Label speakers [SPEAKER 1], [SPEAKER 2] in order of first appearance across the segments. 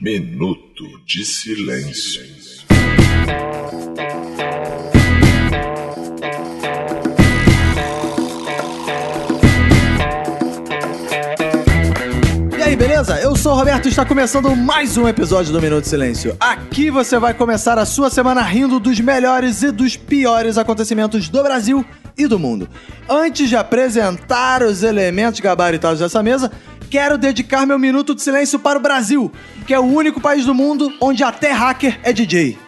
[SPEAKER 1] Minuto de Silêncio.
[SPEAKER 2] E aí, beleza? Eu sou o Roberto e está começando mais um episódio do Minuto de Silêncio. Aqui você vai começar a sua semana rindo dos melhores e dos piores acontecimentos do Brasil e do mundo. Antes de apresentar os elementos gabaritados dessa mesa, quero dedicar meu minuto de silêncio para o Brasil, que é o único país do mundo onde até hacker é DJ.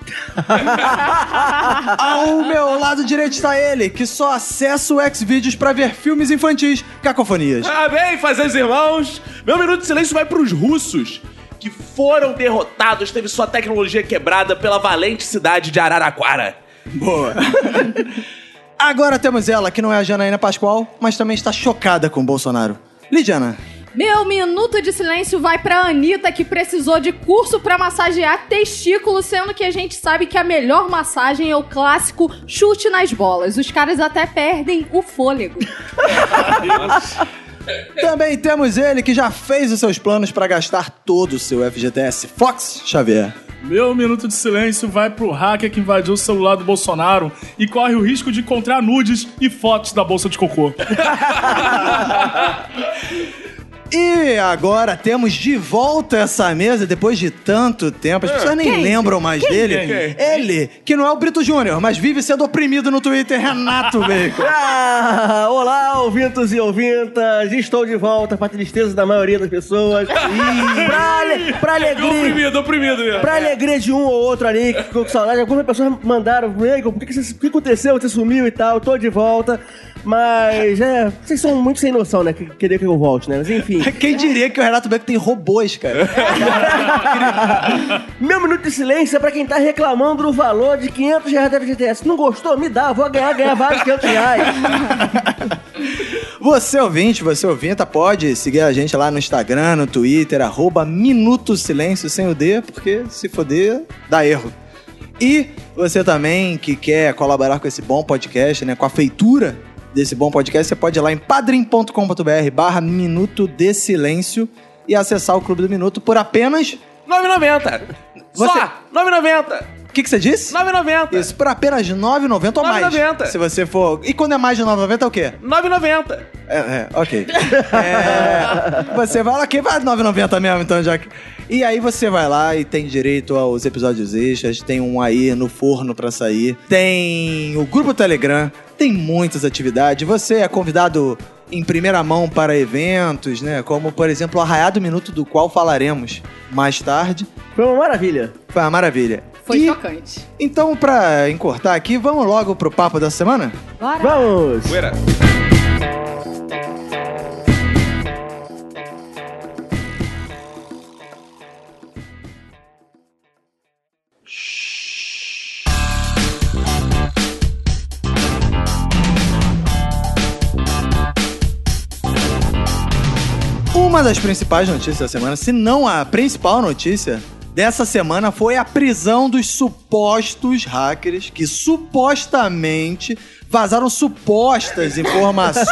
[SPEAKER 2] Ao meu lado direito está ele, que só acessa o Xvideos para ver filmes infantis, cacofonias.
[SPEAKER 3] Ah, bem, fazeres irmãos, meu minuto de silêncio vai pros russos que foram derrotados, teve sua tecnologia quebrada pela valente cidade de Araraquara.
[SPEAKER 2] Boa. Agora temos ela, que não é a Janaína Pascoal, mas também está chocada com o Bolsonaro. Lidiana.
[SPEAKER 4] Meu minuto de silêncio vai pra Anitta, que precisou de curso pra massagear testículo, sendo que a gente sabe que a melhor massagem é o clássico chute nas bolas. Os caras até perdem o fôlego.
[SPEAKER 2] Também temos ele, que já fez os seus planos para gastar todo o seu FGTS. Fox Xavier.
[SPEAKER 5] Meu minuto de silêncio vai pro hacker que invadiu o celular do Bolsonaro e corre o risco de encontrar nudes e fotos da bolsa de cocô.
[SPEAKER 2] E agora temos de volta essa mesa, depois de tanto tempo. As pessoas nem
[SPEAKER 4] Quem?
[SPEAKER 2] lembram mais dele.
[SPEAKER 3] Ah. Quem?
[SPEAKER 2] Ele, que não é o Brito Júnior, mas vive sendo oprimido no Twitter, Renato Bacon.
[SPEAKER 6] Ah, olá, ouvintos e ouvintas! Estou de volta para tristeza da maioria das pessoas. pra, ale- pra alegria.
[SPEAKER 3] Oprimido, oprimido mesmo.
[SPEAKER 6] Pra alegria de um ou outro ali, que ficou com saudade. Algumas pessoas mandaram, Michael, por que, que você- o que aconteceu? Você sumiu e tal, tô de volta. Mas, é, vocês são muito sem noção, né? que- Querer que eu volte, né? Mas enfim.
[SPEAKER 2] Quem diria que o Renato Bacon tem robôs, cara?
[SPEAKER 6] Meu minuto de silêncio é pra quem tá reclamando do valor de 500 reais da FGTS. Não gostou? Me dá, vou ganhar, ganhar vários 500 reais.
[SPEAKER 2] Você ouvinte, você ouvinta, pode seguir a gente lá no Instagram, no Twitter, arroba Minuto Silêncio sem o D, porque se foder, dá erro. E você também que quer colaborar com esse bom podcast, né, com a feitura desse bom podcast, você pode ir lá em padrim.com.br barra Minuto de Silêncio e acessar o Clube do Minuto por apenas...
[SPEAKER 3] 9,90.
[SPEAKER 2] Você-
[SPEAKER 3] Só, 9,90.
[SPEAKER 2] O que, que você disse?
[SPEAKER 3] 9,90.
[SPEAKER 2] Isso, por apenas R$ 9,90 ou mais.
[SPEAKER 3] 9,90.
[SPEAKER 2] Se você for... E quando é mais de R$ 9,90 é o quê?
[SPEAKER 3] 9,90.
[SPEAKER 2] É, é, ok. É, você vai lá, quem vai 9,90 mesmo, então, já que... E aí você vai lá e tem direito aos episódios extras, tem um aí no forno pra sair, tem o grupo Telegram, tem muitas atividades. Você é convidado em primeira mão para eventos, né? Como, por exemplo, o Arraiado Minuto, do qual falaremos mais tarde.
[SPEAKER 6] Foi uma maravilha.
[SPEAKER 2] Foi uma maravilha.
[SPEAKER 4] Foi
[SPEAKER 2] E,
[SPEAKER 4] chocante.
[SPEAKER 2] então, pra encurtar aqui, vamos logo pro papo da semana?
[SPEAKER 4] Bora.
[SPEAKER 6] Vamos!
[SPEAKER 3] Poeira.
[SPEAKER 2] Uma das principais notícias da semana, se não a principal notícia dessa semana, foi a prisão dos supostos hackers que supostamente vazaram supostas informações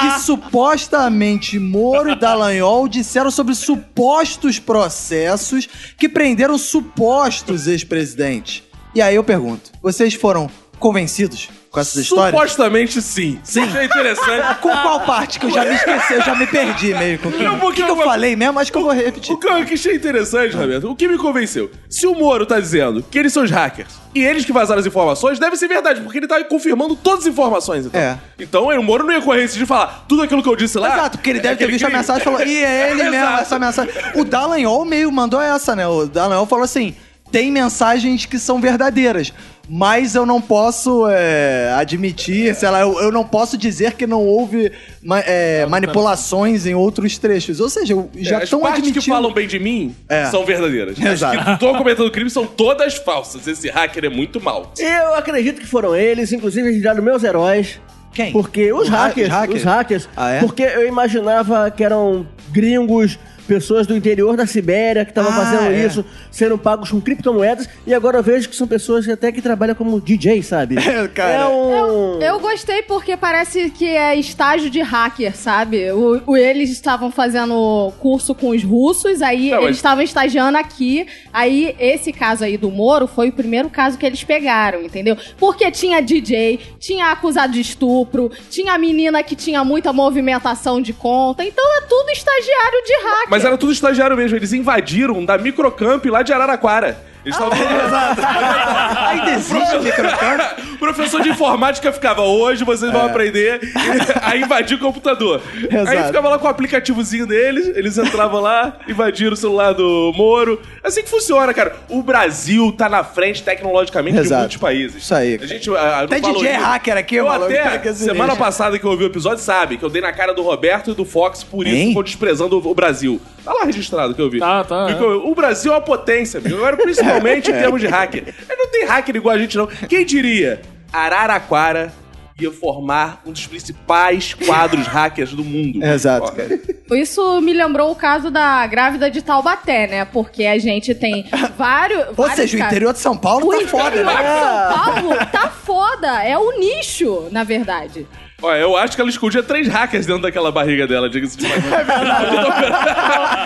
[SPEAKER 2] que supostamente Moro e Dallagnol disseram sobre supostos processos que prenderam supostos ex-presidentes. E aí eu pergunto, vocês foram convencidos com essas histórias?
[SPEAKER 3] Supostamente sim. Sim. Achei interessante.
[SPEAKER 2] Com qual parte que eu já me esqueci, eu já me perdi meio com tudo.
[SPEAKER 3] Não,
[SPEAKER 2] O que,
[SPEAKER 3] porque
[SPEAKER 2] que eu
[SPEAKER 3] eu-
[SPEAKER 2] falei mesmo? Acho que eu vou repetir.
[SPEAKER 3] O que eu achei interessante, Roberto, o que me convenceu? Se o Moro tá dizendo que eles são os hackers e eles que vazaram as informações, deve ser verdade, porque ele tá confirmando todas as informações, então.
[SPEAKER 2] É.
[SPEAKER 3] Então o Moro não ia correr esse de falar tudo aquilo que eu disse lá.
[SPEAKER 2] Exato, porque ele deve ter
[SPEAKER 3] É aquele
[SPEAKER 2] visto a
[SPEAKER 3] crime.
[SPEAKER 2] mensagem e falou, e é ele mesmo,
[SPEAKER 3] Exato.
[SPEAKER 2] essa mensagem. O Dallagnol meio mandou essa, né? O Dallagnol falou assim, tem mensagens que são verdadeiras, mas eu não posso é, admitir, sei lá, eu, eu não posso dizer que não houve ma- é, manipulações em outros trechos. Ou seja, eu-
[SPEAKER 3] É,
[SPEAKER 2] já
[SPEAKER 3] as
[SPEAKER 2] estão
[SPEAKER 3] partes que
[SPEAKER 2] admitindo...
[SPEAKER 3] falam bem de mim
[SPEAKER 2] É.
[SPEAKER 3] são verdadeiras. As
[SPEAKER 2] Exato.
[SPEAKER 3] que estão cometendo crime são todas falsas. Esse hacker é muito mal.
[SPEAKER 6] Eu acredito que foram eles, inclusive eles viraram meus heróis.
[SPEAKER 2] Quem?
[SPEAKER 6] Porque os
[SPEAKER 2] O ha-
[SPEAKER 6] hackers,
[SPEAKER 2] hacker?
[SPEAKER 6] os hackers,
[SPEAKER 2] Ah, é?
[SPEAKER 6] porque eu imaginava que eram gringos, pessoas do interior da Sibéria que estavam
[SPEAKER 2] Ah,
[SPEAKER 6] fazendo
[SPEAKER 2] é.
[SPEAKER 6] isso, sendo pagos com criptomoedas, e agora eu vejo que são pessoas até que trabalham como DJ, sabe?
[SPEAKER 2] É, cara.
[SPEAKER 6] um...
[SPEAKER 4] Eu gostei porque parece que é estágio de hacker, sabe? O, o- eles estavam fazendo curso com os russos, aí
[SPEAKER 3] Não, mas-
[SPEAKER 4] eles estavam estagiando aqui. Aí esse caso aí do Moro foi o primeiro caso que eles pegaram, entendeu? Porque tinha DJ, tinha acusado de estupro, tinha menina que tinha muita movimentação de conta. Então é tudo estagiário de hacker.
[SPEAKER 3] Mas era tudo estagiário mesmo. Eles invadiram da microcamp lá de Araraquara. Eles
[SPEAKER 2] Ah,
[SPEAKER 3] estavam
[SPEAKER 2] é,
[SPEAKER 3] Ah,
[SPEAKER 2] Ainda existe microcampo?
[SPEAKER 3] O professor de informática ficava, hoje vocês
[SPEAKER 2] É.
[SPEAKER 3] vão aprender a invadir o computador. Aí
[SPEAKER 2] Exato.
[SPEAKER 3] ficava lá com o aplicativozinho deles, eles entravam lá, invadiram o celular do Moro. Assim que funciona, cara. O Brasil tá na frente tecnologicamente de
[SPEAKER 2] Exato.
[SPEAKER 3] muitos países.
[SPEAKER 2] Isso aí,
[SPEAKER 3] A
[SPEAKER 2] cara.
[SPEAKER 3] gente, ah, não
[SPEAKER 2] Até DJ
[SPEAKER 3] valoriza.
[SPEAKER 2] hacker aqui,
[SPEAKER 3] Eu
[SPEAKER 2] maluco,
[SPEAKER 3] até,
[SPEAKER 2] cara, que é sinistro.
[SPEAKER 3] semana passada que eu ouvi o episódio, sabe que eu dei na cara do Roberto e do Fox, por isso
[SPEAKER 2] Hein?
[SPEAKER 3] ficou desprezando o o Brasil. Tá lá registrado que eu vi.
[SPEAKER 5] Tá, tá,
[SPEAKER 3] E que eu- O Brasil é uma potência, amigo. Agora, principalmente em termos de hacker. Mas não tem hacker igual a gente, não. Quem diria? Araraquara ia formar um dos principais quadros hackers do mundo.
[SPEAKER 2] Exato,
[SPEAKER 3] Ó,
[SPEAKER 2] cara.
[SPEAKER 4] Isso me lembrou o caso da grávida de Taubaté, né? Porque a gente tem vários.
[SPEAKER 2] Ou
[SPEAKER 4] vários
[SPEAKER 2] seja, o
[SPEAKER 4] casos.
[SPEAKER 2] interior de São Paulo tá foda, né?
[SPEAKER 4] Mas São Paulo tá foda. É o nicho, na verdade.
[SPEAKER 3] Ó, eu acho que ela escondia três hackers dentro daquela barriga dela, diga-se de passagem.
[SPEAKER 2] É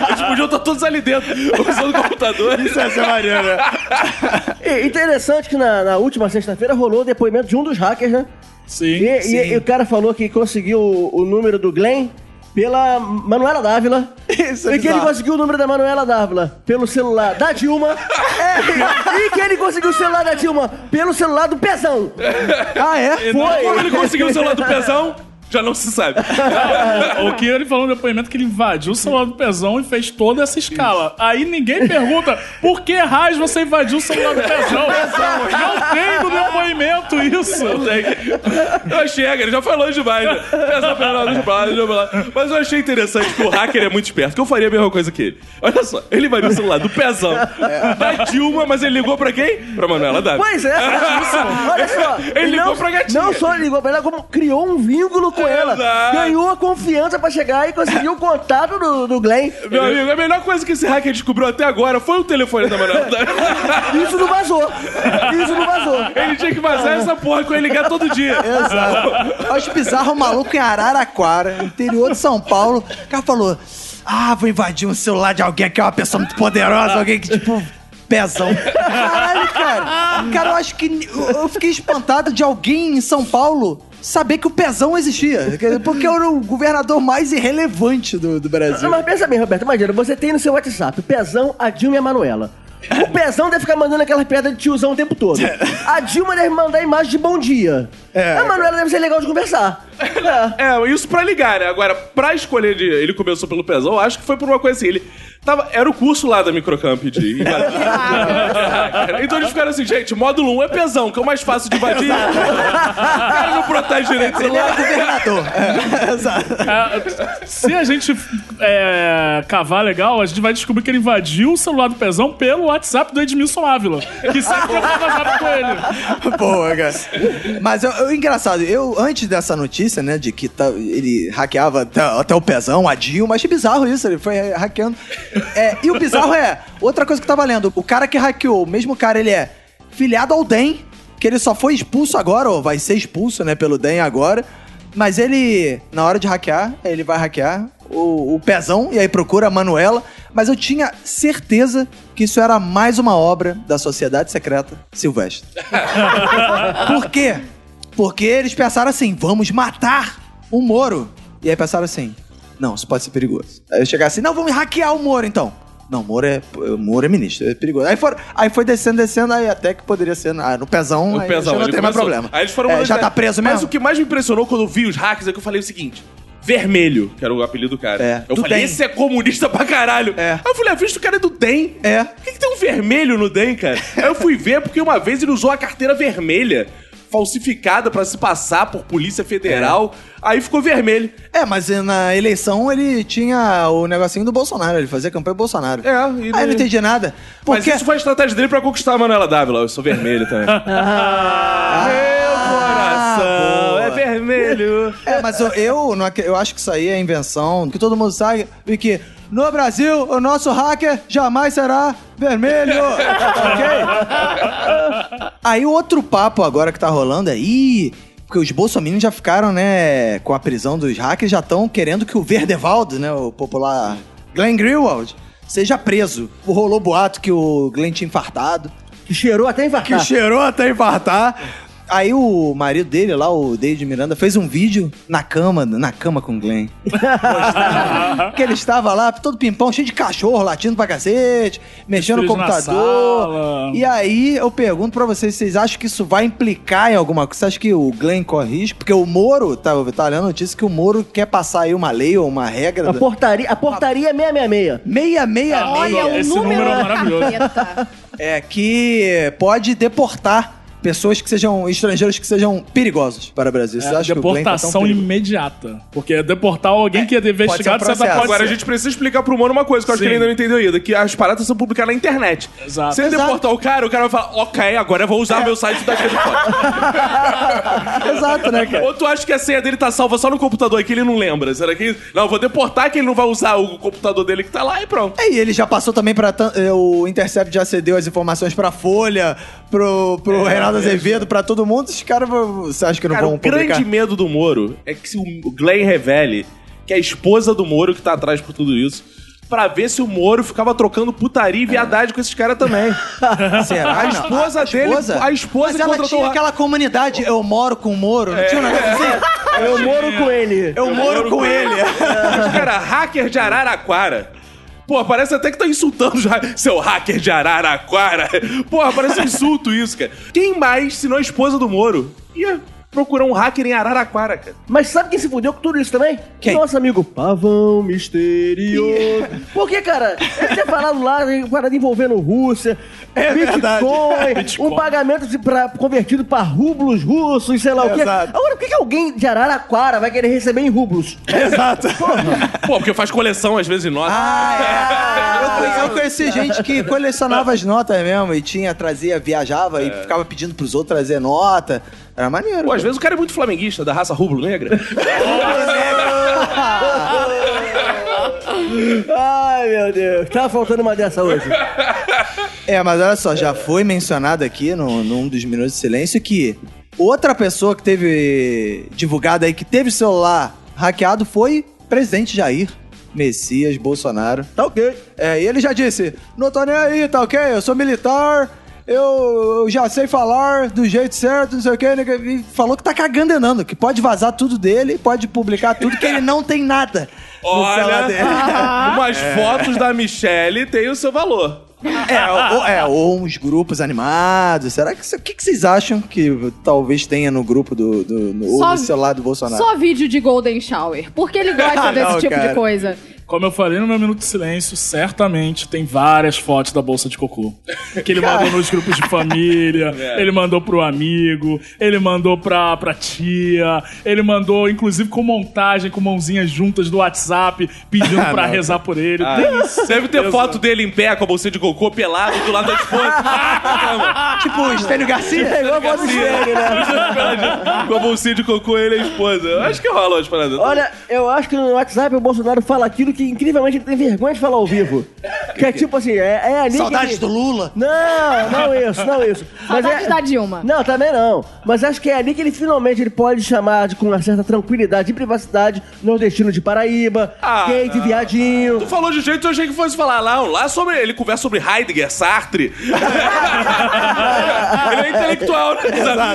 [SPEAKER 3] Eles podiam estar todos ali dentro, usando o computador. Isso é
[SPEAKER 6] E interessante que na, na última sexta-feira rolou o depoimento de um dos hackers, né?
[SPEAKER 5] Sim.
[SPEAKER 6] E, e- e o cara falou que conseguiu o, o número do Glenn pela Manuela Dávila.
[SPEAKER 2] Isso é
[SPEAKER 6] e que ele
[SPEAKER 2] bizarro.
[SPEAKER 6] conseguiu o número da Manuela Dávila pelo celular da Dilma. É, e que ele conseguiu o celular da Dilma pelo celular do Pezão.
[SPEAKER 2] Ah, é?
[SPEAKER 3] Como ele conseguiu o celular do pezão, já não se sabe.
[SPEAKER 5] O que ele falou no depoimento é que ele invadiu o celular do Pezão e fez toda essa escala. Aí ninguém pergunta por que raios você invadiu o celular do Pezão. Não tem no depoimento isso.
[SPEAKER 3] Não tem. Eu achei, cara, ele já foi longe demais. Né? Pensa pra lá, deixa pra lá, deixa pra lá. Mas eu achei interessante que o hacker é muito esperto, que eu faria a mesma coisa que ele. Olha só, ele invadiu o celular do pezão da Dilma, mas ele ligou pra quem? Pra Manuela Dávila.
[SPEAKER 6] Pois é, olha só.
[SPEAKER 3] Ele
[SPEAKER 6] E
[SPEAKER 3] ligou
[SPEAKER 6] não,
[SPEAKER 3] pra gatinha.
[SPEAKER 6] Não só ligou pra ela, como criou um vínculo com ela.
[SPEAKER 3] Exato.
[SPEAKER 6] Ganhou a confiança pra chegar e conseguiu o contato do, do Glenn.
[SPEAKER 3] Meu amigo, a melhor coisa que esse hacker descobriu até agora foi o telefone da Manuela Dávila.
[SPEAKER 6] Isso não vazou. Isso não vazou.
[SPEAKER 3] Ele tinha que vazar essa porra com ele ligar todo dia.
[SPEAKER 2] Exato. Eu acho bizarro o maluco em Araraquara, interior de São Paulo. O cara falou: Ah, vou invadir um celular de alguém que é uma pessoa muito poderosa, alguém que, tipo. Pezão. Caralho, cara. Cara, eu acho que. eu- Eu fiquei espantado de alguém em São Paulo saber que o pezão existia. Quer dizer, Porque era o governador mais irrelevante do, do Brasil.
[SPEAKER 6] Não, mas pensa bem, Roberto. Imagina, você tem no seu WhatsApp o Pezão, a Dilma e a Manuela. O Pezão deve ficar mandando aquelas piadas de tiozão o tempo todo. A Dilma deve mandar imagem de bom dia.
[SPEAKER 2] É.
[SPEAKER 6] A Manuela deve ser legal de conversar. É.
[SPEAKER 3] É, isso pra ligar, né? Agora, pra escolher de. Ele começou pelo pezão, eu acho que foi por uma coisa assim. Ele. Tava, era o curso lá da Microcamp de. então eles ficaram assim, gente, módulo 1 é pesão, que é o mais fácil de invadir. o cara não protege direito o
[SPEAKER 2] Ele era
[SPEAKER 3] celular.
[SPEAKER 2] governador. É, exato.
[SPEAKER 5] Ah, Se a gente é, cavar legal, a gente vai descobrir que ele invadiu o celular do Pezão pelo WhatsApp do Edmilson Ávila, que sabe que eu tava WhatsApp com ele.
[SPEAKER 2] Boa, cara. Mas eu, eu- engraçado, eu antes dessa notícia, né, de que tá- ele hackeava até, até o pezão, a Dilma, achei bizarro isso, ele foi hackeando. É, e o bizarro é, outra coisa que eu tava lendo, o cara que hackeou, o mesmo cara, ele é filiado ao DEM, que ele só foi expulso agora, ou vai ser expulso, né, pelo DEM agora. Mas ele, na hora de hackear, ele vai hackear o, o pezão e aí procura a Manuela. Mas eu tinha certeza que isso era mais uma obra da Sociedade Secreta Silvestre. Por quê? Porque eles pensaram assim, vamos matar o Moro. E aí pensaram assim, não, isso pode ser perigoso. Aí eu chegar assim, não, vamos hackear o Moro então. Não, o Moro é, o Moro é ministro, é perigoso. Aí, foram, aí foi descendo, descendo, aí até que poderia ser ah, no pezão,
[SPEAKER 3] O
[SPEAKER 2] aí
[SPEAKER 3] pezão,
[SPEAKER 2] já não
[SPEAKER 3] ele
[SPEAKER 2] tem mais
[SPEAKER 3] começou.
[SPEAKER 2] problema.
[SPEAKER 3] Aí eles foram
[SPEAKER 2] É,
[SPEAKER 3] mandando-
[SPEAKER 2] já tá preso mesmo?
[SPEAKER 3] Mas o que mais me impressionou quando eu vi os hacks é que eu falei o seguinte. Vermelho, que era o apelido do cara.
[SPEAKER 2] É,
[SPEAKER 3] eu
[SPEAKER 2] do
[SPEAKER 3] falei,
[SPEAKER 2] DEM.
[SPEAKER 3] esse é comunista pra caralho.
[SPEAKER 2] É.
[SPEAKER 3] Aí eu falei, ah, visto o cara é do DEM.
[SPEAKER 2] É.
[SPEAKER 3] Por que, que tem um vermelho no DEM, cara? Aí eu fui ver porque uma vez ele usou a carteira vermelha, falsificada pra se passar por Polícia Federal. Aí ficou vermelho.
[SPEAKER 2] É, mas eh, na eleição ele tinha o negocinho do Bolsonaro, ele fazia campanha do Bolsonaro.
[SPEAKER 3] É,
[SPEAKER 2] Aí
[SPEAKER 3] ele-
[SPEAKER 2] eu não entendi nada.
[SPEAKER 3] Mas
[SPEAKER 2] Porque...
[SPEAKER 3] isso foi a estratégia dele pra conquistar a Manuela Dávila. Eu sou vermelho também. Meu coração
[SPEAKER 2] Ah, boa.
[SPEAKER 3] é
[SPEAKER 1] vermelho.
[SPEAKER 2] É, mas eu, eu, não ac- eu acho que isso aí é invenção, que todo mundo sabe, e que no Brasil o nosso hacker jamais será vermelho. ok? Aí o outro papo agora que tá rolando é. Ih, porque os bolsominions já ficaram, né, com a prisão dos hackers, já estão querendo que o Verdevaldo, né, o popular Glenn Greenwald, seja preso. Rolou boato que o Glenn tinha infartado
[SPEAKER 6] Que cheirou até
[SPEAKER 2] que
[SPEAKER 6] infartar.
[SPEAKER 2] cheirou até infartar. Aí o marido dele lá, o David Miranda, fez um vídeo na cama, na cama com o Glenn. Mostrando que ele estava lá, todo pimpão, cheio de cachorro, latindo pra cacete, mexendo no
[SPEAKER 5] Filhos na
[SPEAKER 2] computador.
[SPEAKER 5] sala.
[SPEAKER 2] E aí eu pergunto pra vocês, vocês acham que isso vai implicar em alguma coisa? Você acha que o Glenn corre risco? Porque o Moro, tá, eu tava lendo a notícia que o Moro quer passar aí uma lei ou uma regra.
[SPEAKER 6] A
[SPEAKER 2] da-
[SPEAKER 6] portaria, a portaria é 666.
[SPEAKER 2] Meia, meia, meia.
[SPEAKER 4] Olha, o
[SPEAKER 5] Esse
[SPEAKER 4] número,
[SPEAKER 5] número é maravilhoso.
[SPEAKER 4] da carpeta.
[SPEAKER 2] é que pode deportar pessoas que sejam estrangeiros que sejam perigosos para o Brasil.
[SPEAKER 3] É,
[SPEAKER 2] Você acha que o Glenn tá tão
[SPEAKER 5] Deportação
[SPEAKER 2] perigoso?
[SPEAKER 5] imediata. Porque é deportar alguém que é investigado,
[SPEAKER 2] ser um
[SPEAKER 5] você
[SPEAKER 2] processo.
[SPEAKER 5] ainda pode
[SPEAKER 3] Agora a
[SPEAKER 5] ser.
[SPEAKER 3] gente precisa explicar pro Moro uma coisa, que eu acho
[SPEAKER 5] Sim.
[SPEAKER 3] que ele ainda não entendeu ainda, que as paradas são publicadas na internet.
[SPEAKER 5] Exato.
[SPEAKER 3] Se ele
[SPEAKER 2] Exato.
[SPEAKER 3] deportar o cara, o cara vai falar, ok, agora eu vou usar meu site daqui do fora.
[SPEAKER 2] Exato, né, cara?
[SPEAKER 3] Ou tu acha que a senha dele tá salva só no computador e que ele não lembra? Será que. Não, eu vou deportar que ele não vai usar o computador dele que tá lá e pronto.
[SPEAKER 2] É, E ele já passou também para o Intercept já cedeu as informações para Folha, pro pro Reinaldo Azevedo, para todo mundo. Os caras vão- você acha que não
[SPEAKER 3] É, Cara,
[SPEAKER 2] vão
[SPEAKER 3] o grande
[SPEAKER 2] publicar?
[SPEAKER 3] medo do Moro é que se o Glenn revele que é a esposa do Moro que tá atrás por tudo isso, pra ver se o Moro ficava trocando putaria e viadade com esses caras também.
[SPEAKER 2] Será?
[SPEAKER 3] A
[SPEAKER 2] Não.
[SPEAKER 3] esposa dele- a esposa
[SPEAKER 2] Mas ela
[SPEAKER 3] contratou
[SPEAKER 2] tinha
[SPEAKER 3] a-
[SPEAKER 2] aquela comunidade, eu moro com o Moro, não tinha um negócio
[SPEAKER 3] É.
[SPEAKER 2] assim?
[SPEAKER 6] Eu moro com ele.
[SPEAKER 2] Eu moro com ele.
[SPEAKER 3] Mas, cara, é hacker de Araraquara. Pô, parece até que tá insultando já, seu hacker de Araraquara. Porra, parece um insulto isso, cara. Quem mais, se não a esposa do Moro, ia procurar um hacker em Araraquara, cara?
[SPEAKER 6] Mas sabe quem se fudeu com tudo isso também?
[SPEAKER 2] Quem?
[SPEAKER 6] Nosso amigo Pavão Misterioso. Porque, cara, ele tinha falado lá, né, parada envolvendo Rússia,
[SPEAKER 2] É
[SPEAKER 6] Bitcoin, um pagamento de, pra, convertido pra rublos russos, sei lá o quê.
[SPEAKER 2] Exato.
[SPEAKER 6] Agora, por que, que alguém de Araraquara vai querer receber em rublos?
[SPEAKER 2] É. Exato.
[SPEAKER 3] Pô, porque faz coleção às vezes nota.
[SPEAKER 2] Ah, é. Eu, eu conheci gente que colecionava as notas mesmo e tinha, trazia, viajava e ficava pedindo pros outros trazer nota. Era maneiro.
[SPEAKER 3] Pô, às vezes o cara é muito flamenguista, da raça rubro-negra.
[SPEAKER 6] Ai, meu Deus. Tava faltando uma dessa hoje.
[SPEAKER 2] É, mas olha só, já foi mencionado aqui no, num dos minutos de silêncio que outra pessoa que teve divulgada aí, que teve o celular hackeado, foi presidente Jair Messias Bolsonaro.
[SPEAKER 6] Tá ok.
[SPEAKER 2] É, e ele já disse: não tô nem aí, tá ok? Eu sou militar, eu, eu já sei falar do jeito certo, não sei o quê. né, que. E falou que tá cagando e andando, que pode vazar tudo dele, pode publicar tudo, que ele não tem nada. no celular dele.
[SPEAKER 3] Olha, umas fotos da Michelle tem o seu valor.
[SPEAKER 2] É, ou, é, ou uns grupos animados. Será que. O que, que vocês acham que talvez tenha no grupo do. do no, ou
[SPEAKER 4] Só-
[SPEAKER 2] no celular do Bolsonaro?
[SPEAKER 4] Só vídeo de Golden Shower. Porque ele gosta desse
[SPEAKER 2] Não,
[SPEAKER 4] tipo
[SPEAKER 2] cara.
[SPEAKER 4] de coisa.
[SPEAKER 5] Como eu falei no meu Minuto de Silêncio, certamente tem várias fotos da bolsa de cocô. Que ele mandou nos grupos de família, ele mandou pro amigo, ele mandou pra, pra tia, ele mandou, inclusive, com montagem, com mãozinhas juntas do WhatsApp, pedindo pra rezar por ele. Tem isso.
[SPEAKER 3] Deve ter foto dele em pé com a bolsinha de cocô pelado do lado da esposa. Ah,
[SPEAKER 2] Tipo,
[SPEAKER 4] Ah.
[SPEAKER 2] o Estênio Garcia?
[SPEAKER 6] Pegou a bola do Stênio, né?
[SPEAKER 3] com a bolsinha de cocô ele e a esposa. Eu acho que rola umas paradas.
[SPEAKER 6] Olha, eu acho que no WhatsApp o Bolsonaro fala aquilo que incrivelmente ele tem vergonha de falar ao vivo. Que é tipo assim, é, é ali. que
[SPEAKER 2] Saudades
[SPEAKER 6] ele-
[SPEAKER 2] do Lula?
[SPEAKER 6] Não, não isso, não isso. é-
[SPEAKER 4] Saudade da Dilma.
[SPEAKER 6] Não, também não. Mas acho que é ali que ele finalmente ele pode chamar de, com uma certa tranquilidade e privacidade nordestino de Paraíba,
[SPEAKER 3] Ah,
[SPEAKER 6] gay de viadinho.
[SPEAKER 3] Tu falou de jeito que eu achei que fosse falar lá, lá sobre. Ele conversa sobre Heidegger, Sartre. ele é intelectual, né?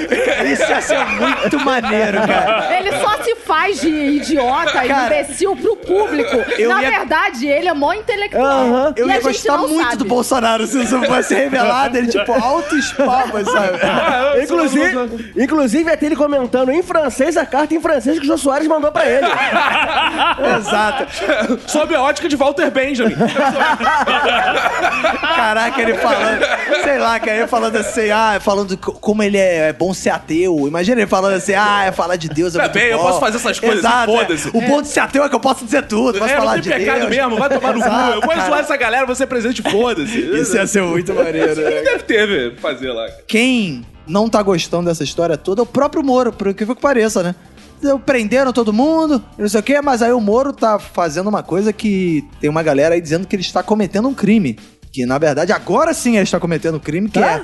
[SPEAKER 2] Isso ia ser muito maneiro, cara.
[SPEAKER 4] Ele só se faz de idiota,
[SPEAKER 2] Cara,
[SPEAKER 4] imbecil pro público.
[SPEAKER 2] eu
[SPEAKER 4] Na
[SPEAKER 2] ia-
[SPEAKER 4] verdade, ele é mó intelectual.
[SPEAKER 6] Aham.
[SPEAKER 2] Eu
[SPEAKER 4] E a
[SPEAKER 2] ia
[SPEAKER 4] gente
[SPEAKER 2] gostar
[SPEAKER 4] não
[SPEAKER 2] muito
[SPEAKER 4] sabe.
[SPEAKER 2] do Bolsonaro se isso fosse revelado. Ele, tipo, altos palmas, sabe?
[SPEAKER 6] Inclusive, inclusive é ele comentando em francês a carta em francês que o Jô Soares mandou pra ele.
[SPEAKER 3] Ah.
[SPEAKER 2] Exato.
[SPEAKER 3] Sob a ótica de Walter Benjamin.
[SPEAKER 2] Caraca, ele falando, sei lá, cara, ele falando assim, ah, falando co- como ele é, é bom ser ateu. Imagina ele falando assim, ah, é falar de Deus. É
[SPEAKER 3] Tá
[SPEAKER 2] muito
[SPEAKER 3] bem, eu
[SPEAKER 2] bom.
[SPEAKER 3] posso fazer essas coisas,
[SPEAKER 2] Exato,
[SPEAKER 3] foda-se.
[SPEAKER 2] é. O bom de ser ateu é que eu posso dizer tudo, posso
[SPEAKER 3] é,
[SPEAKER 2] falar
[SPEAKER 3] não
[SPEAKER 2] de
[SPEAKER 3] tem pecado
[SPEAKER 2] Deus.
[SPEAKER 3] mesmo, vai tomar no cu.
[SPEAKER 2] Exato,
[SPEAKER 3] Eu vou
[SPEAKER 2] cara.
[SPEAKER 3] zoar essa galera, você é presidente, foda-se.
[SPEAKER 2] Isso é ia ser muito maneiro.
[SPEAKER 3] Ele
[SPEAKER 2] né?
[SPEAKER 3] deve ter, velho, fazer lá.
[SPEAKER 2] Quem não tá gostando dessa história toda é o próprio Moro, por incrível que pareça, né? prenderam todo mundo, não sei o quê, mas aí o Moro tá fazendo uma coisa que tem uma galera aí dizendo que ele está cometendo um crime. Que na verdade agora sim ele está cometendo um crime, que é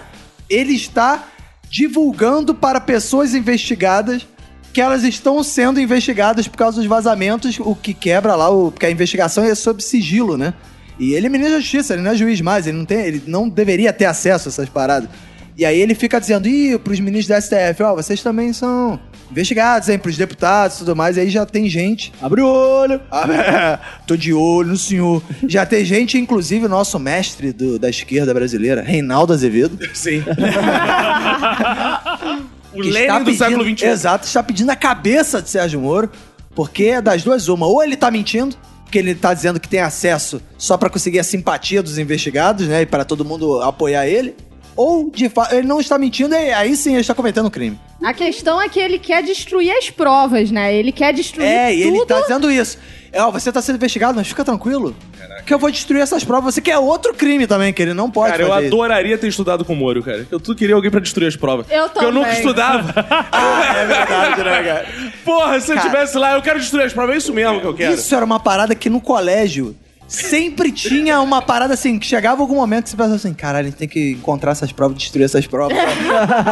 [SPEAKER 2] ele está divulgando para pessoas investigadas que elas estão sendo investigadas por causa dos vazamentos, o que quebra lá, o, porque a investigação é sob sigilo, né? E ele é ministro da justiça, ele não é juiz mais, ele não, tem, ele não deveria ter acesso a essas paradas. E aí ele fica dizendo, ih, pros ministros da STF, ó, vocês também são investigados, hein, pros deputados e tudo mais, e aí já tem gente.
[SPEAKER 6] Abre o olho.
[SPEAKER 2] Ah, é, tô de olho no senhor. Já tem gente, inclusive, o nosso mestre do- da esquerda brasileira, Reinaldo Azevedo.
[SPEAKER 3] Sim. o
[SPEAKER 2] que
[SPEAKER 3] Lenin do
[SPEAKER 2] pedindo-
[SPEAKER 3] século um. XXI.
[SPEAKER 2] Exato, está pedindo a cabeça de Sérgio Moro, porque é das duas uma. Ou ele tá mentindo, porque ele tá dizendo que tem acesso só para conseguir a simpatia dos investigados, né? E para todo mundo apoiar ele. Ou, de fato, ele não está mentindo, e aí sim ele está cometendo um crime.
[SPEAKER 4] A questão é que ele quer destruir as provas, né? Ele quer destruir
[SPEAKER 2] É, e ele
[SPEAKER 4] tudo.
[SPEAKER 2] tá dizendo isso. É, ó, você tá sendo investigado, mas fica tranquilo. Que eu vou destruir essas provas. Você quer outro crime também, que ele não pode
[SPEAKER 3] Cara, eu
[SPEAKER 2] fazer. isso.
[SPEAKER 3] adoraria ter estudado com o Moro, cara. Eu tu queria alguém pra destruir as provas.
[SPEAKER 4] Eu
[SPEAKER 3] Porque eu nunca
[SPEAKER 4] também.
[SPEAKER 3] estudava.
[SPEAKER 2] É verdade, né, cara?
[SPEAKER 3] Porra, se eu
[SPEAKER 2] Cara.
[SPEAKER 3] tivesse lá, eu quero destruir as provas. É isso mesmo que eu quero.
[SPEAKER 2] Isso era uma parada que no colégio sempre tinha uma parada assim, que chegava algum momento que você pensava assim, caralho, a gente tem que encontrar essas provas, destruir essas provas.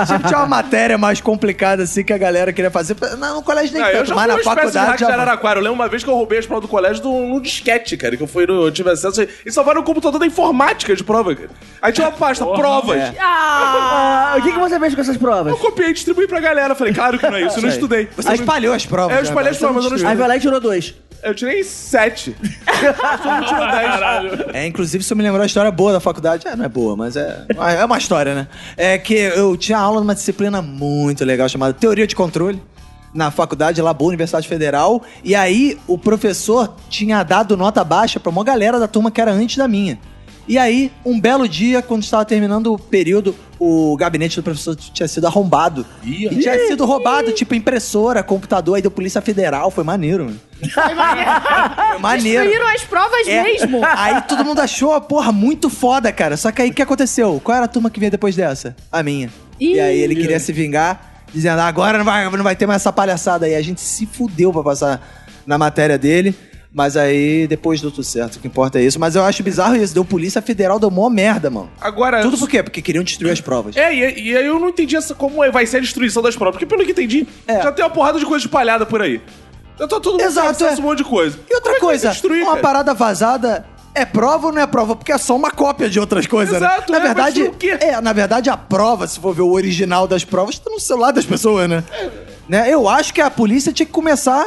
[SPEAKER 2] sempre tinha uma matéria mais complicada assim que a galera queria fazer. Não, no colégio nem
[SPEAKER 3] Ah, eu
[SPEAKER 2] tanto,
[SPEAKER 3] já
[SPEAKER 2] mas
[SPEAKER 3] fui
[SPEAKER 2] na
[SPEAKER 3] uma espécie de
[SPEAKER 2] faculdade
[SPEAKER 3] hack de
[SPEAKER 2] já...
[SPEAKER 3] Araraquara. Eu lembro uma vez que eu roubei as provas do colégio num, num disquete, cara, que eu fui no, eu tive acesso e- e salvaram o computador da informática de prova, cara. Aí tinha uma pasta, provas.
[SPEAKER 2] É.
[SPEAKER 6] Ah, o que, que você fez com essas provas?
[SPEAKER 3] Eu copiei e distribuí pra galera. Falei, claro que não é isso, eu não estudei.
[SPEAKER 2] Você espalhou as provas.
[SPEAKER 3] É, eu espalhei as
[SPEAKER 2] né, cara?
[SPEAKER 3] provas, eu não
[SPEAKER 2] Você
[SPEAKER 6] Aí
[SPEAKER 2] destruiu.
[SPEAKER 6] vai lá e tirou dois.
[SPEAKER 3] Eu tirei sete.
[SPEAKER 5] Caralho.
[SPEAKER 2] É, inclusive, isso me lembrou uma história boa da faculdade. É, não é boa, mas é, é uma história, né? É que eu tinha aula numa disciplina muito legal chamada Teoria de Controle. Na faculdade, lá boa, Universidade Federal. E aí, o professor tinha dado nota baixa pra uma galera da turma que era antes da minha. E aí, um belo dia, quando estava terminando o período, o gabinete do professor tinha sido arrombado.
[SPEAKER 5] Ih,
[SPEAKER 2] e tinha sido roubado, tipo, impressora, computador, aí deu Polícia Federal. Foi maneiro, mano. Foi maneiro.
[SPEAKER 4] Destruíram as provas
[SPEAKER 2] É.
[SPEAKER 4] mesmo.
[SPEAKER 2] Aí todo mundo achou, porra, muito foda, cara. Só que aí o que aconteceu? Qual era a turma que veio depois dessa? A minha.
[SPEAKER 4] Ih.
[SPEAKER 2] E aí ele queria se vingar, dizendo, "Ah, agora não vai, não vai ter mais essa palhaçada aí. A gente se fudeu pra passar na matéria dele. Mas aí depois deu tudo certo, o que importa é isso. Mas eu acho bizarro isso, deu Polícia Federal, deu mó merda, mano.
[SPEAKER 3] Agora.
[SPEAKER 2] Tudo por quê? Porque queriam destruir as provas.
[SPEAKER 3] É, e, e aí eu não entendi essa, como é- vai ser a destruição das provas. Porque pelo que entendi,
[SPEAKER 2] É.
[SPEAKER 3] já tem uma porrada de coisa espalhada por aí. Já tá todo mundo
[SPEAKER 2] Exato,
[SPEAKER 3] com acesso a
[SPEAKER 2] é.
[SPEAKER 3] um monte de coisa.
[SPEAKER 2] E outra
[SPEAKER 3] Como é que vai
[SPEAKER 2] coisa,
[SPEAKER 3] Destruir,
[SPEAKER 2] uma
[SPEAKER 3] cara?
[SPEAKER 2] parada vazada é prova ou não é prova? Porque é só uma cópia de outras coisas,
[SPEAKER 3] Exato,
[SPEAKER 2] né?
[SPEAKER 3] é,
[SPEAKER 2] Na
[SPEAKER 3] mas
[SPEAKER 2] verdade,
[SPEAKER 3] o quê?
[SPEAKER 2] é, na verdade a prova, se for ver o original das provas, tá no celular das pessoas, né? né? Eu acho que a polícia tinha que começar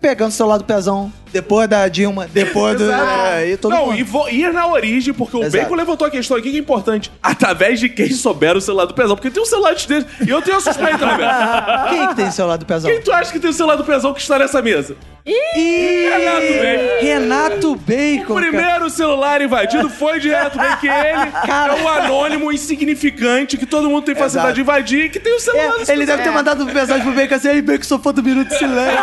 [SPEAKER 2] pegando o celular do pezão, depois da Dilma, depois do
[SPEAKER 3] Exato.
[SPEAKER 2] é, e todo
[SPEAKER 3] não,
[SPEAKER 2] mundo.
[SPEAKER 3] e vou ir na origem, porque o
[SPEAKER 2] Exato.
[SPEAKER 3] Bacon levantou a questão aqui que é importante. Através de quem souber o celular do pesão. Porque tem um celular antes dele. E eu tenho a suspeita também.
[SPEAKER 2] Quem que tem o celular do pezão?
[SPEAKER 3] Quem tu acha que tem o celular do pesão que está nessa mesa?
[SPEAKER 2] Ih,
[SPEAKER 3] Renato Bacon.
[SPEAKER 2] Renato Bacon.
[SPEAKER 3] O
[SPEAKER 2] cara.
[SPEAKER 3] primeiro celular invadido foi de Renato Bacon, que ele
[SPEAKER 2] Cara.
[SPEAKER 3] é um anônimo insignificante que todo mundo tem facilidade de invadir e que tem o
[SPEAKER 2] É,
[SPEAKER 3] celular do
[SPEAKER 2] ele deve ter mandado mensagem pro Bacon assim, aí Bacon, sou fã do Minuto de Silêncio.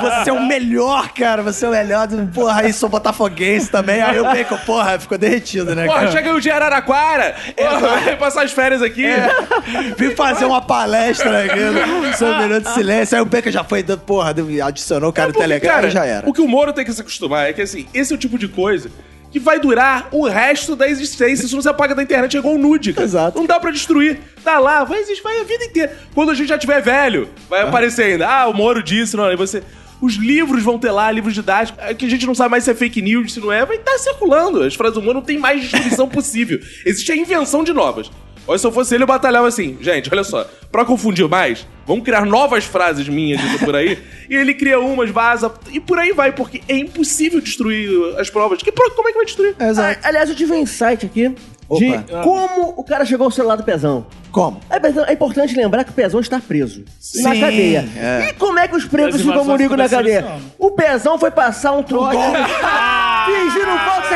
[SPEAKER 2] você é o melhor, cara, você é o melhor. do- Porra, aí sou botafoguense também. Aí o Bacon, porra, ficou derretido, né,
[SPEAKER 3] Porra,
[SPEAKER 2] cara?
[SPEAKER 3] chega o dia Araraquara, É, vai passar as férias aqui.
[SPEAKER 2] É. Vim fazer uma palestra aqui sobre o Minuto de Silêncio. Aí o Bacon já foi, dando- porra, adicionou o cara no
[SPEAKER 3] É Porque,
[SPEAKER 2] Telegram
[SPEAKER 3] cara,
[SPEAKER 2] e já era.
[SPEAKER 3] O que o Moro tem que se acostumar é que, assim, esse é o tipo de coisa que vai durar o resto da existência. Se você apaga da internet, é igual um nude, cara.
[SPEAKER 2] Exato.
[SPEAKER 3] Não dá pra destruir. Tá lá, vai existir, vai a vida inteira. Quando a gente já tiver velho, vai aparecer ainda. Ah, o Moro disse, não, aí você... Os livros vão ter lá, livros didáticos, é que a gente não sabe mais se é fake news, se não é, vai estar circulando. As frases do Moro não tem mais destruição possível. Existe a invenção de novas. Olha, se eu fosse ele, eu batalhava assim. Gente, olha só. Pra confundir mais, vamos criar novas frases minhas ditas por aí. e ele cria umas, vaza, e por aí vai, porque é impossível destruir as provas. Que, pro- como é que vai destruir?
[SPEAKER 2] Exato.
[SPEAKER 6] Ah, aliás, eu tive um insight aqui de
[SPEAKER 2] Opa.
[SPEAKER 6] como o cara chegou ao celular do Pezão.
[SPEAKER 2] Como?
[SPEAKER 6] É, Pezão, é importante lembrar que o Pezão está preso na
[SPEAKER 2] Sim,
[SPEAKER 6] cadeia.
[SPEAKER 2] é.
[SPEAKER 6] E como é que os
[SPEAKER 5] As
[SPEAKER 6] presos se
[SPEAKER 5] invasões
[SPEAKER 6] comunicam na
[SPEAKER 5] começaram
[SPEAKER 6] cadeia?
[SPEAKER 5] esse ano.
[SPEAKER 6] O Pezão foi passar um trote. Fingindo um golpe de um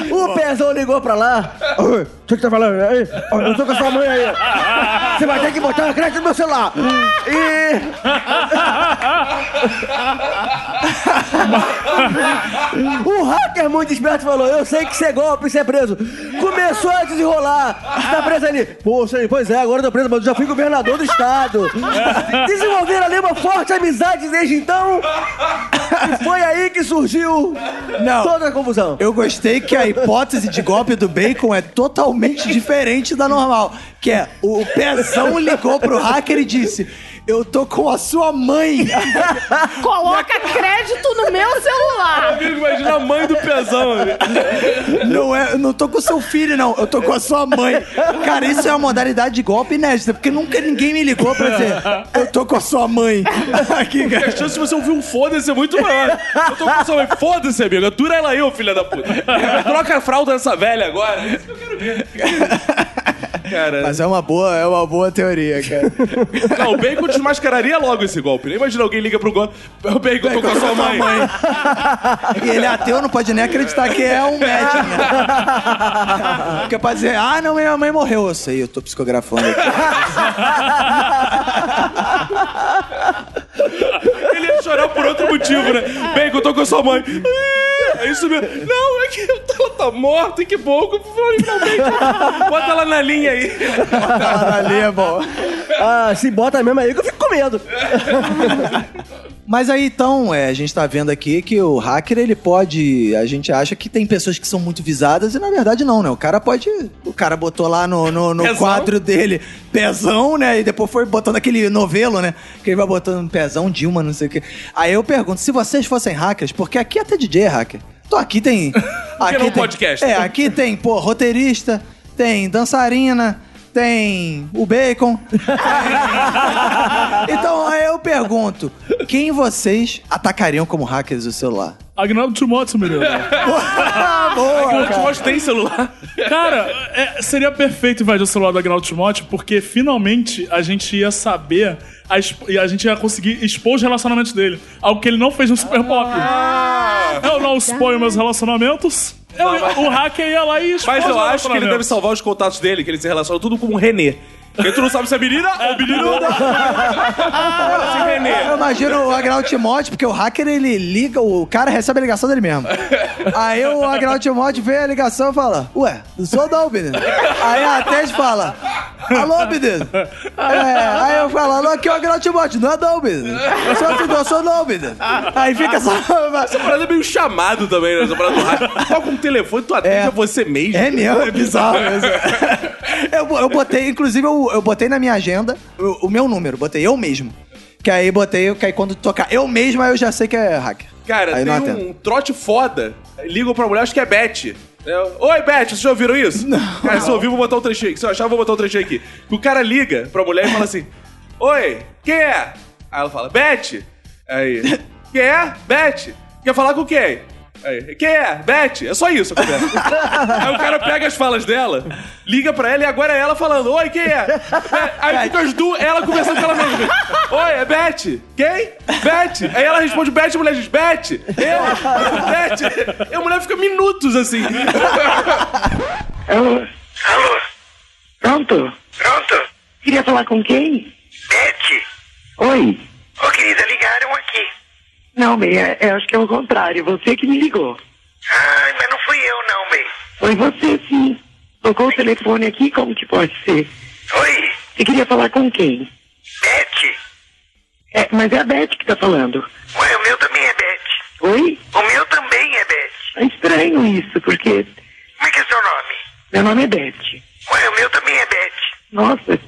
[SPEAKER 6] sequestro. O Pezão ligou pra lá. Ô, O que que tá falando? Aí, ó, eu tô com a sua mãe aí. Você vai ter que botar a crédito no meu celular. E... o hacker muito esperto falou, eu sei que você é golpe, você é preso. Começou a desenrolar. Você tá preso ali. Pô, sei, pois é, agora eu tô preso, mas eu já fui governador do estado. Desenvolveram ali uma forte amizade desde então. E foi aí que surgiu
[SPEAKER 2] Não.
[SPEAKER 6] toda a confusão.
[SPEAKER 2] Eu gostei que a hipótese de golpe do bacon é totalmente diferente da normal. Que é, o Pezão ligou pro hacker e disse: Eu tô com a sua mãe.
[SPEAKER 4] Coloca crédito no meu celular.
[SPEAKER 3] Eu imagino a mãe do Pezão. né?
[SPEAKER 2] Não é, eu não tô com seu filho, não. Eu tô com a sua mãe. Cara, isso é uma modalidade de golpe inédita, porque nunca ninguém me ligou pra dizer: Eu tô com a sua mãe. Aqui,
[SPEAKER 3] Porque
[SPEAKER 2] cara.
[SPEAKER 3] a chance de você ouvir um foda-se é muito maior. Eu tô com a sua mãe. Foda-se, amigo. Atura ela eu, filha da puta. Troca a fralda dessa velha agora. É isso que eu quero ver. Cara,
[SPEAKER 2] Mas é uma boa, é uma boa teoria, cara.
[SPEAKER 3] não, o Bacon desmascararia logo esse golpe. né? Imagina alguém liga pro golpe. O Bacon, eu tô com a sua mãe.
[SPEAKER 2] E ele é ateu, não pode nem acreditar que é um médico. né? Porque pode dizer, ah, não, minha mãe morreu. Eu sei, eu tô psicografando aqui.
[SPEAKER 3] Ele ia chorar por outro motivo, né? Bacon, eu tô com a sua mãe. É isso mesmo. Não, é que ela tá morta e que bom. Finalmente. Bota ela na linha aí.
[SPEAKER 2] Tá ali, é bom.
[SPEAKER 6] Ah, se bota mesmo aí que eu fico com medo.
[SPEAKER 2] Mas aí então, é, a gente tá vendo aqui que o hacker, ele pode. A gente acha que tem pessoas que são muito visadas e na verdade não, né? O cara pode. O cara botou lá no, no, no
[SPEAKER 3] Pezão.
[SPEAKER 2] quadro dele pezão, né? E depois foi botando aquele novelo, né? Que ele vai botando pezão, Dilma, não sei o quê. Aí eu pergunto, se vocês fossem hackers, porque aqui até DJ é hacker. Então aqui tem. aqui
[SPEAKER 3] é um
[SPEAKER 2] tem-
[SPEAKER 3] podcast.
[SPEAKER 2] É, aqui tem, pô, roteirista, tem dançarina. Tem o bacon, então aí eu pergunto: quem vocês atacariam como hackers do celular?
[SPEAKER 5] Agnaldo Timóteo, menino.
[SPEAKER 3] Eu te mostro, tem celular.
[SPEAKER 5] Cara, é, seria perfeito invadir o celular do Agnaldo Timóteo, porque finalmente a gente ia saber a exp- e a gente ia conseguir expor os relacionamentos dele. Algo que ele não fez no
[SPEAKER 4] Ah.
[SPEAKER 5] Super Pop. eu não exponho meus relacionamentos. Eu, o hacker ia lá e expôs
[SPEAKER 3] Mas
[SPEAKER 5] os
[SPEAKER 3] eu acho que ele deve um
[SPEAKER 5] relacionamentos.
[SPEAKER 3] salvar os contatos dele, que ele se relaciona tudo com o Renê. Porque tu não sabe se é menina ou menino. é Fala assim,
[SPEAKER 2] Eu
[SPEAKER 3] Renê.
[SPEAKER 2] imagino o Agnaldo Timóteo, porque o hacker ele liga, o cara recebe a ligação dele mesmo. Aí o Agnaldo Timóteo vê a ligação e fala: Ué, não sou não, menino. Aí a Tess fala: Alô, menino. É, aí eu falo: Alô, aqui é o Agnaldo Timóteo, não é não, menino. Eu sou assim, não sou não, menino. Aí fica só.
[SPEAKER 3] Essa parada é meio chamado também, né? Essa parada do rádio. Toca um telefone, tu atende
[SPEAKER 2] É.
[SPEAKER 3] a você mesmo.
[SPEAKER 2] É mesmo, é bizarro mesmo. Eu, bo- eu botei, inclusive, eu, eu botei na minha agenda o, o meu número, botei eu mesmo. Que aí botei, que aí quando tocar eu mesmo, aí eu já sei que é hacker.
[SPEAKER 3] Cara,
[SPEAKER 2] aí
[SPEAKER 3] tem
[SPEAKER 2] não
[SPEAKER 3] um
[SPEAKER 2] atendo.
[SPEAKER 3] trote foda. Ligam pra mulher, acho que é Beth. É, Oi, Beth, vocês já ouviram isso? Não. Cara, se eu ouvir, vou botar um trechinho aqui. Se eu achar, eu vou botar um trechinho aqui. O cara liga pra mulher e fala assim: Oi, quem é? Aí ela fala, Beth. Aí. Quem é? Beth. Quer falar com quem? Aí, quem é? Beth. É só isso, a conversa. Aí o cara pega as falas dela, liga pra ela e agora é ela falando: Oi, quem é? É, Aí fica as duas, ela conversando com ela mesma. Oi, é Beth. Quem? Beth. Aí ela responde: Beth, a mulher diz: Beth. Eu? Beth. E a mulher fica minutos assim.
[SPEAKER 1] Alô? Alô? Pronto? Pronto? Queria falar com quem? Beth? Oi? Ô, querida, ligaram aqui. Não, bem, é, é, acho que é o contrário. Você que me ligou. Ai, Ah, mas não fui eu, não, bem. Foi você, sim. Tocou o telefone aqui, como que pode ser? Oi? Você queria falar com quem? Beth? É, mas é a Beth que tá falando. Ué, o meu também é Beth. Oi? O meu também é Beth. É estranho isso, porque... Como é que é seu nome? Meu nome é Beth. Ué, o meu também é Beth. Nossa,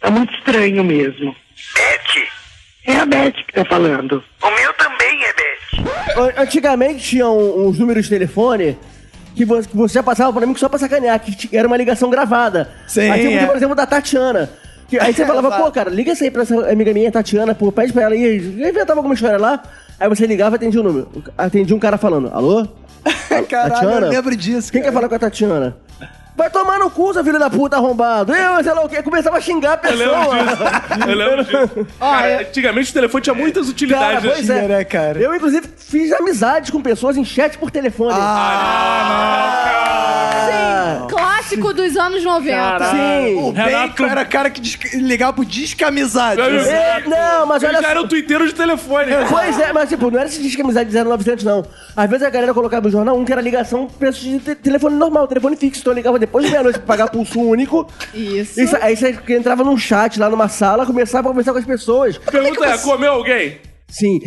[SPEAKER 1] tá muito estranho mesmo. Beth? É a Beth que tá falando. O meu também é Beth.
[SPEAKER 6] An- Antigamente tinham uns números de telefone que vo- que você já passava pra mim que só pra sacanear, que ti- era uma ligação gravada.
[SPEAKER 2] Sim,
[SPEAKER 6] Aí tinha, um
[SPEAKER 2] é.
[SPEAKER 6] por exemplo, da Tatiana. Que- aí você falava, pô, cara, liga isso aí pra essa amiga minha, Tatiana, pô, pede pra ela aí. Eu inventava alguma história lá. Aí você ligava e atendia o número. Atendia um cara falando, alô?
[SPEAKER 2] Caralho, eu lembro disso.
[SPEAKER 6] Quem quer falar com a Tatiana? Vai tomar no cu, seu filho da puta arrombado. Eu, sei lá o quê. Começava a xingar a
[SPEAKER 3] Eu lembro
[SPEAKER 6] pessoa. Ah, é.
[SPEAKER 3] disso. Eu lembro disso. Cara, antigamente o telefone tinha muitas
[SPEAKER 6] Cara,
[SPEAKER 3] utilidades. né?
[SPEAKER 6] pois é.
[SPEAKER 2] né, cara?
[SPEAKER 6] Eu, inclusive, fiz amizades com pessoas em chat por telefone.
[SPEAKER 2] Ah,
[SPEAKER 4] clássico dos anos 90.
[SPEAKER 5] Caralho.
[SPEAKER 2] O
[SPEAKER 5] Renato-
[SPEAKER 2] Bacon era cara que des- ligava pro descamisado.
[SPEAKER 3] Meu amigo,
[SPEAKER 6] É, não, mas olha
[SPEAKER 3] já era o twitteiro de telefone.
[SPEAKER 6] Pois é, mas tipo, não era esse disco de amizade de 0900, não. Às vezes a galera colocava no jornal um que era ligação preço de te- telefone normal, telefone fixo. Então eu ligava depois de meia-noite pra pagar pulso único.
[SPEAKER 4] Isso.
[SPEAKER 6] Isso, aí você entrava num chat lá numa sala, começava a conversar com as pessoas.
[SPEAKER 3] Pergunta é, comeu alguém?
[SPEAKER 6] Sim.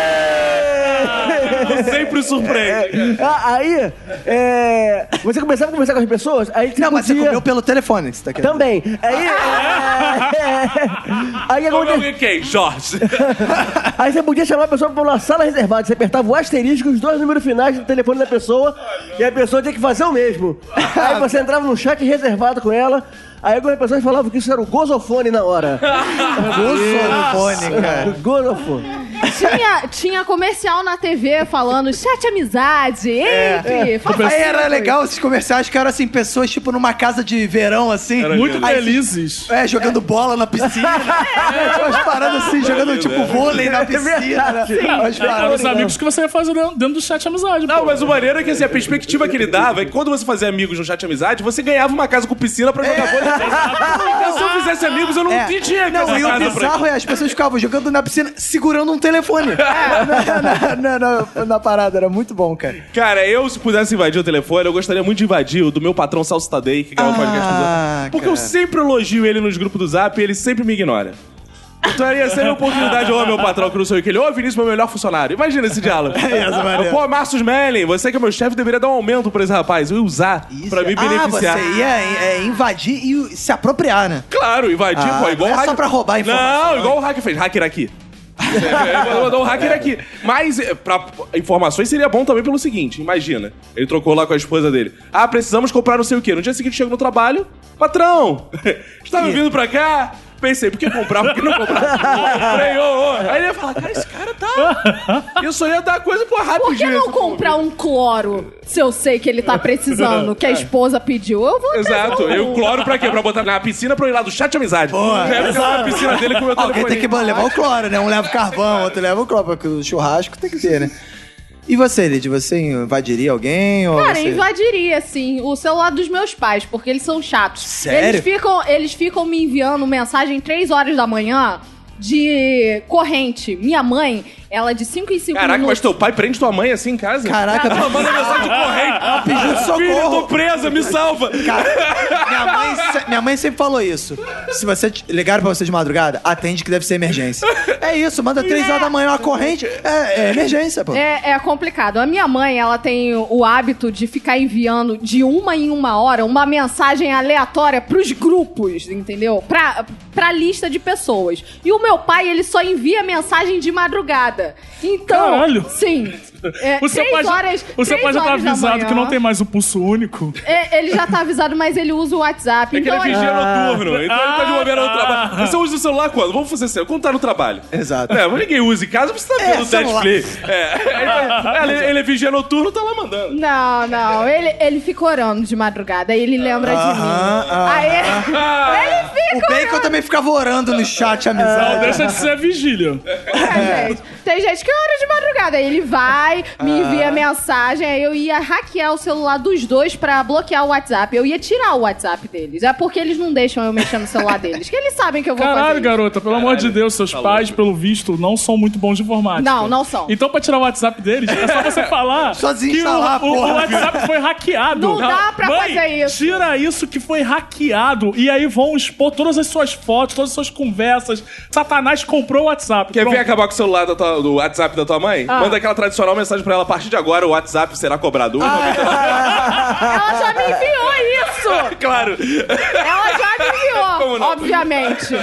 [SPEAKER 6] É.
[SPEAKER 3] Eu sempre surpreende.
[SPEAKER 6] Ah, aí, é, você começava a conversar com as pessoas, aí você
[SPEAKER 2] Não, mas você
[SPEAKER 6] podia-
[SPEAKER 2] comeu pelo telefone, que você tá querendo.
[SPEAKER 6] Também. Aí. é, é, aí,
[SPEAKER 3] Comeu
[SPEAKER 6] aconte-
[SPEAKER 3] alguém quem? Jorge.
[SPEAKER 6] aí você podia chamar a pessoa pra uma sala reservada. Você apertava o asterisco, os dois números finais do telefone da pessoa, e a pessoa tinha que fazer o mesmo. Aí você entrava num chat reservado com ela. Aí algumas pessoas falavam que isso era o gozofone na hora.
[SPEAKER 2] O telefone, cara.
[SPEAKER 6] Gozofone.
[SPEAKER 4] Tinha, tinha comercial na TV falando chat amizade, entre, faça
[SPEAKER 2] Aí era
[SPEAKER 4] isso.
[SPEAKER 2] legal esses comerciais que eram assim, pessoas tipo numa casa de verão, assim.
[SPEAKER 5] Muito
[SPEAKER 2] Aí,
[SPEAKER 5] felizes.
[SPEAKER 2] É, jogando bola na piscina.
[SPEAKER 5] É.
[SPEAKER 2] Tinha umas paradas assim, jogando tipo vôlei na piscina. Umas
[SPEAKER 5] Eram os
[SPEAKER 2] paradas.
[SPEAKER 5] amigos que você ia fazer dentro dentro do chat amizade.
[SPEAKER 3] né? Não,
[SPEAKER 5] pô.
[SPEAKER 3] mas o maneiro é que assim, a perspectiva que ele dava é que quando você fazia amigos no chat amizade, você ganhava uma casa com piscina pra jogar vôlei. Então, se eu fizesse amigos, eu não
[SPEAKER 2] É.
[SPEAKER 3] tinha
[SPEAKER 2] Não,
[SPEAKER 3] essa
[SPEAKER 2] e o
[SPEAKER 3] casa pra-
[SPEAKER 2] bizarro é as pessoas ficavam jogando na piscina segurando um telefone. na, na- na- na parada, era muito bom, cara.
[SPEAKER 3] Cara, eu, se pudesse invadir o telefone, eu gostaria muito de invadir o do meu patrão Salsa Tadei, que grava o podcast do
[SPEAKER 2] Ah,
[SPEAKER 3] Zap. Porque eu
[SPEAKER 2] cara.
[SPEAKER 3] sempre elogio ele nos grupos do Zap e ele sempre me ignora. Então ia ser a oportunidade, ô meu patrão, que não sou eu, que ele, ô Vinícius, meu melhor funcionário. Imagina esse diálogo.
[SPEAKER 2] É
[SPEAKER 3] Eu, Pô, Márcio Smelling, você que é meu chefe, deveria dar um aumento pra esse rapaz. Eu ia usar pra me beneficiar.
[SPEAKER 2] Ah, você ia é, invadir e se apropriar, né?
[SPEAKER 3] Claro, invadir,
[SPEAKER 2] Ah,
[SPEAKER 3] pô,
[SPEAKER 2] não
[SPEAKER 3] igual
[SPEAKER 2] é
[SPEAKER 3] o hacker...
[SPEAKER 2] só pra roubar a informação, né?
[SPEAKER 3] Não, igual o hacker fez, hacker aqui. É, é, Mandou um hacker aqui. Mas, é, pra informações, seria bom também pelo seguinte: imagina, ele trocou lá com a esposa dele. Ah, precisamos comprar não sei o quê. No dia seguinte, chega no trabalho, patrão, estava vindo pra cá? Pensei, por que comprar? Por que não comprar? Comprei, ô, ô. Aí ele ia falar, cara, esse cara tá. Eu só ia dar coisa, pô, rapidinho.
[SPEAKER 4] Por que não comprar um cloro se eu sei que ele tá precisando, que a esposa pediu? Eu vou trazer
[SPEAKER 3] Exato,
[SPEAKER 4] um.
[SPEAKER 3] eu cloro pra quê? Pra botar na piscina pra eu ir lá do chat amizade.
[SPEAKER 2] Boa.
[SPEAKER 3] Já ia ficar na piscina dele com o meu
[SPEAKER 2] Alguém tem que
[SPEAKER 3] telefoninho.
[SPEAKER 2] levar o cloro, né? Um leva o carvão, outro leva o cloro, porque o churrasco tem que ter, né? E você, Lid, você invadiria alguém? Ou
[SPEAKER 4] Cara,
[SPEAKER 2] você...
[SPEAKER 4] invadiria, assim, o celular dos meus pais, porque eles são chatos.
[SPEAKER 2] Sério?
[SPEAKER 4] Eles ficam, eles ficam me enviando mensagem 3 horas da manhã de corrente. Minha mãe, ela é de 5 em 5
[SPEAKER 3] Caraca, mas
[SPEAKER 4] minutos.
[SPEAKER 3] teu pai prende tua mãe assim em casa?
[SPEAKER 2] Caraca, tá Ah,
[SPEAKER 3] Ela manda mensagem de corrente. Ela
[SPEAKER 2] pediu
[SPEAKER 3] Filho, eu tô
[SPEAKER 2] socorro.
[SPEAKER 3] presa, me salva.
[SPEAKER 2] Cara, minha mãe, se- minha mãe sempre falou isso. Se você te- ligar pra você de madrugada, atende que deve ser emergência. É isso, manda três horas da manhã uma corrente. É, é emergência, pô.
[SPEAKER 4] É, é complicado. A minha mãe, ela tem o hábito de ficar enviando de uma em uma hora uma mensagem aleatória pros grupos, entendeu? Pra, pra lista de pessoas. E o meu pai, ele só envia mensagem de madrugada. Então,
[SPEAKER 5] Caralho.
[SPEAKER 4] sim. É,
[SPEAKER 5] O seu
[SPEAKER 4] três
[SPEAKER 5] pai, já-
[SPEAKER 4] horas,
[SPEAKER 5] o seu
[SPEAKER 4] três
[SPEAKER 5] pai já tá
[SPEAKER 4] horas da
[SPEAKER 5] avisado
[SPEAKER 4] manhã.
[SPEAKER 5] que não tem mais o pulso único.
[SPEAKER 4] É, ele já tá avisado, mas ele usa o WhatsApp.
[SPEAKER 3] É que ele
[SPEAKER 4] então,
[SPEAKER 3] é vigia
[SPEAKER 2] ah.
[SPEAKER 3] noturno, então ele tá de bobeira no
[SPEAKER 5] Ah.
[SPEAKER 3] trabalho. Você usa o celular quando? Vamos fazer assim, quando tá no trabalho.
[SPEAKER 2] Exato.
[SPEAKER 3] É, mas ninguém usa em casa, você tá
[SPEAKER 2] É,
[SPEAKER 3] vendo o
[SPEAKER 2] celular.
[SPEAKER 3] Netflix. É. Então, Ele, ele é vigia noturno, tá lá mandando.
[SPEAKER 4] Não, não. Ele, ele fica orando de madrugada. Aí ele lembra de
[SPEAKER 2] Aham,
[SPEAKER 4] mim.
[SPEAKER 2] aham.
[SPEAKER 4] Aí ele
[SPEAKER 2] O
[SPEAKER 4] fica
[SPEAKER 2] Bacon também ficava orando no chat
[SPEAKER 5] Não,
[SPEAKER 2] amizade.
[SPEAKER 5] deixa de ser vigília.
[SPEAKER 4] É, gente. Tem gente que ora de madrugada. Aí ele vai,
[SPEAKER 3] Ah.
[SPEAKER 4] me envia mensagem. Aí eu ia hackear o celular dos dois pra bloquear o WhatsApp. Eu ia tirar o WhatsApp deles. É porque eles não deixam eu mexer no celular deles. Que eles sabem que eu vou fazer.
[SPEAKER 5] Caralho,
[SPEAKER 4] isso.
[SPEAKER 5] garota, pelo amor de Deus, seus
[SPEAKER 3] Tá
[SPEAKER 5] pais,
[SPEAKER 3] louco.
[SPEAKER 5] pelo visto, não são muito bons de informática.
[SPEAKER 4] Não, não são.
[SPEAKER 5] Então, pra tirar o WhatsApp deles, é só você falar
[SPEAKER 2] Só
[SPEAKER 3] tá
[SPEAKER 2] desinstalar,
[SPEAKER 5] que o, o-
[SPEAKER 2] porra.
[SPEAKER 5] o WhatsApp foi hackeado.
[SPEAKER 4] Não dá pra
[SPEAKER 5] Mãe,
[SPEAKER 4] fazer isso.
[SPEAKER 5] tira isso que foi hackeado. E aí vão expor todas as suas fotos, todas as suas conversas. Satanás comprou o WhatsApp.
[SPEAKER 3] Quer
[SPEAKER 5] Pronto.
[SPEAKER 3] vir acabar com o celular da tua- do WhatsApp da tua mãe?
[SPEAKER 2] Ah.
[SPEAKER 3] Manda aquela tradicional mensagem pra ela. A partir de agora, o WhatsApp será cobrado.
[SPEAKER 2] Ah, é.
[SPEAKER 4] Ela já me enviou isso!
[SPEAKER 3] Tá Claro.
[SPEAKER 4] Ela já me
[SPEAKER 3] Como
[SPEAKER 4] enviou,
[SPEAKER 3] não?
[SPEAKER 4] obviamente.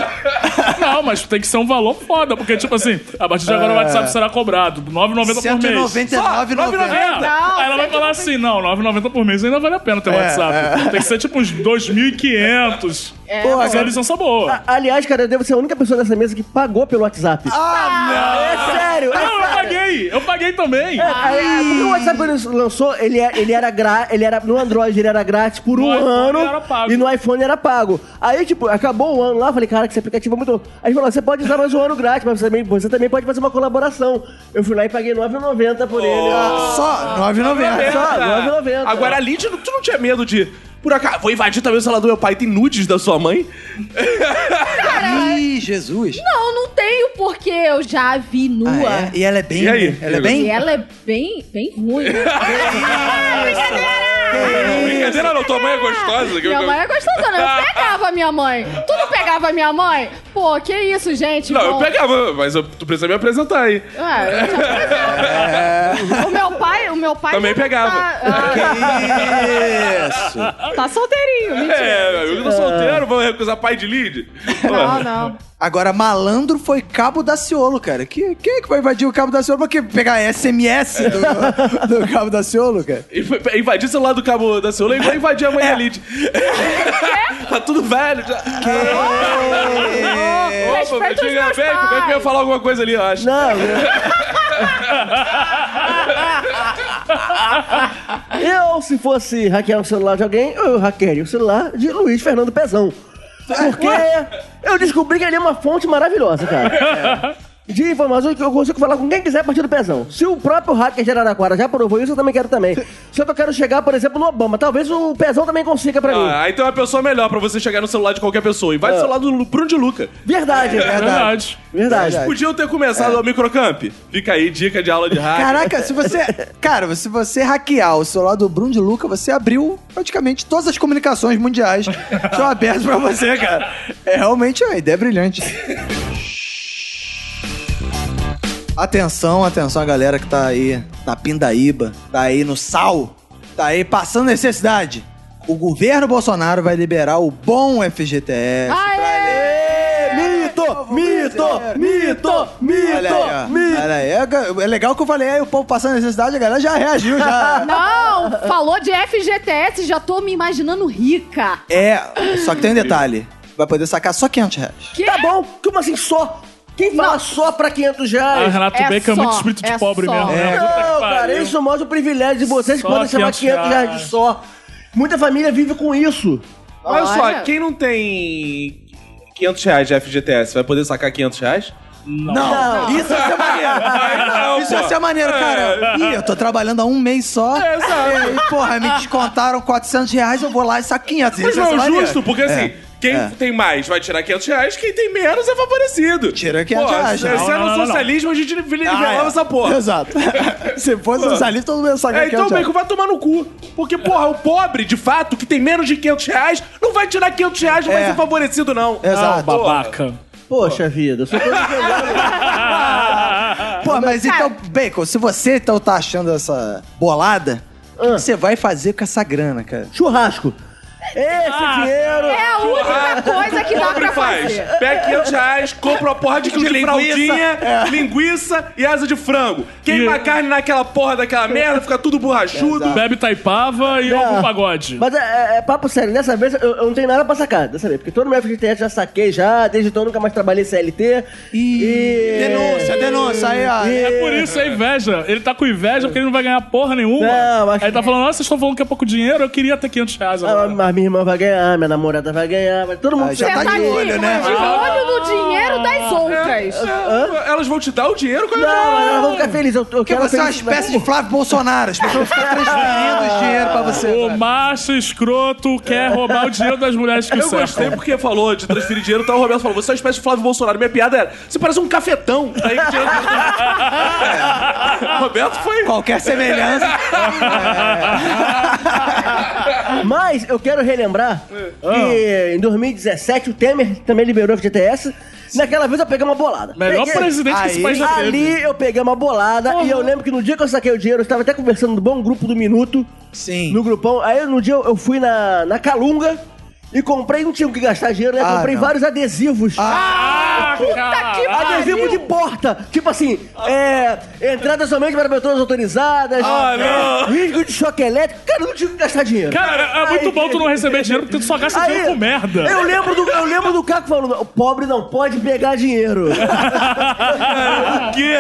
[SPEAKER 5] Não, mas tem que ser um valor foda, porque, tipo assim, a partir de agora o
[SPEAKER 3] É.
[SPEAKER 5] WhatsApp será cobrado. 9,90 por mês.
[SPEAKER 2] 199,90.
[SPEAKER 5] É,
[SPEAKER 4] Não,
[SPEAKER 5] aí ela vai
[SPEAKER 4] cento e
[SPEAKER 5] falar assim, não, 9,90 por mês ainda vale a pena ter um WhatsApp. Tem que ser tipo uns 2.500.
[SPEAKER 4] É,
[SPEAKER 5] Pô,
[SPEAKER 4] amor.
[SPEAKER 5] essa é uma licença boa.
[SPEAKER 6] A- Aliás, cara, eu devo ser a única pessoa dessa mesa que pagou pelo WhatsApp. Ah, não! É sério! é
[SPEAKER 5] Não, eu
[SPEAKER 6] sério.
[SPEAKER 5] paguei, eu paguei também.
[SPEAKER 6] Aí, porque o WhatsApp quando ele lançou, ele, é- ele era gra, ele era no Android ele era grátis por
[SPEAKER 5] No
[SPEAKER 6] um
[SPEAKER 5] iPhone
[SPEAKER 6] ano
[SPEAKER 5] era pago.
[SPEAKER 6] e no iPhone era pago. Aí tipo acabou o ano lá, eu falei cara que esse aplicativo é muito. Aí ele falou, você pode usar mais um ano grátis, mas você também, você também pode fazer uma colaboração. Eu fui lá e paguei 9,90 por ele. Ah,
[SPEAKER 2] Só 9,90.
[SPEAKER 6] Só,
[SPEAKER 3] Merda.
[SPEAKER 2] Tá
[SPEAKER 6] 9,90.
[SPEAKER 3] Agora, a Lid, tu não tinha medo de. Por acaso, vou invadir também o celular do meu pai. Tem nudes da sua mãe?
[SPEAKER 2] Ih, Jesus.
[SPEAKER 4] Não, não tenho, porque eu já a vi nua.
[SPEAKER 2] Ah, é? E ela é bem.
[SPEAKER 3] E aí?
[SPEAKER 2] né? Ela é
[SPEAKER 4] E
[SPEAKER 2] bem?
[SPEAKER 4] ela é bem, bem ruim.
[SPEAKER 3] Brincadeira não, tua mãe é gostosa. que eu-
[SPEAKER 4] minha mãe é gostosona, eu pegava minha mãe. Tu não pegava minha mãe? Pô, que isso, gente.
[SPEAKER 3] Não, eu
[SPEAKER 4] bom.
[SPEAKER 3] pegava, mas eu- tu precisa me apresentar aí.
[SPEAKER 4] Ué, Ah, eu te apresento. O meu pai, o meu pai.
[SPEAKER 3] Também
[SPEAKER 4] já
[SPEAKER 3] pegava.
[SPEAKER 4] Tá,
[SPEAKER 2] Isso.
[SPEAKER 4] ah, tá solteirinho, mentira.
[SPEAKER 3] É, eu tô solteiro, vou recusar pai de lead?
[SPEAKER 4] Não, não.
[SPEAKER 2] Agora, malandro foi Cabo Daciolo, cara. Que, quem é que vai invadir o Cabo Daciolo? Pra quê? Pegar SMS do, do Cabo Daciolo, cara?
[SPEAKER 3] Inv- Invadir o celular do cabo da celular e vai invadir a mãe da lead. tá tudo velho. Já.
[SPEAKER 4] É, Respeita os
[SPEAKER 3] chega
[SPEAKER 4] meus
[SPEAKER 3] bem, como é que eu ia
[SPEAKER 4] pais.
[SPEAKER 3] falar alguma coisa ali, eu acho.
[SPEAKER 6] Não, eu... eu, se fosse hackear o celular de alguém, eu hackearia o celular de Luiz Fernando Pezão. Porque eu descobri que ele é uma fonte maravilhosa, cara. De informações que eu consigo falar com quem quiser a partir do pezão. Se o próprio hacker de Araraquara já provou isso, eu também quero também. Só que eu quero chegar, por exemplo, no Obama. Talvez o pezão também consiga pra mim.
[SPEAKER 3] Ah, aí tem uma pessoa melhor pra você chegar no celular de qualquer pessoa. Invade o celular do Lu- Bruno de Luca.
[SPEAKER 6] Verdade,
[SPEAKER 5] Verdade.
[SPEAKER 6] verdade.
[SPEAKER 2] Verdade.
[SPEAKER 3] Podiam ter começado o microcamp. Fica aí, dica de aula de hack.
[SPEAKER 2] Caraca, se você. Cara, se você hackear o celular do Bruno de Luca, você abriu praticamente todas as comunicações mundiais. Estão abertas pra você, cara. É realmente uma ideia brilhante. Atenção, atenção a galera que tá aí na pindaíba, tá aí no sal, tá aí passando necessidade. O governo Bolsonaro vai liberar o bom FGTS.
[SPEAKER 4] Aê!
[SPEAKER 6] Mito, mito, mito,
[SPEAKER 2] Olha aí, ó.
[SPEAKER 6] mito, mito.
[SPEAKER 2] Olha aí. É, é legal que eu falei, aí o povo passando necessidade, a galera já reagiu, já.
[SPEAKER 4] Não, falou de FGTS, já tô me imaginando rica.
[SPEAKER 2] É, só que tem um detalhe. Vai poder sacar só 500 reais.
[SPEAKER 6] Tá bom, como assim só? Quem fala só pra 500
[SPEAKER 5] Ah,
[SPEAKER 6] reais?
[SPEAKER 5] Renato
[SPEAKER 4] É
[SPEAKER 5] Becker é
[SPEAKER 4] só,
[SPEAKER 5] muito espírito de
[SPEAKER 4] é
[SPEAKER 5] pobre
[SPEAKER 4] só.
[SPEAKER 5] mesmo, né? Puta que
[SPEAKER 6] Não,
[SPEAKER 5] pariu.
[SPEAKER 6] cara, isso mostra o privilégio de vocês que
[SPEAKER 5] Só
[SPEAKER 6] podem chamar
[SPEAKER 5] 500
[SPEAKER 6] 500 reais de só. Muita família vive com isso.
[SPEAKER 3] Olha
[SPEAKER 4] Olha.
[SPEAKER 3] só, quem não tem 500 reais de FGTS vai poder sacar 500 reais?
[SPEAKER 6] Não.
[SPEAKER 2] Isso é ser maneiro.
[SPEAKER 3] Não,
[SPEAKER 2] Isso é
[SPEAKER 3] pô.
[SPEAKER 2] ser maneiro, cara. Ih, eu tô trabalhando há um mês só.
[SPEAKER 3] É, sabe?
[SPEAKER 2] E, porra, me descontaram 400 reais, eu vou lá e saco 500.
[SPEAKER 3] Mas
[SPEAKER 2] Isso
[SPEAKER 3] não
[SPEAKER 2] vai
[SPEAKER 3] é
[SPEAKER 2] ser
[SPEAKER 3] justo,
[SPEAKER 2] maneiro.
[SPEAKER 3] porque assim, quem
[SPEAKER 2] é.
[SPEAKER 3] tem mais vai tirar 500 reais, quem tem menos é favorecido.
[SPEAKER 2] Tira 500
[SPEAKER 3] Pô,
[SPEAKER 2] reais,
[SPEAKER 3] Se
[SPEAKER 2] não,
[SPEAKER 3] se
[SPEAKER 5] não,
[SPEAKER 3] era
[SPEAKER 5] não,
[SPEAKER 3] um
[SPEAKER 5] não, não.
[SPEAKER 3] socialismo, a gente
[SPEAKER 2] Ah,
[SPEAKER 3] nivelava
[SPEAKER 2] é.
[SPEAKER 3] essa porra.
[SPEAKER 2] Exato. Se fosse um salito, todo mundo ia sacar
[SPEAKER 3] É,
[SPEAKER 2] 500
[SPEAKER 3] então,
[SPEAKER 2] reais.
[SPEAKER 3] Bacon, vai tomar no cu. Porque, porra, o pobre, de fato, que tem menos de 500 reais, não vai tirar 500 reais, não vai
[SPEAKER 2] É.
[SPEAKER 3] ser favorecido, não.
[SPEAKER 5] Ah,
[SPEAKER 2] Exato.
[SPEAKER 5] babaca.
[SPEAKER 6] Poxa vida, eu sou todo
[SPEAKER 2] Pô, mas então, Bacon, se você então tá achando essa bolada, o
[SPEAKER 6] Ah.
[SPEAKER 2] que que você vai fazer com essa grana, cara?
[SPEAKER 6] churrasco.
[SPEAKER 5] Ah,
[SPEAKER 6] Esse dinheiro.
[SPEAKER 4] É a única coisa que dá
[SPEAKER 3] Pobre
[SPEAKER 4] pra
[SPEAKER 3] faz.
[SPEAKER 4] fazer.
[SPEAKER 3] Pega 500 reais, compra uma porra de quilo de
[SPEAKER 2] Linguiça. É.
[SPEAKER 3] fraldinha, linguiça e asa de frango. Queima a carne naquela porra
[SPEAKER 2] É.
[SPEAKER 3] daquela merda, fica tudo borrachudo.
[SPEAKER 5] Bebe taipava e ovo pagode.
[SPEAKER 6] Mas é, é- é papo sério, dessa vez eu, eu não tenho nada pra sacar, dessa vez, porque todo meu FGTS já saquei já, desde então eu nunca mais trabalhei CLT.
[SPEAKER 2] Ih,
[SPEAKER 6] e...
[SPEAKER 2] Denúncia, denúncia, aí, ó.
[SPEAKER 5] É por isso, é inveja. Ele tá com inveja porque ele não vai ganhar porra nenhuma.
[SPEAKER 6] Não, acho
[SPEAKER 5] Aí tá falando, nossa, vocês estão falando que é pouco dinheiro, eu queria ter 500 reais
[SPEAKER 6] Ah,
[SPEAKER 5] agora.
[SPEAKER 6] mas minha irmã vai ganhar, minha namorada vai ganhar, mas todo mundo
[SPEAKER 2] Ah, já
[SPEAKER 4] Você
[SPEAKER 2] tá
[SPEAKER 4] tá
[SPEAKER 2] de
[SPEAKER 4] aqui,
[SPEAKER 2] olho, né?
[SPEAKER 4] De olho no
[SPEAKER 3] Ah.
[SPEAKER 4] dinheiro das outras.
[SPEAKER 3] É, Elas vão te dar o dinheiro quando
[SPEAKER 6] Não, mas elas vão ficar felizes. Eu, eu
[SPEAKER 2] Porque
[SPEAKER 6] quero
[SPEAKER 2] você é uma
[SPEAKER 6] felicidade.
[SPEAKER 2] espécie de Flávio Bolsonaro. As pessoas ficam transferindo esse dinheiro pra você.
[SPEAKER 5] O macho escroto quer roubar o dinheiro das mulheres que o
[SPEAKER 3] Eu gostei
[SPEAKER 5] cercam.
[SPEAKER 3] porque falou de transferir dinheiro, então o Roberto falou: você é uma espécie de Flávio Bolsonaro. Minha piada era: você parece um cafetão. Tá aí tirando dinheiro. Roberto foi.
[SPEAKER 2] Qualquer semelhança.
[SPEAKER 6] Mas eu quero relembrar
[SPEAKER 5] É.
[SPEAKER 6] que em 2017 o Temer também liberou o FGTS. Naquela vez eu peguei uma bolada.
[SPEAKER 5] Melhor
[SPEAKER 6] Peguei-
[SPEAKER 5] presidente que esse
[SPEAKER 2] Aí,
[SPEAKER 5] país já teve.
[SPEAKER 6] Ali eu peguei uma bolada e
[SPEAKER 5] Uhum.
[SPEAKER 6] eu lembro que no dia que eu saquei o dinheiro, eu estava até conversando no bom grupo do Minuto,
[SPEAKER 2] Sim.
[SPEAKER 6] no grupão. Aí no dia eu, eu fui na, na Calunga e comprei, não tinha o que gastar dinheiro, né?
[SPEAKER 2] Ah,
[SPEAKER 6] comprei
[SPEAKER 2] não.
[SPEAKER 6] vários adesivos.
[SPEAKER 5] Ah, cara.
[SPEAKER 4] que pariu.
[SPEAKER 6] Adesivo de porta, tipo assim, é, entrada somente para pessoas autorizadas, é,
[SPEAKER 3] não.
[SPEAKER 6] risco de choque elétrico, cara, eu não tinha que gastar dinheiro.
[SPEAKER 5] Ah, Cara, é muito
[SPEAKER 6] Aí-
[SPEAKER 5] bom tu não receber dinheiro porque tu só gasta
[SPEAKER 6] Aí,
[SPEAKER 5] dinheiro com merda.
[SPEAKER 6] Eu lembro do, eu lembro do Caco falando, o pobre não pode pegar dinheiro.
[SPEAKER 3] O quê?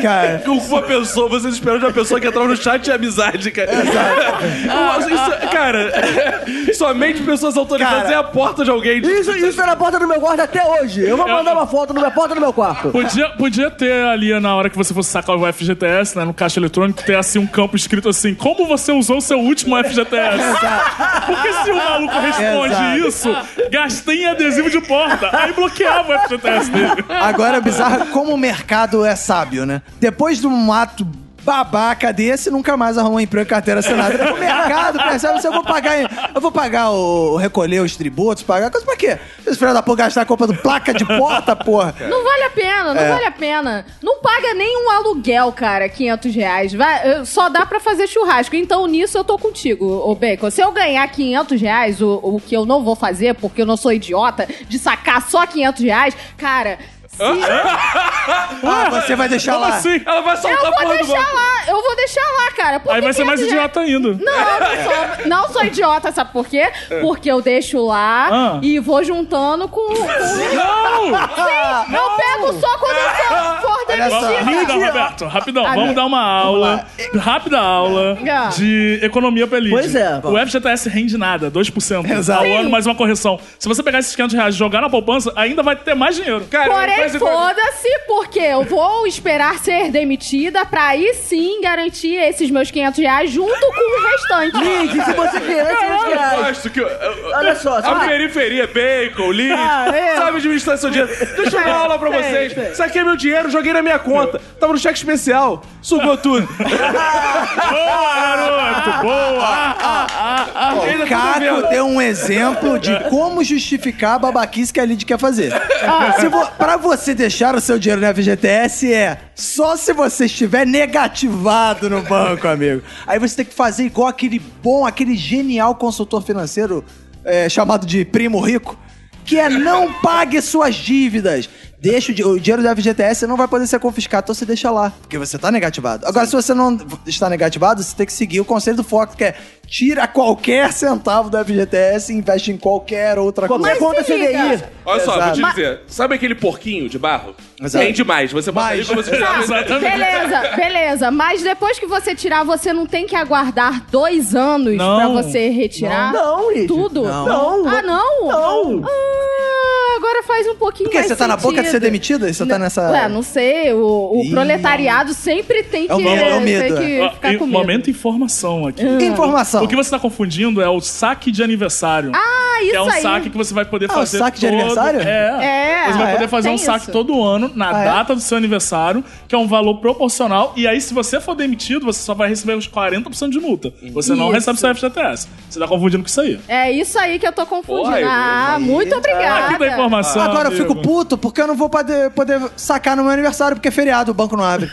[SPEAKER 2] Cara,
[SPEAKER 3] O que uma pessoa, vocês esperam de uma pessoa que entrava no chat de amizade, cara. Eu acho Isso, cara, é, somente pessoas
[SPEAKER 2] cara.
[SPEAKER 3] Fazer a porta de alguém. de-
[SPEAKER 6] Isso, isso tá na porta do meu quarto até hoje. Eu vou mandar uma foto na porta do meu quarto.
[SPEAKER 5] Podia, podia ter ali na hora que você fosse sacar o FGTS, né? No caixa eletrônico, ter assim um campo escrito assim: Como você usou o seu último FGTS? Porque se o maluco responde
[SPEAKER 2] Exato.
[SPEAKER 5] isso, gastei em adesivo de porta. Aí bloqueava o FGTS dele.
[SPEAKER 4] Ah.
[SPEAKER 2] Agora é bizarro como o mercado é sábio, né? Depois de um ato babaca desse, nunca mais arrumou emprego e carteira assinada. O mercado percebe, se eu vou pagar, em- eu vou pagar o recolher os tributos, pagar coisa pra quê? Vocês filhos da porra gastar a compra do placa de porta, porra.
[SPEAKER 4] É. Não vale a pena, não vale a pena. Não paga nenhum aluguel, cara, 500 reais. Vai, eh, só dá pra fazer churrasco. Então nisso eu tô contigo, ô Bacon. Se eu ganhar 500 reais, o, o que eu não vou fazer, porque eu não sou idiota, de sacar só 500 reais, cara. Se
[SPEAKER 2] Ah, você vai deixar
[SPEAKER 5] Como
[SPEAKER 2] lá.
[SPEAKER 5] assim?
[SPEAKER 3] Ela vai soltar
[SPEAKER 4] eu
[SPEAKER 3] a porra
[SPEAKER 4] vou
[SPEAKER 3] do
[SPEAKER 4] deixar lá, eu vou deixar lá, cara. Porque
[SPEAKER 5] Aí vai ser mais
[SPEAKER 4] 500 reais-
[SPEAKER 5] idiota ainda. É.
[SPEAKER 4] Não, não sou, não sou idiota, sabe por quê? Porque eu deixo lá
[SPEAKER 5] Ah.
[SPEAKER 4] e vou juntando com. com-
[SPEAKER 5] Não!
[SPEAKER 4] Eu pego só quando eu for demitida.
[SPEAKER 5] Rapidão, Roberto, rapidão.
[SPEAKER 4] Ah,
[SPEAKER 5] Vamos
[SPEAKER 4] não.
[SPEAKER 5] dar uma aula, rápida aula
[SPEAKER 4] Ah.
[SPEAKER 5] de economia pra elite.
[SPEAKER 6] Pois é.
[SPEAKER 5] O FGTS rende nada, 2%
[SPEAKER 2] Exato.
[SPEAKER 5] ao ano,
[SPEAKER 4] Sim.
[SPEAKER 5] Tá mais uma correção. Se você pegar esses 500 reais e jogar na poupança, ainda vai ter mais dinheiro.
[SPEAKER 3] Cara,
[SPEAKER 4] Porém,
[SPEAKER 3] faz igual-
[SPEAKER 4] foda-se, porque eu vou esperar ser demitida pra aí sim garantir esses meus 500 reais junto com o restante.
[SPEAKER 6] Gente, assim? se você quer, você
[SPEAKER 3] Eu
[SPEAKER 6] quer.
[SPEAKER 3] gosto que. eu- eu-
[SPEAKER 6] Olha só,
[SPEAKER 4] Ah.
[SPEAKER 3] A
[SPEAKER 5] é?
[SPEAKER 6] sabe?
[SPEAKER 3] periferia, bacon, lead,
[SPEAKER 6] Ah, é.
[SPEAKER 3] sabe administrar seu dinheiro. Deixa eu dar aula pra vocês. Saquei meu dinheiro, joguei na minha conta. Tava no cheque especial, sugou tudo.
[SPEAKER 5] Boa,
[SPEAKER 3] é
[SPEAKER 5] garoto! Boa!
[SPEAKER 3] Ainda
[SPEAKER 2] O
[SPEAKER 3] tá
[SPEAKER 2] Caco
[SPEAKER 3] devendo.
[SPEAKER 2] deu um exemplo de como justificar a babaquice que a Lid quer fazer. Se vo- pra você deixar o seu dinheiro no FGTS é só se você estiver negativado no banco, amigo. Aí você tem que fazer igual aquele bom, aquele genial consultor financeiro é, chamado de Primo Rico, que é não pague suas dívidas. Deixa o, di- o dinheiro do FGTS não vai poder ser confiscado, então você deixa lá, porque você tá negativado. Agora, se você não está negativado, você tem que seguir o conselho do Fox, que é tira qualquer centavo do FGTS e investe em qualquer outra
[SPEAKER 6] Qualquer
[SPEAKER 2] coisa.
[SPEAKER 6] conta
[SPEAKER 4] se liga.
[SPEAKER 6] CDI.
[SPEAKER 3] Olha só,
[SPEAKER 2] Exato.
[SPEAKER 3] vou te
[SPEAKER 2] Mas-
[SPEAKER 3] dizer. Sabe aquele porquinho de barro?
[SPEAKER 2] Exato.
[SPEAKER 3] Tem demais. Você bota
[SPEAKER 2] Mais.
[SPEAKER 3] ali como se fosse uma mesa-
[SPEAKER 4] Beleza, beleza. Mas depois que você tirar, você não tem que aguardar dois anos
[SPEAKER 5] Não.
[SPEAKER 4] pra você retirar
[SPEAKER 6] Não, Lid.
[SPEAKER 4] tudo?
[SPEAKER 6] Não.
[SPEAKER 4] Ah, não?
[SPEAKER 6] Não.
[SPEAKER 4] Ah, agora faz um pouquinho
[SPEAKER 2] Por quê?
[SPEAKER 4] mais
[SPEAKER 2] Você tá na boca de ser
[SPEAKER 4] sentido.
[SPEAKER 2] demitida? Você tá nessa.
[SPEAKER 4] Ué, não sei. O, o
[SPEAKER 2] Ih.
[SPEAKER 4] proletariado sempre tem que,
[SPEAKER 2] É o medo, é o
[SPEAKER 4] tem
[SPEAKER 2] medo,
[SPEAKER 4] que
[SPEAKER 5] Ó,
[SPEAKER 4] ficar
[SPEAKER 5] Ah, e-
[SPEAKER 4] com medo.
[SPEAKER 5] Momento informação aqui.
[SPEAKER 2] Ah. Informação.
[SPEAKER 5] O que você tá confundindo é o saque de aniversário.
[SPEAKER 4] Ah, isso
[SPEAKER 5] é um
[SPEAKER 4] aí.
[SPEAKER 5] saque que você vai poder
[SPEAKER 2] Ah, o
[SPEAKER 5] fazer.
[SPEAKER 2] saque de
[SPEAKER 5] todo-
[SPEAKER 2] aniversário?
[SPEAKER 4] É.
[SPEAKER 5] É. Você vai
[SPEAKER 4] Ah,
[SPEAKER 5] poder
[SPEAKER 4] é?
[SPEAKER 5] fazer um
[SPEAKER 4] Tem
[SPEAKER 5] saque
[SPEAKER 4] isso.
[SPEAKER 5] todo ano, na
[SPEAKER 2] Ah, é?
[SPEAKER 5] data do seu aniversário, que é um valor proporcional. E aí, se você for demitido, você só vai receber os 40% de multa. Você não
[SPEAKER 4] Isso.
[SPEAKER 5] recebe seu FGTS. Você tá confundindo com isso aí.
[SPEAKER 4] É isso aí que eu tô confundindo.
[SPEAKER 3] Porra, eu-
[SPEAKER 4] ah, muito
[SPEAKER 5] Aqui da
[SPEAKER 4] obrigada.
[SPEAKER 5] informação.
[SPEAKER 2] Ah, Agora eu
[SPEAKER 5] amigo.
[SPEAKER 2] fico puto porque eu não vou poder, poder sacar no meu aniversário, porque é feriado, o banco não abre.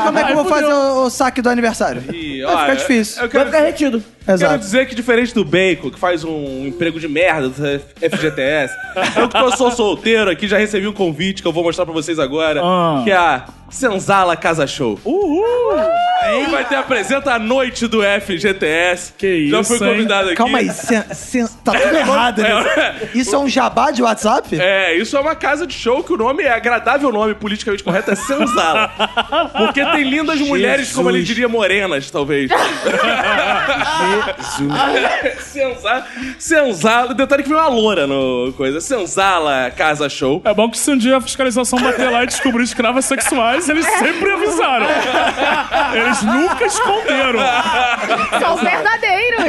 [SPEAKER 2] e aí, como é que eu vou fazer o, o saque do aniversário?
[SPEAKER 3] Ih,
[SPEAKER 2] Vai
[SPEAKER 3] olha,
[SPEAKER 2] ficar difícil.
[SPEAKER 3] Eu
[SPEAKER 6] Vai
[SPEAKER 3] quero,
[SPEAKER 6] ficar retido.
[SPEAKER 3] quero
[SPEAKER 2] Exato.
[SPEAKER 3] dizer que diferente do Bacon, que faz um emprego de merda do FGTS, eu que tô, sou solteiro aqui, já recebi um convite que eu vou mostrar pra vocês agora,
[SPEAKER 5] Ah. Uh!
[SPEAKER 3] que é a Senzala Casa Show. Uhul! Vai ter apresenta a noite do FGTS.
[SPEAKER 5] Que
[SPEAKER 3] Já
[SPEAKER 5] isso,
[SPEAKER 3] fui
[SPEAKER 5] hein?
[SPEAKER 3] convidado aqui. É,
[SPEAKER 2] Calma aí, sen- sen- tá tudo errado. Nisso. Isso é um jabá de WhatsApp?
[SPEAKER 3] É, isso é uma casa de show que o nome é agradável nome, politicamente correto, é Senzala. Porque tem lindas mulheres, como ele
[SPEAKER 2] Jesus.
[SPEAKER 3] diria, morenas, talvez. Senzala. Senzala. Detalhe é que veio uma loura no coisa. Senzala Casa Show.
[SPEAKER 5] É bom que se um dia a fiscalização bater lá e descobrir escravas sexuais, eles sempre avisaram. Eles nunca esconderam.
[SPEAKER 4] São verdadeiros.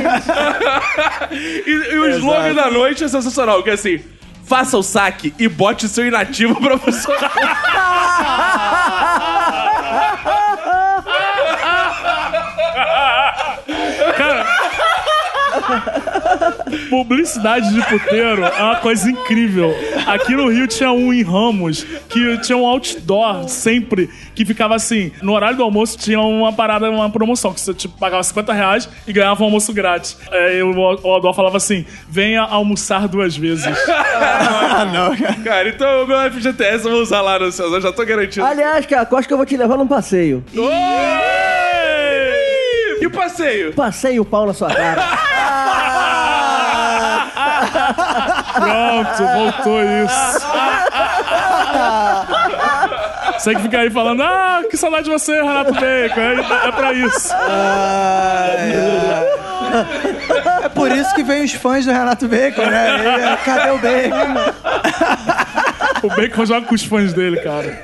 [SPEAKER 3] E, e o slogan da noite é sensacional, que é assim... Faça o saque e bote seu inativo pra funcionar.
[SPEAKER 5] Publicidade de puteiro é uma coisa incrível. Aqui no Rio tinha um em Ramos, que tinha um outdoor sempre, que ficava assim, no horário do almoço tinha uma parada, uma promoção, que você tipo, pagava 50 reais e ganhava um almoço grátis. É, e o o outdoor falava assim, venha almoçar duas vezes.
[SPEAKER 3] Cara, então o meu FGTS eu vou usar lá no Senzala, já tô garantido.
[SPEAKER 6] Aliás, cara, eu acho que eu vou te levar num passeio.
[SPEAKER 3] Oi! E o passeio?
[SPEAKER 6] Passei o pau na sua cara.
[SPEAKER 5] Pronto, voltou isso. Você que fica aí falando, ah, que saudade de você, Renato Bacon. É, é pra isso.
[SPEAKER 2] Ah, é. É por isso que vem os fãs do Renato Bacon, né? Ele, Cadê o Bacon?
[SPEAKER 5] O Bacon joga com os fãs dele, cara.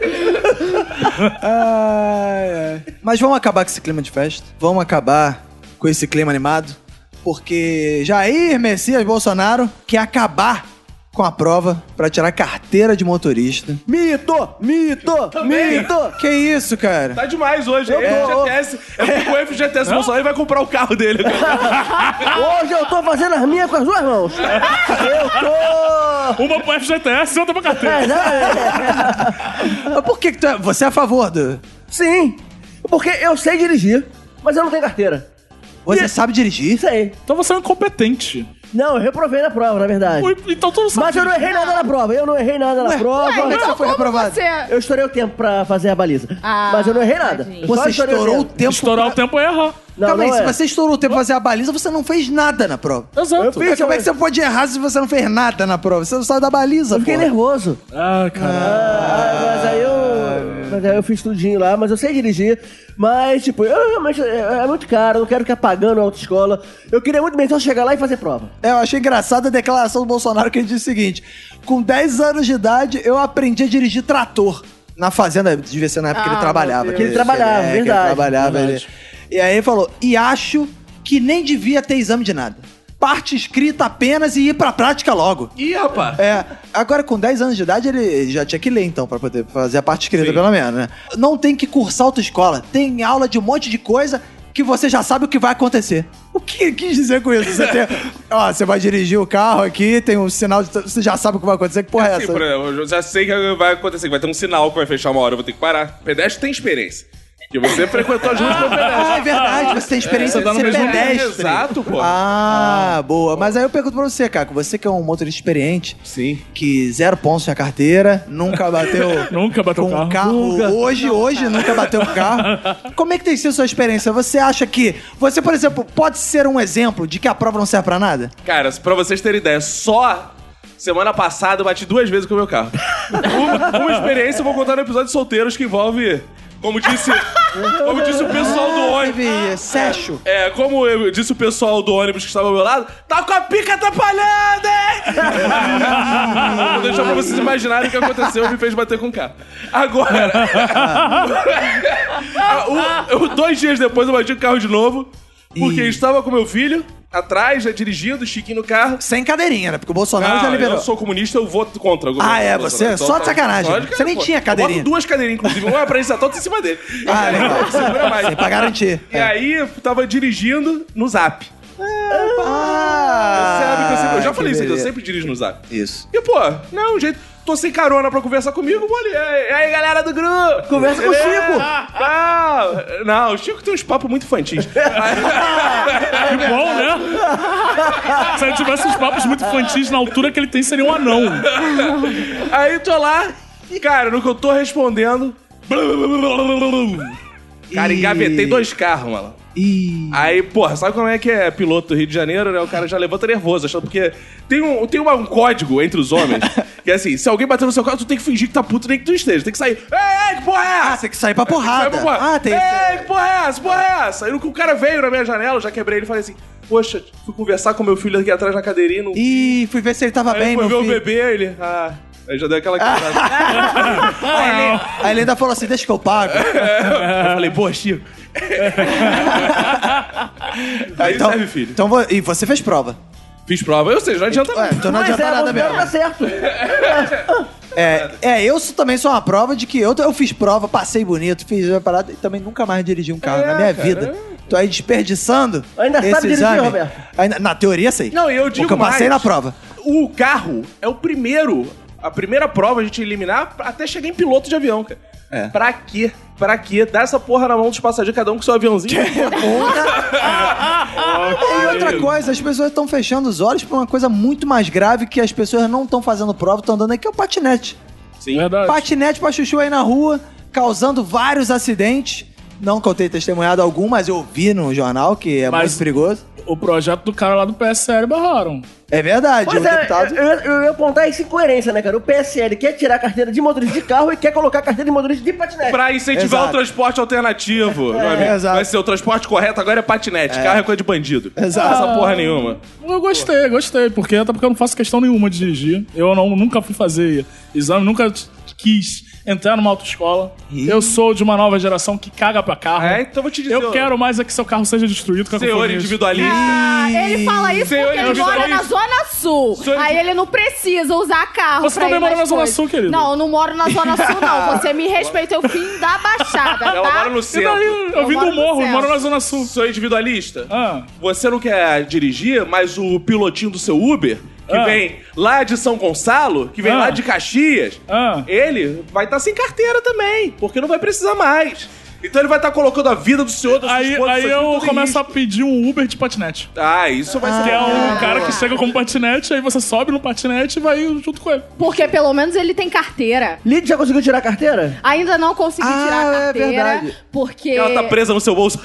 [SPEAKER 2] Ai, ai. Mas vamos acabar com esse clima de festa. Vamos acabar com esse clima animado. Porque Jair Messias Bolsonaro quer acabar com a prova pra tirar carteira de motorista.
[SPEAKER 6] Mito! Mito!
[SPEAKER 3] Também.
[SPEAKER 6] Mito!
[SPEAKER 2] Que isso, cara?
[SPEAKER 3] Tá demais hoje.
[SPEAKER 6] Eu
[SPEAKER 3] Eu é
[SPEAKER 6] tô-
[SPEAKER 3] FGTS. É porque o FGTS Bolsonaro vai comprar o carro dele.
[SPEAKER 6] Hoje eu tô fazendo as minhas com as duas mãos. Eu tô...
[SPEAKER 5] Uma pro FGTS e outra pra carteira.
[SPEAKER 6] É, né?
[SPEAKER 2] Mas por que, que tu é... Você é a favor do...
[SPEAKER 6] Sim, porque eu sei dirigir, mas eu não tenho carteira.
[SPEAKER 2] Você
[SPEAKER 6] E-
[SPEAKER 2] sabe dirigir?
[SPEAKER 6] Sei.
[SPEAKER 5] Então você é um incompetente.
[SPEAKER 6] Não, eu reprovei na prova, na verdade.
[SPEAKER 5] Ui, Então tu não sabe.
[SPEAKER 6] Mas eu não errei nada na prova, eu não errei nada na
[SPEAKER 2] Ué,
[SPEAKER 6] prova.
[SPEAKER 2] Como é que
[SPEAKER 4] Então,
[SPEAKER 2] você foi
[SPEAKER 4] como
[SPEAKER 2] reprovado?
[SPEAKER 4] você-
[SPEAKER 6] Eu estourei o tempo pra fazer a baliza.
[SPEAKER 4] Ah,
[SPEAKER 6] mas eu não errei nada.
[SPEAKER 4] tadinho.
[SPEAKER 6] Só
[SPEAKER 2] Você
[SPEAKER 6] estourei
[SPEAKER 2] estourou o
[SPEAKER 6] tempo.
[SPEAKER 2] tempo.
[SPEAKER 5] Estourar o tempo é errar.
[SPEAKER 6] Não,
[SPEAKER 2] Calma aí,
[SPEAKER 6] não
[SPEAKER 2] se
[SPEAKER 6] é.
[SPEAKER 2] você estourou o tempo pra fazer a baliza, você não fez nada na prova.
[SPEAKER 6] Eu
[SPEAKER 5] Exato.
[SPEAKER 6] fiz,
[SPEAKER 2] Como é
[SPEAKER 6] eu-
[SPEAKER 2] que você pode errar se você não fez nada na prova? Você não saiu da baliza,
[SPEAKER 6] Eu fiquei
[SPEAKER 2] pô.
[SPEAKER 6] nervoso.
[SPEAKER 5] Ah, cara.
[SPEAKER 6] Ah, mas aí eu. Mas aí eu fiz tudinho lá, mas eu sei dirigir. Mas, tipo, eu realmente. É, é muito caro, eu não quero ficar pagando a autoescola. Eu queria muito bem só chegar lá e fazer prova.
[SPEAKER 2] É, eu achei engraçada a declaração do Bolsonaro que ele disse o seguinte: com 10 anos de idade, eu aprendi a dirigir trator. Na fazenda, devia ser na época que ele
[SPEAKER 4] Ah,
[SPEAKER 2] trabalhava. É,
[SPEAKER 6] Deus. Ele trabalhava,
[SPEAKER 2] que
[SPEAKER 6] verdade,
[SPEAKER 2] Ele trabalhava.
[SPEAKER 6] verdade.
[SPEAKER 2] ele- E aí ele falou: e acho que nem devia ter exame de nada. Parte escrita apenas e ir pra prática logo.
[SPEAKER 3] Ih, rapaz.
[SPEAKER 2] É, agora com 10 anos de idade ele ele já tinha que ler então pra poder fazer a parte escrita pelo menos, né? Não tem que cursar autoescola, tem aula de um monte de coisa que você já sabe o que vai acontecer. O que ele quis dizer com isso? Você tem, ó, você vai dirigir o carro aqui, tem um sinal de, você já sabe o que vai acontecer, que porra é,
[SPEAKER 3] Sim,
[SPEAKER 2] essa?
[SPEAKER 3] assim, por exemplo, eu já sei que vai acontecer, que vai ter um sinal que vai fechar uma hora, eu vou ter que parar. Pedestre tem experiência. Porque você frequentou as ruas como pedestre.
[SPEAKER 2] Ah, é verdade, você tem experiência
[SPEAKER 5] É, você tá
[SPEAKER 2] de
[SPEAKER 5] no
[SPEAKER 2] ser
[SPEAKER 5] mesmo lugar.
[SPEAKER 2] pedestre.
[SPEAKER 3] Exato, pô.
[SPEAKER 2] Ah, boa. Mas aí eu pergunto pra você, Caco, você que é um motorista experiente,
[SPEAKER 3] Sim.
[SPEAKER 2] que zero pontos na carteira, nunca bateu.
[SPEAKER 5] Nunca bateu
[SPEAKER 2] com
[SPEAKER 5] carro.
[SPEAKER 6] Nunca.
[SPEAKER 2] Hoje, hoje nunca bateu com carro. Como é que tem sido sua experiência? Você acha que. Você, por exemplo, pode ser um exemplo de que a prova não serve pra nada?
[SPEAKER 3] Cara, pra vocês terem ideia, só semana passada eu bati duas vezes com o meu carro. uma, uma experiência eu vou contar no episódio de solteiros que envolve, como disse, como disse o pessoal do ônibus.
[SPEAKER 2] Teve Sérgio.
[SPEAKER 3] É, como eu disse o pessoal do ônibus que estava ao meu lado, tá com a pica atrapalhada, hein? Vou deixar pra vocês imaginarem o que aconteceu e me fez bater com o carro. Agora, o- o- dois dias depois eu bati o carro de novo, porque
[SPEAKER 2] Ih.
[SPEAKER 3] estava com meu filho atrás, já dirigindo, chiquinho no carro.
[SPEAKER 2] Sem cadeirinha, né? Porque o Bolsonaro
[SPEAKER 3] Ah,
[SPEAKER 2] já liberou.
[SPEAKER 3] eu sou comunista, eu voto contra. o governo
[SPEAKER 2] Ah, é,
[SPEAKER 3] Bolsonaro.
[SPEAKER 2] você é
[SPEAKER 3] Então,
[SPEAKER 2] só
[SPEAKER 3] tá-
[SPEAKER 2] de sacanagem.
[SPEAKER 3] só de cara,
[SPEAKER 2] Você nem
[SPEAKER 3] pô.
[SPEAKER 2] tinha cadeirinha.
[SPEAKER 3] Eu boto duas cadeirinhas, inclusive. Uma pra ele, outra em cima dele.
[SPEAKER 2] Ah, legal.
[SPEAKER 3] Segura mais.
[SPEAKER 2] Sem pra garantir.
[SPEAKER 6] É.
[SPEAKER 3] E aí, eu tava dirigindo no Zap.
[SPEAKER 2] Ah,
[SPEAKER 3] Sabe que eu, sempre- eu já falei isso aqui, eu
[SPEAKER 2] beleza.
[SPEAKER 3] sempre dirijo no Zap.
[SPEAKER 2] Isso.
[SPEAKER 3] E, pô, não, um jeito... Tô sem carona pra conversar comigo, vou ali. E aí, galera do grupo?
[SPEAKER 6] Conversa com o
[SPEAKER 3] Não,
[SPEAKER 6] Chico.
[SPEAKER 3] não, o Chico tem uns papos muito infantis.
[SPEAKER 5] Que É bom, né? Se ele tivesse uns papos muito infantis na altura que ele tem, seria um anão.
[SPEAKER 3] Aí tô lá, e, cara, no que eu tô respondendo. Cara,
[SPEAKER 2] Ih.
[SPEAKER 3] engavetei dois carros, mano.
[SPEAKER 2] Ih.
[SPEAKER 3] Aí, porra, sabe como é que é piloto do Rio de Janeiro, né? O cara já levanta nervoso, achando porque tem um, tem uma- um código entre os homens que é assim: se alguém bater no seu carro, tu tem que fingir que tá puto nem que tu esteja. Tem que sair. Ei, ei, que porra é
[SPEAKER 2] Ah,
[SPEAKER 3] essa?
[SPEAKER 2] tem que sair pra
[SPEAKER 3] Sai
[SPEAKER 2] porrada.
[SPEAKER 3] pra porra.
[SPEAKER 2] Ah, tem isso.
[SPEAKER 3] Ei, que porra é essa? Porra é essa? Aí no que o cara veio na minha janela, eu já quebrei ele e falei assim: Poxa, fui conversar com meu filho aqui atrás na cadeirinha. Não...
[SPEAKER 2] Ih, fui ver se ele tava
[SPEAKER 3] Aí
[SPEAKER 2] bem,
[SPEAKER 3] foi
[SPEAKER 2] meu
[SPEAKER 3] ver o
[SPEAKER 2] filho.
[SPEAKER 3] bebê, aí ele. Ah. Aí já deu aquela quebrada.
[SPEAKER 2] Aí ele- aí ele ainda falou assim, deixa que eu pago.
[SPEAKER 3] É, eu falei, pô, Chico. aí
[SPEAKER 2] Então,
[SPEAKER 3] serve, filho.
[SPEAKER 2] então vo- e você fez prova.
[SPEAKER 3] Fiz prova, ou seja, não adianta
[SPEAKER 2] Ué, então não
[SPEAKER 6] Mas
[SPEAKER 2] adianta
[SPEAKER 6] é,
[SPEAKER 2] nada
[SPEAKER 6] mas
[SPEAKER 2] mesmo.
[SPEAKER 6] tá certo.
[SPEAKER 2] É, é, eu sou- também sou uma prova de que eu, eu fiz prova, passei bonito, fiz a parada e também nunca mais dirigi um
[SPEAKER 3] É,
[SPEAKER 2] carro na minha vida. Tô aí desperdiçando.
[SPEAKER 6] Ainda
[SPEAKER 2] esse
[SPEAKER 6] sabe dirigir,
[SPEAKER 2] exame.
[SPEAKER 6] Roberto?
[SPEAKER 2] Ainda- na teoria, sei.
[SPEAKER 3] Não, e eu digo
[SPEAKER 2] Porque eu passei
[SPEAKER 3] mais.
[SPEAKER 2] na prova.
[SPEAKER 3] O carro é o primeiro, a primeira prova a gente eliminar até chegar em piloto de avião, cara.
[SPEAKER 2] É.
[SPEAKER 3] Pra quê? Pra quê? Dá essa porra na mão dos passageiros, cada um com seu aviãozinho.
[SPEAKER 2] é Ah, e outra coisa, as pessoas estão fechando os olhos pra uma coisa muito mais grave que as pessoas não estão fazendo prova, estão andando aí, que é o patinete.
[SPEAKER 3] Sim.
[SPEAKER 5] Verdade.
[SPEAKER 2] Patinete pra chuchu aí na rua, causando vários acidentes. Não que eu tenha testemunhado algum, mas eu vi no jornal que é
[SPEAKER 5] Mas-
[SPEAKER 2] muito perigoso.
[SPEAKER 5] o projeto do cara lá do PSL barraram.
[SPEAKER 2] É verdade,
[SPEAKER 6] Pois
[SPEAKER 2] o
[SPEAKER 6] é,
[SPEAKER 2] deputado.
[SPEAKER 6] eu, eu- eu ia apontar essa incoerência, né, cara? O PSL quer tirar a carteira de motorista de carro e quer colocar a carteira de motorista de patinete.
[SPEAKER 3] Pra incentivar
[SPEAKER 2] Exato. É,
[SPEAKER 3] o transporte alternativo. meu amigo.
[SPEAKER 2] exato.
[SPEAKER 3] Vai ser o transporte correto, agora é patinete. Carro é coisa de bandido.
[SPEAKER 2] Exato.
[SPEAKER 3] Essa porra nenhuma.
[SPEAKER 5] Eu gostei, gostei, porque até porque eu não faço questão nenhuma de dirigir. Eu não, nunca fui fazer exame, nunca t- quis entrar numa autoescola. Eu sou de uma nova geração que caga pra carro.
[SPEAKER 2] Ah.
[SPEAKER 3] É, então eu vou te dizer.
[SPEAKER 5] eu quero mais é que seu carro seja destruído. com
[SPEAKER 3] Senhor
[SPEAKER 5] cacofonia.
[SPEAKER 3] individualista.
[SPEAKER 4] Ah, ele fala isso
[SPEAKER 3] Senhor
[SPEAKER 4] porque ele
[SPEAKER 3] individualista.
[SPEAKER 4] mora na Zona Sul.
[SPEAKER 3] Senhor
[SPEAKER 4] Aí ele não precisa usar carro.
[SPEAKER 5] Você
[SPEAKER 4] pra
[SPEAKER 5] também
[SPEAKER 4] ir
[SPEAKER 5] mora
[SPEAKER 4] nas
[SPEAKER 5] na Zona
[SPEAKER 4] coisas.
[SPEAKER 5] Sul, querido.
[SPEAKER 4] Não, eu não moro na Zona Sul, não. Você me respeita, eu vim da Baixada, tá?
[SPEAKER 3] Ela mora no
[SPEAKER 5] E
[SPEAKER 3] centro.
[SPEAKER 5] daí, eu,
[SPEAKER 4] Eu
[SPEAKER 5] vim
[SPEAKER 4] moro
[SPEAKER 5] do
[SPEAKER 4] no
[SPEAKER 5] morro,
[SPEAKER 4] centro.
[SPEAKER 5] moro na Zona Sul.
[SPEAKER 3] Sou individualista?
[SPEAKER 5] Ah.
[SPEAKER 3] Você não quer dirigir, mas o pilotinho do seu Uber, que
[SPEAKER 5] Ah.
[SPEAKER 3] vem lá de São Gonçalo, que vem
[SPEAKER 5] Ah.
[SPEAKER 3] lá de Caxias,
[SPEAKER 5] Ah.
[SPEAKER 3] ele vai estar sem carteira também, porque não vai precisar mais. Então ele vai estar colocando a vida do senhor, da sua
[SPEAKER 5] Aí,
[SPEAKER 3] esposa, do
[SPEAKER 5] aí
[SPEAKER 3] seu filho,
[SPEAKER 5] eu
[SPEAKER 3] todo em
[SPEAKER 5] começo
[SPEAKER 3] risco.
[SPEAKER 5] a pedir um Uber de patinete.
[SPEAKER 3] Ah, isso vai
[SPEAKER 5] Que
[SPEAKER 3] ser...
[SPEAKER 5] é um cara que chega com um patinete, aí você sobe no patinete e vai junto com ele.
[SPEAKER 4] Porque pelo menos ele tem carteira.
[SPEAKER 6] Lid já conseguiu tirar a carteira?
[SPEAKER 4] Ainda não consegui
[SPEAKER 2] Ah,
[SPEAKER 4] tirar a
[SPEAKER 2] é
[SPEAKER 4] carteira.
[SPEAKER 2] verdade.
[SPEAKER 4] Porque.
[SPEAKER 3] Ela tá presa no seu bolso.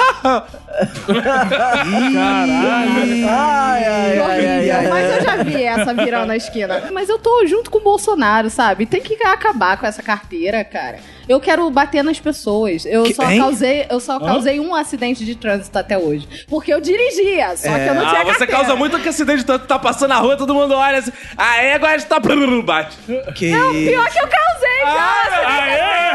[SPEAKER 6] Ai, ai, ai, ai,
[SPEAKER 4] Horrível,
[SPEAKER 6] ai.
[SPEAKER 4] Mas eu já vi essa virando na esquina. Mas eu tô junto com o Bolsonaro, sabe? Tem que acabar com essa carteira, cara. Eu quero bater nas pessoas. Eu
[SPEAKER 2] Que-
[SPEAKER 4] só
[SPEAKER 2] hein?
[SPEAKER 4] causei, eu só causei um acidente de trânsito até hoje, porque eu dirigia, só que eu não tinha
[SPEAKER 3] Ah, você
[SPEAKER 4] carteira.
[SPEAKER 3] causa muito que acidente, tanto tá passando na rua, todo mundo olha assim. Aí agora está... Bate.
[SPEAKER 2] Que
[SPEAKER 4] Pior que eu causei já.
[SPEAKER 5] Ah, é?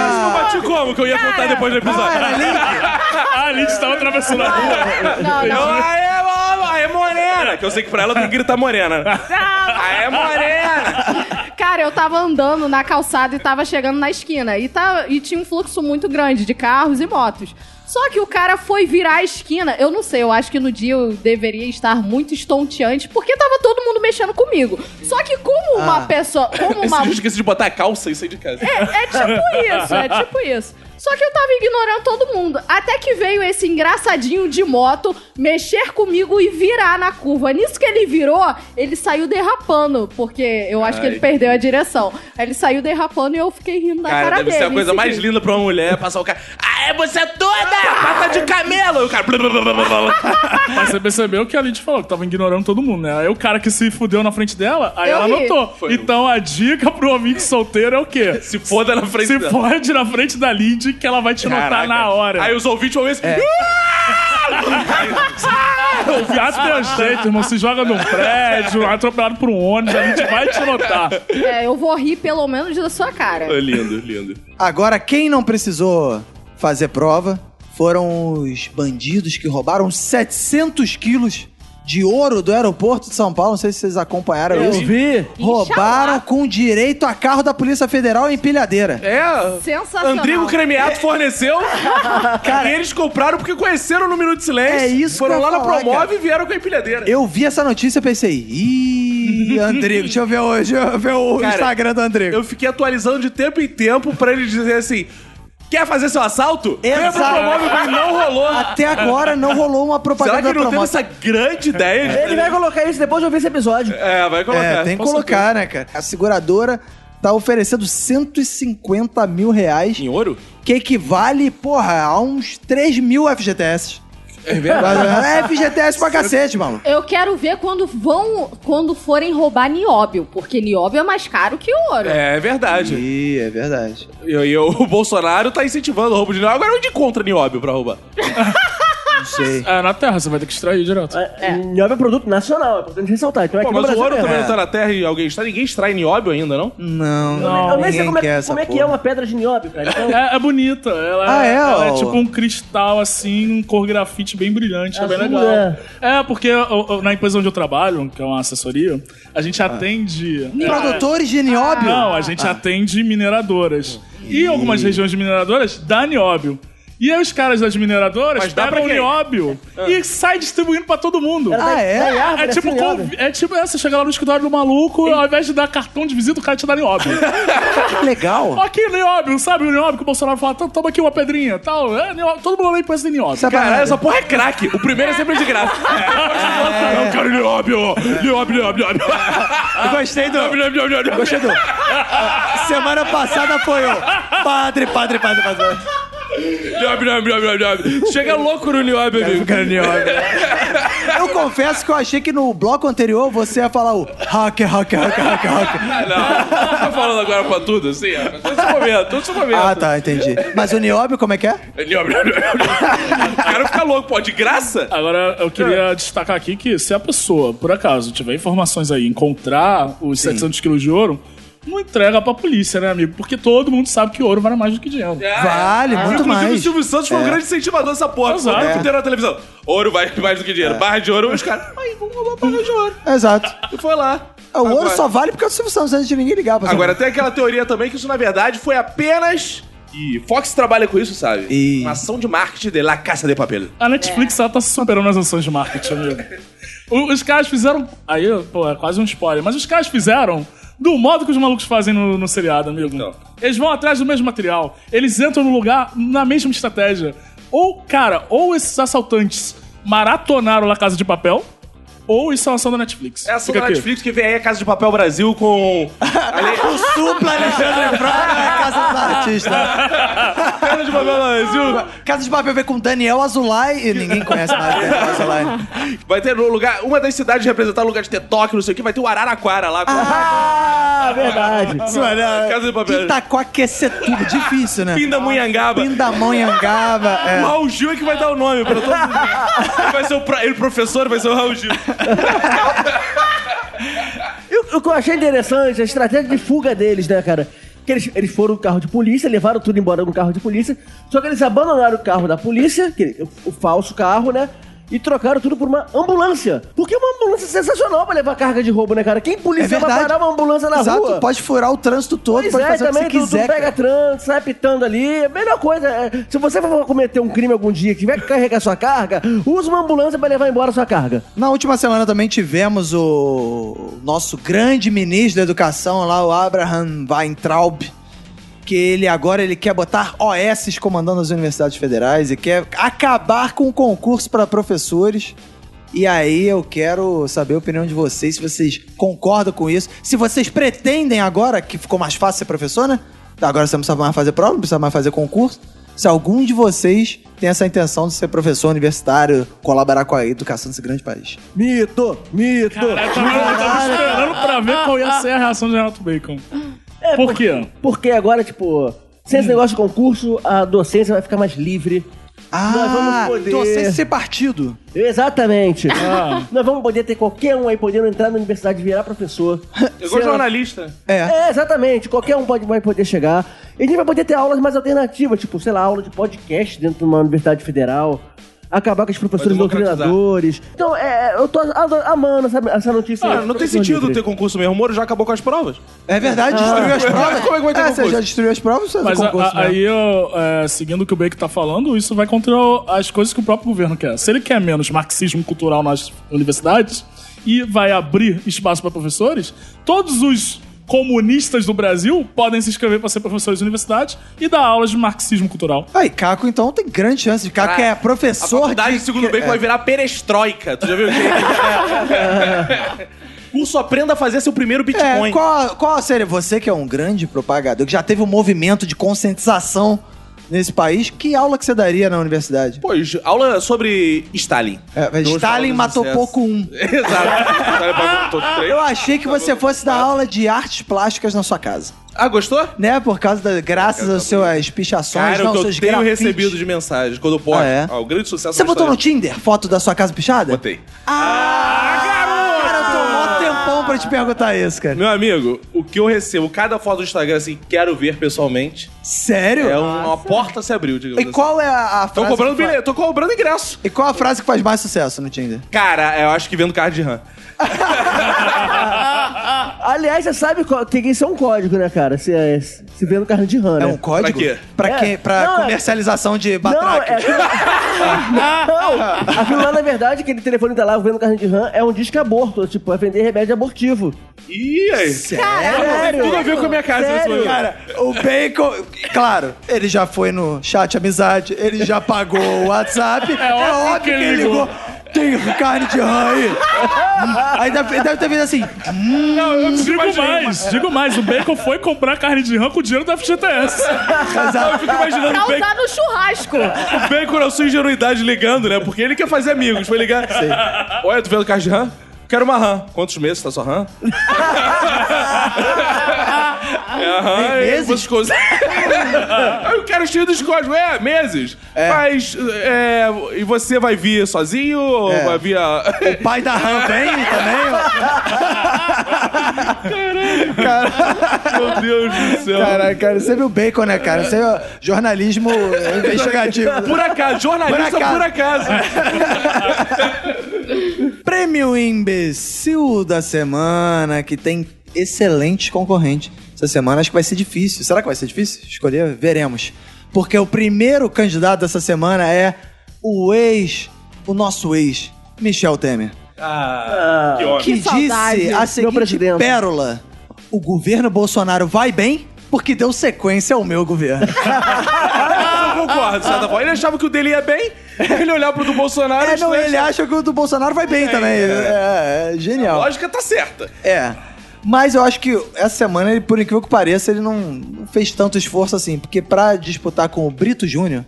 [SPEAKER 3] Mas eu bati como? Que eu ia contar depois do episódio.
[SPEAKER 5] Ah, a Lid estava atravessando a rua.
[SPEAKER 4] Não,
[SPEAKER 3] Eu,
[SPEAKER 4] não.
[SPEAKER 3] aê, mano, aê, morena! Que eu sei que pra ela tem que gritar morena. né? Aê, morena!
[SPEAKER 4] Cara, eu tava andando na calçada e tava chegando na esquina. E, tá, e tinha um fluxo muito grande de carros e motos. Só que o cara foi virar a esquina. Eu não sei, eu acho que no dia eu deveria estar muito estonteante, porque tava todo mundo mexendo comigo. Só que como uma pessoa. Como
[SPEAKER 3] Esse
[SPEAKER 4] uma.
[SPEAKER 3] dia eu esqueci de botar a calça e sair de casa.
[SPEAKER 4] É, é tipo isso, é tipo isso. Só que eu tava ignorando todo mundo. Até que veio esse engraçadinho de moto mexer comigo e virar na curva. Nisso que ele virou, ele saiu derrapando, porque eu acho que ele
[SPEAKER 3] Ai.
[SPEAKER 4] perdeu a direção. Aí ele saiu derrapando e eu fiquei rindo da
[SPEAKER 3] Cara,
[SPEAKER 4] cara
[SPEAKER 3] deve
[SPEAKER 4] dele.
[SPEAKER 3] ser a coisa
[SPEAKER 4] em
[SPEAKER 3] mais
[SPEAKER 4] seguida.
[SPEAKER 3] linda pra uma mulher passar o cara. Aê, você é toda! Pata de camelo! E o cara. blu, blu, blu, blu, blu.
[SPEAKER 5] Mas você percebeu que a Lid falou que tava ignorando todo mundo, né? Aí o cara que se fudeu na frente dela, aí
[SPEAKER 4] Eu
[SPEAKER 5] ela
[SPEAKER 4] ri.
[SPEAKER 5] notou.
[SPEAKER 3] Foi.
[SPEAKER 5] Então a dica pro ouvinte solteiro é o quê?
[SPEAKER 3] Se foda na frente
[SPEAKER 5] Se
[SPEAKER 3] dela.
[SPEAKER 5] fode na frente da Lid que ela vai te notar
[SPEAKER 3] Caraca.
[SPEAKER 5] na hora.
[SPEAKER 3] Aí os ouvintes vão ver assim.
[SPEAKER 5] Até o jeito, irmão. Se joga num prédio, atropelado por um ônibus, a gente vai te notar.
[SPEAKER 4] É, eu vou rir pelo menos da sua cara.
[SPEAKER 3] Ah, Lindo, lindo.
[SPEAKER 2] Agora, quem não precisou fazer prova foram os bandidos que roubaram 700 quilos de ouro do aeroporto de São Paulo. Não sei se vocês acompanharam
[SPEAKER 6] Eu
[SPEAKER 2] isso.
[SPEAKER 6] vi.
[SPEAKER 2] Roubaram com direito a carro da Polícia Federal em pilhadeira.
[SPEAKER 3] É.
[SPEAKER 4] Sensacional.
[SPEAKER 3] Andrigo Cremiato forneceu. e eles compraram porque conheceram no Minuto de Silêncio.
[SPEAKER 2] É isso que
[SPEAKER 3] Foram
[SPEAKER 2] eu ia
[SPEAKER 3] lá na
[SPEAKER 2] falar,
[SPEAKER 3] Promove
[SPEAKER 2] cara.
[SPEAKER 3] e vieram com a empilhadeira.
[SPEAKER 2] Eu vi essa notícia e pensei, ih, Andrigo, deixa eu ver o, deixa eu ver o
[SPEAKER 3] Cara,
[SPEAKER 2] Instagram do Andrigo.
[SPEAKER 3] Eu fiquei atualizando de tempo em tempo pra ele dizer assim: quer fazer seu assalto? Vem pro
[SPEAKER 2] Exato.
[SPEAKER 3] Promove mas não rolou.
[SPEAKER 2] Até agora não rolou uma propaganda
[SPEAKER 3] Será que ele não
[SPEAKER 2] da
[SPEAKER 3] teve
[SPEAKER 2] promoção.
[SPEAKER 3] essa grande ideia?
[SPEAKER 6] Ele vai colocar isso depois de ouvir esse episódio.
[SPEAKER 3] É, vai colocar.
[SPEAKER 2] É, tem que
[SPEAKER 3] Com
[SPEAKER 2] colocar, né, cara? A seguradora tá oferecendo 150 mil reais
[SPEAKER 3] certeza. Em ouro?
[SPEAKER 2] que equivale, porra, a uns 3 mil FGTS. É verdade. É FGTS pra cacete, maluco.
[SPEAKER 4] Eu quero ver quando vão, quando forem roubar nióbio, porque nióbio é mais caro que ouro.
[SPEAKER 3] É verdade.
[SPEAKER 2] Ih, é verdade.
[SPEAKER 3] E, e o Bolsonaro tá incentivando o roubo de nióbio. Agora onde encontra nióbio pra
[SPEAKER 2] É
[SPEAKER 3] roubar?
[SPEAKER 2] Não sei.
[SPEAKER 5] É, na terra, você vai ter que extrair direto.
[SPEAKER 6] É. Nióbio é produto nacional, é importante ressaltar. Então é
[SPEAKER 3] Pô,
[SPEAKER 6] aqui no
[SPEAKER 3] mas o
[SPEAKER 6] Brasil
[SPEAKER 3] ouro
[SPEAKER 6] mesmo.
[SPEAKER 3] também não tá na terra e alguém está. Ninguém extrai nióbio ainda, não?
[SPEAKER 2] Não, não.
[SPEAKER 6] Eu nem sei
[SPEAKER 2] ninguém
[SPEAKER 6] como,
[SPEAKER 2] quer
[SPEAKER 6] é,
[SPEAKER 2] essa
[SPEAKER 6] como é que
[SPEAKER 2] porra.
[SPEAKER 6] é uma pedra de nióbio, cara. Então,
[SPEAKER 5] É, é bonita. Ela,
[SPEAKER 2] Ah, é,
[SPEAKER 5] ela é
[SPEAKER 2] ó.
[SPEAKER 5] tipo um cristal, assim, cor grafite bem brilhante. é bem
[SPEAKER 6] Azul,
[SPEAKER 5] legal.
[SPEAKER 6] né?
[SPEAKER 5] É, porque eu- eu- na empresa onde eu trabalho, que é uma assessoria, a gente
[SPEAKER 3] Ah.
[SPEAKER 5] atende... é,
[SPEAKER 2] Produtores de nióbio?
[SPEAKER 6] Ah,
[SPEAKER 5] Não, a gente atende mineradoras. E algumas regiões de mineradoras dá nióbio. E aí os caras das mineradoras
[SPEAKER 3] Mas dá pra
[SPEAKER 5] pegam o
[SPEAKER 3] quem? Ah.
[SPEAKER 5] nióbio e sai distribuindo pra todo mundo.
[SPEAKER 6] ela
[SPEAKER 2] Ah,
[SPEAKER 6] tá-
[SPEAKER 2] é?
[SPEAKER 6] tá em árvore,
[SPEAKER 5] É tipo,
[SPEAKER 6] assim, nióbio.
[SPEAKER 5] conv- é tipo, é, você chega lá no escritório do maluco, ao invés de dar cartão de visita, o cara te dá nióbio.
[SPEAKER 2] Que legal.
[SPEAKER 5] Aqui, nióbio, sabe o nióbio que o Bolsonaro fala, "Toma- toma aqui uma pedrinha, tal. É, nióbio, todo mundo lá pensa em nióbio.
[SPEAKER 2] Essa
[SPEAKER 3] Caralho,
[SPEAKER 2] parada.
[SPEAKER 3] essa porra é craque. O primeiro é sempre de graça.
[SPEAKER 2] É.
[SPEAKER 3] Eu quero nióbio. Nióbio, nióbio, nióbio.
[SPEAKER 6] Ah,
[SPEAKER 2] Eu gostei do...
[SPEAKER 3] Nióbio, nióbio, nióbio.
[SPEAKER 2] Gostei do... Semana passada foi o... Padre, padre, padre, padre.
[SPEAKER 3] Nióbio, nióbio, nióbio, nióbio. Chega louco no nióbio, amigo.
[SPEAKER 2] Fica nióbio. confesso que eu achei que no bloco anterior você ia falar o hacker, hacker, hacker, hacker, hacker.
[SPEAKER 3] Ah, não. Tá falando agora pra tudo, assim, ó. Todo esse momento, todo esse momento.
[SPEAKER 2] Ah, tá, entendi. Mas o Nióbio, como é que é?
[SPEAKER 3] Ele, ó, o cara fica louco, pô, de graça?
[SPEAKER 5] Agora, eu queria destacar aqui que se a pessoa, por acaso, tiver informações aí, encontrar os 700 quilos de ouro, não entrega pra polícia, né, amigo? Porque todo mundo sabe que ouro vale mais do que dinheiro.
[SPEAKER 6] Ah,
[SPEAKER 2] Vale,
[SPEAKER 6] é.
[SPEAKER 2] muito
[SPEAKER 3] Inclusive o
[SPEAKER 2] mais.
[SPEAKER 3] Silvio Santos foi um grande incentivador dessa porra. Exato. O tempo
[SPEAKER 2] É.
[SPEAKER 3] inteiro na televisão. Ouro vai mais do que dinheiro. Barra de ouro, os caras. Ai, vamos roubar barra de ouro.
[SPEAKER 2] Exato.
[SPEAKER 3] E foi lá.
[SPEAKER 2] O ouro
[SPEAKER 3] Agora-
[SPEAKER 2] só vale porque é o Silvio Santos, antes de ninguém ligar pra você.
[SPEAKER 3] Agora, tem aquela teoria também que isso, na verdade, foi apenas. E Fox trabalha com isso, sabe?
[SPEAKER 2] E-
[SPEAKER 3] Uma ação de marketing de La Caça de Papel.
[SPEAKER 5] A Netflix ela tá superando as ações de marketing, amigo. O- os caras fizeram. Aí, pô, é quase um spoiler, mas os caras fizeram. Do modo que os malucos fazem no, no seriado, amigo.
[SPEAKER 3] Não.
[SPEAKER 5] Eles vão atrás do mesmo material. Eles entram no lugar na mesma estratégia. Ou, cara, ou esses assaltantes maratonaram La Casa de Papel, ou isso é uma ação da Netflix.
[SPEAKER 3] É a ação
[SPEAKER 5] Fica
[SPEAKER 3] da
[SPEAKER 5] aqui.
[SPEAKER 3] Netflix que vem aí a Casa de Papel Brasil com.
[SPEAKER 2] o supla Alexandre Braga é Casa dos Artistas.
[SPEAKER 3] Casa de Papel Brasil.
[SPEAKER 2] Casa de Papel vem com Daniel Azulay e ninguém conhece mais Daniel Azulay.
[SPEAKER 3] Vai ter no lugar. Uma das cidades representar o lugar de Tetoque, não sei o que. Vai ter o Araraquara lá com.
[SPEAKER 6] Ah, verdade.
[SPEAKER 3] Casa de Papel.
[SPEAKER 2] Itacoaquecetuba, difícil, né?
[SPEAKER 3] Pindamonhangaba.
[SPEAKER 2] Pindamonhangaba.
[SPEAKER 3] O
[SPEAKER 2] É.
[SPEAKER 3] Raul Gil é que vai dar o nome pra todo mundo. Vai ser o pro- ele, professor, vai ser o Raul Gil.
[SPEAKER 6] E o, o que eu achei interessante, a estratégia de fuga deles, né, cara? Que eles, eles foram no carro de polícia, levaram tudo embora no carro de polícia, só que eles abandonaram o carro da polícia, que- o, o falso carro, né? E trocaram tudo por uma ambulância. Porque é uma ambulância sensacional pra levar carga de roubo, né, cara? Quem
[SPEAKER 2] É
[SPEAKER 6] polícia vai
[SPEAKER 2] verdade.
[SPEAKER 6] parar uma ambulância na
[SPEAKER 2] Exato,
[SPEAKER 6] rua?
[SPEAKER 2] pode furar o trânsito todo,
[SPEAKER 6] Pois
[SPEAKER 2] pode
[SPEAKER 6] é,
[SPEAKER 2] fazer o que
[SPEAKER 6] também
[SPEAKER 2] você
[SPEAKER 6] tu, tu
[SPEAKER 2] quiser.
[SPEAKER 6] pega trânsito, sai pitando ali. A melhor coisa é, se você for cometer um crime algum dia, que tiver que carregar sua carga, usa uma ambulância pra levar embora a sua carga.
[SPEAKER 2] Na última semana também tivemos o nosso grande ministro da educação lá, o Abraham Weintraub, que ele agora ele quer botar OS comandando as universidades federais e quer acabar com o concurso para professores. E aí eu quero saber a opinião de vocês, se vocês concordam com isso. Se vocês pretendem agora, que ficou mais fácil ser professor, né? Agora você não precisa mais fazer prova, não precisa mais fazer concurso. Se algum de vocês tem essa intenção de ser professor universitário, colaborar com a educação desse grande país.
[SPEAKER 6] Mito, mito.
[SPEAKER 5] Caraca, É, eu tava esperando pra ver qual ia ser a reação de Renato Bacon. Por quê?
[SPEAKER 6] É,
[SPEAKER 5] Hum.
[SPEAKER 6] Porque agora, tipo, sem esse negócio de concurso, a docência vai ficar mais livre. Nós
[SPEAKER 3] Ah,
[SPEAKER 6] vamos poder-
[SPEAKER 2] docência sem partido.
[SPEAKER 6] Exatamente.
[SPEAKER 5] Ah.
[SPEAKER 6] Nós vamos poder ter qualquer um aí podendo entrar na universidade e virar professor.
[SPEAKER 3] Eu
[SPEAKER 6] Sei
[SPEAKER 3] gosto de
[SPEAKER 6] lá.
[SPEAKER 3] jornalista.
[SPEAKER 2] É.
[SPEAKER 6] É, exatamente. Qualquer um pode, vai poder chegar. E a gente vai poder ter aulas mais alternativas, tipo, sei lá, aula de podcast dentro de uma universidade federal. Acabar com os professores
[SPEAKER 3] Vai democratizar.
[SPEAKER 6] doutrinadores. Então, é, eu tô ado- amando essa, essa notícia.
[SPEAKER 3] Cara, Ah, não tem sentido ter concurso mesmo. O Moro já acabou com as provas.
[SPEAKER 2] É verdade, destruiu as provas.
[SPEAKER 3] Ah. Como é que vai ter
[SPEAKER 2] é,
[SPEAKER 3] concurso?
[SPEAKER 2] Você já destruiu as provas, você faz
[SPEAKER 5] Mas
[SPEAKER 2] o
[SPEAKER 5] a-
[SPEAKER 2] concurso
[SPEAKER 5] a-
[SPEAKER 2] mesmo.
[SPEAKER 5] aí, eu, é, seguindo o que o Bacon tá falando, isso vai contra o- as coisas que o próprio governo quer. Se ele quer menos marxismo cultural nas universidades e vai abrir espaço para professores, todos os comunistas do Brasil podem se inscrever para ser professores de universidade e dar aulas de marxismo cultural.
[SPEAKER 2] Aí, Caco, então tem grande chance. de Caco é
[SPEAKER 3] Ah, A
[SPEAKER 2] professor
[SPEAKER 3] faculdade, segundo bem, que
[SPEAKER 2] é.
[SPEAKER 3] vai virar perestroika. Tu já viu? Curso aprenda a fazer seu primeiro Bitcoin.
[SPEAKER 2] É, qual, qual seria você que é um grande propagador, que já teve um movimento de conscientização nesse país, que aula que você daria na universidade?
[SPEAKER 3] Pois, aula sobre Stalin.
[SPEAKER 2] É, mas
[SPEAKER 3] Duas
[SPEAKER 2] Stalin
[SPEAKER 3] palavras
[SPEAKER 2] matou
[SPEAKER 3] de
[SPEAKER 2] pouco um.
[SPEAKER 3] sucesso. Exato. Stalin um matou todos três.
[SPEAKER 2] Eu achei que você fosse dar aula de artes plásticas na sua casa.
[SPEAKER 3] Ah, gostou?
[SPEAKER 2] Né? Por causa da. Graças às suas pichações,
[SPEAKER 3] Cara,
[SPEAKER 2] não,
[SPEAKER 3] o que eu
[SPEAKER 2] seus
[SPEAKER 3] tenho
[SPEAKER 2] grafites.
[SPEAKER 3] recebido de mensagens quando eu posto.
[SPEAKER 2] Ah, é?
[SPEAKER 3] Ah, o grande sucesso
[SPEAKER 2] Você
[SPEAKER 3] do
[SPEAKER 2] botou no
[SPEAKER 3] Instagram.
[SPEAKER 2] Tinder foto da sua casa pichada?
[SPEAKER 3] Botei.
[SPEAKER 2] Ah, garoto! Cara, eu tô mó tempão pra te perguntar isso, cara.
[SPEAKER 3] Meu amigo, o que eu recebo, cada foto do Instagram, assim, quero ver pessoalmente,
[SPEAKER 2] Sério?
[SPEAKER 3] é um- uma porta se abriu, digamos
[SPEAKER 2] E qual é a, a
[SPEAKER 3] assim. Tô
[SPEAKER 2] frase.
[SPEAKER 3] cobrando
[SPEAKER 2] que fa-
[SPEAKER 3] bilhete, tô cobrando ingresso.
[SPEAKER 2] E qual a frase que faz mais sucesso no Tinder?
[SPEAKER 3] Cara, eu acho que vendo card de RAM.
[SPEAKER 6] Aliás, você sabe qual- tem que isso é um código, né, cara? Se, é- se vê no carro de RAM,
[SPEAKER 2] É
[SPEAKER 6] né?
[SPEAKER 2] um código?
[SPEAKER 3] quê?
[SPEAKER 2] Pra,
[SPEAKER 6] É.
[SPEAKER 2] quem, pra
[SPEAKER 6] Não, é-
[SPEAKER 2] comercialização de
[SPEAKER 6] Não, é
[SPEAKER 2] batraques.
[SPEAKER 6] aquilo... não, aquilo lá, na verdade, aquele telefone tá lá vendo carne de RAM, é um disco aborto, tipo, vai vender remédio abortivo.
[SPEAKER 3] Ih, aí.
[SPEAKER 6] Sério?
[SPEAKER 3] É, Tudo a ver com a minha casa nesse
[SPEAKER 6] Sério?
[SPEAKER 3] momento.
[SPEAKER 2] Cara, o Bacon, claro, ele já foi no chat amizade, é ele já pagou o WhatsApp, é, óbvio que ele ligou. tenho carne de rã aí. Hum, Aí deve, deve ter vindo assim. Hum,
[SPEAKER 5] Não, eu digo mais, digo mais. O Bacon foi comprar carne de rã com o dinheiro da FGTS.
[SPEAKER 3] Exato. Eu fico imaginando
[SPEAKER 4] Pra
[SPEAKER 3] o Bacon,
[SPEAKER 4] usar no Tá churrasco.
[SPEAKER 3] o Bacon na sua ingenuidade ligando, né? Porque ele quer fazer amigos. Foi ligar. Olha, tu vendo carne de rã? Quero uma rã. Quantos meses tá sua rã? É, a rã
[SPEAKER 2] Tem
[SPEAKER 3] e
[SPEAKER 2] meses?
[SPEAKER 3] Vocês cozin- Eu quero estilo dos códigos. É, meses. Mas, é, e você vai vir sozinho ou
[SPEAKER 2] É.
[SPEAKER 3] vai vir... A...
[SPEAKER 2] o pai da rã vem também. ó.
[SPEAKER 3] Meu Deus do céu.
[SPEAKER 2] Caralho, cara, você viu o bacon, né, cara? Você viu jornalismo investigativo.
[SPEAKER 3] Por acaso, jornalista
[SPEAKER 2] Por acaso.
[SPEAKER 3] por acaso.
[SPEAKER 2] Prêmio Imbecil da Semana, que tem excelentes concorrentes. Essa semana acho que vai ser difícil. Será que vai ser difícil? Escolher? Veremos. Porque o primeiro candidato dessa semana é o ex, o nosso ex, Michel Temer.
[SPEAKER 3] Que homem.
[SPEAKER 4] Que
[SPEAKER 2] que
[SPEAKER 4] saudade,
[SPEAKER 2] disse a seguinte
[SPEAKER 6] presidente.
[SPEAKER 2] pérola. O governo Bolsonaro vai bem porque deu sequência ao meu governo.
[SPEAKER 3] Ah, Eu concordo, de certa forma. Ele achava que o dele ia bem, ele olhava pro do Bolsonaro
[SPEAKER 2] é,
[SPEAKER 3] e
[SPEAKER 2] não, ele acha que o do Bolsonaro vai bem também. É, é
[SPEAKER 3] A
[SPEAKER 2] genial.
[SPEAKER 3] lógica tá certa.
[SPEAKER 2] É. Mas eu acho que essa semana, ele, por incrível que pareça, ele não não fez tanto esforço assim. Porque pra disputar com o Brito Júnior,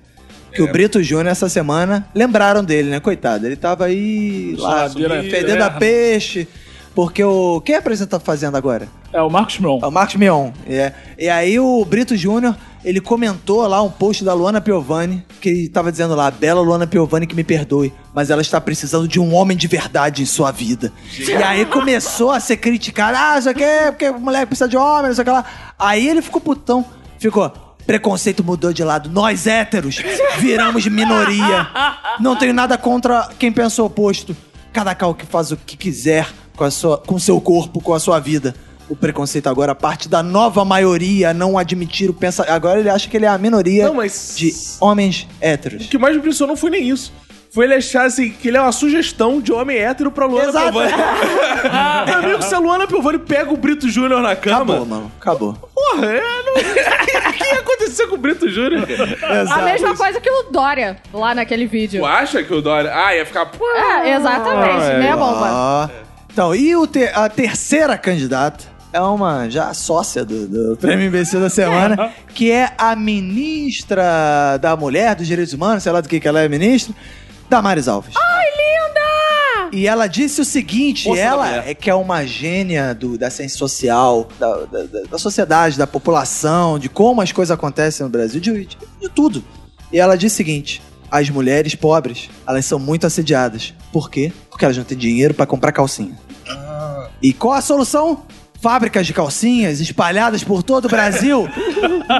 [SPEAKER 2] que o Brito Júnior essa semana, lembraram dele, né? Coitado, ele tava aí lá,
[SPEAKER 5] Sumido,
[SPEAKER 2] fedendo a
[SPEAKER 5] é.
[SPEAKER 2] peixe. Porque o. Quem apresenta a Fazenda agora?
[SPEAKER 5] É, o Marcos Mion.
[SPEAKER 2] É o Marcos Mion. É. E aí o Brito Júnior, ele comentou lá um post da Luana Piovani, que ele tava dizendo lá, bela Luana Piovani que me perdoe, mas ela está precisando de um homem de verdade em sua vida. E aí começou a ser criticado, ah, isso aqui é porque mulher precisa de homem, não sei o que lá. Aí ele ficou putão, ficou... Preconceito mudou de lado. Nós héteros viramos minoria. Não tenho nada contra quem pensa o oposto cada qual que faz o que quiser com a sua, com seu corpo, com a sua vida. O preconceito agora parte da nova maioria não admitir o pensamento. Agora ele acha que ele é a minoria
[SPEAKER 3] Não, mas-
[SPEAKER 2] de homens
[SPEAKER 3] O
[SPEAKER 2] héteros.
[SPEAKER 3] que mais me impressionou não foi nem isso. Foi ele achar assim, que ele é uma sugestão de homem hétero pra Luana
[SPEAKER 2] Exato.
[SPEAKER 3] Piovani. Meu amigo, se a Luana Piovani pega o Brito Júnior na cama.
[SPEAKER 2] Acabou, mano. Acabou.
[SPEAKER 3] Porra, é. Não... o que ia acontecer com o Brito Júnior? cara?
[SPEAKER 4] A mesma coisa que o Dória lá naquele vídeo.
[SPEAKER 3] Tu acha que o Dória. Ah, ia ficar. Pô,
[SPEAKER 4] É, exatamente. Meia bomba.
[SPEAKER 2] Ah. Então, e o te- a terceira candidata é uma já sócia do, do Prêmio Imbecil da Semana, que é a ministra da Mulher, dos Direitos Humanos, sei lá do que, que ela é ministra, Damares Alves.
[SPEAKER 4] Ai, linda!
[SPEAKER 2] E ela disse o seguinte,
[SPEAKER 3] Força da
[SPEAKER 2] ela
[SPEAKER 3] mulher.
[SPEAKER 2] é que é uma gênia do- da ciência social, da, da- da- da sociedade, da população, de como as coisas acontecem no Brasil, de, de- de tudo. E ela disse o seguinte, as mulheres pobres, elas são muito assediadas. Por quê? Porque elas não têm dinheiro pra comprar calcinha. E qual a solução? Fábricas de calcinhas espalhadas por todo o Brasil,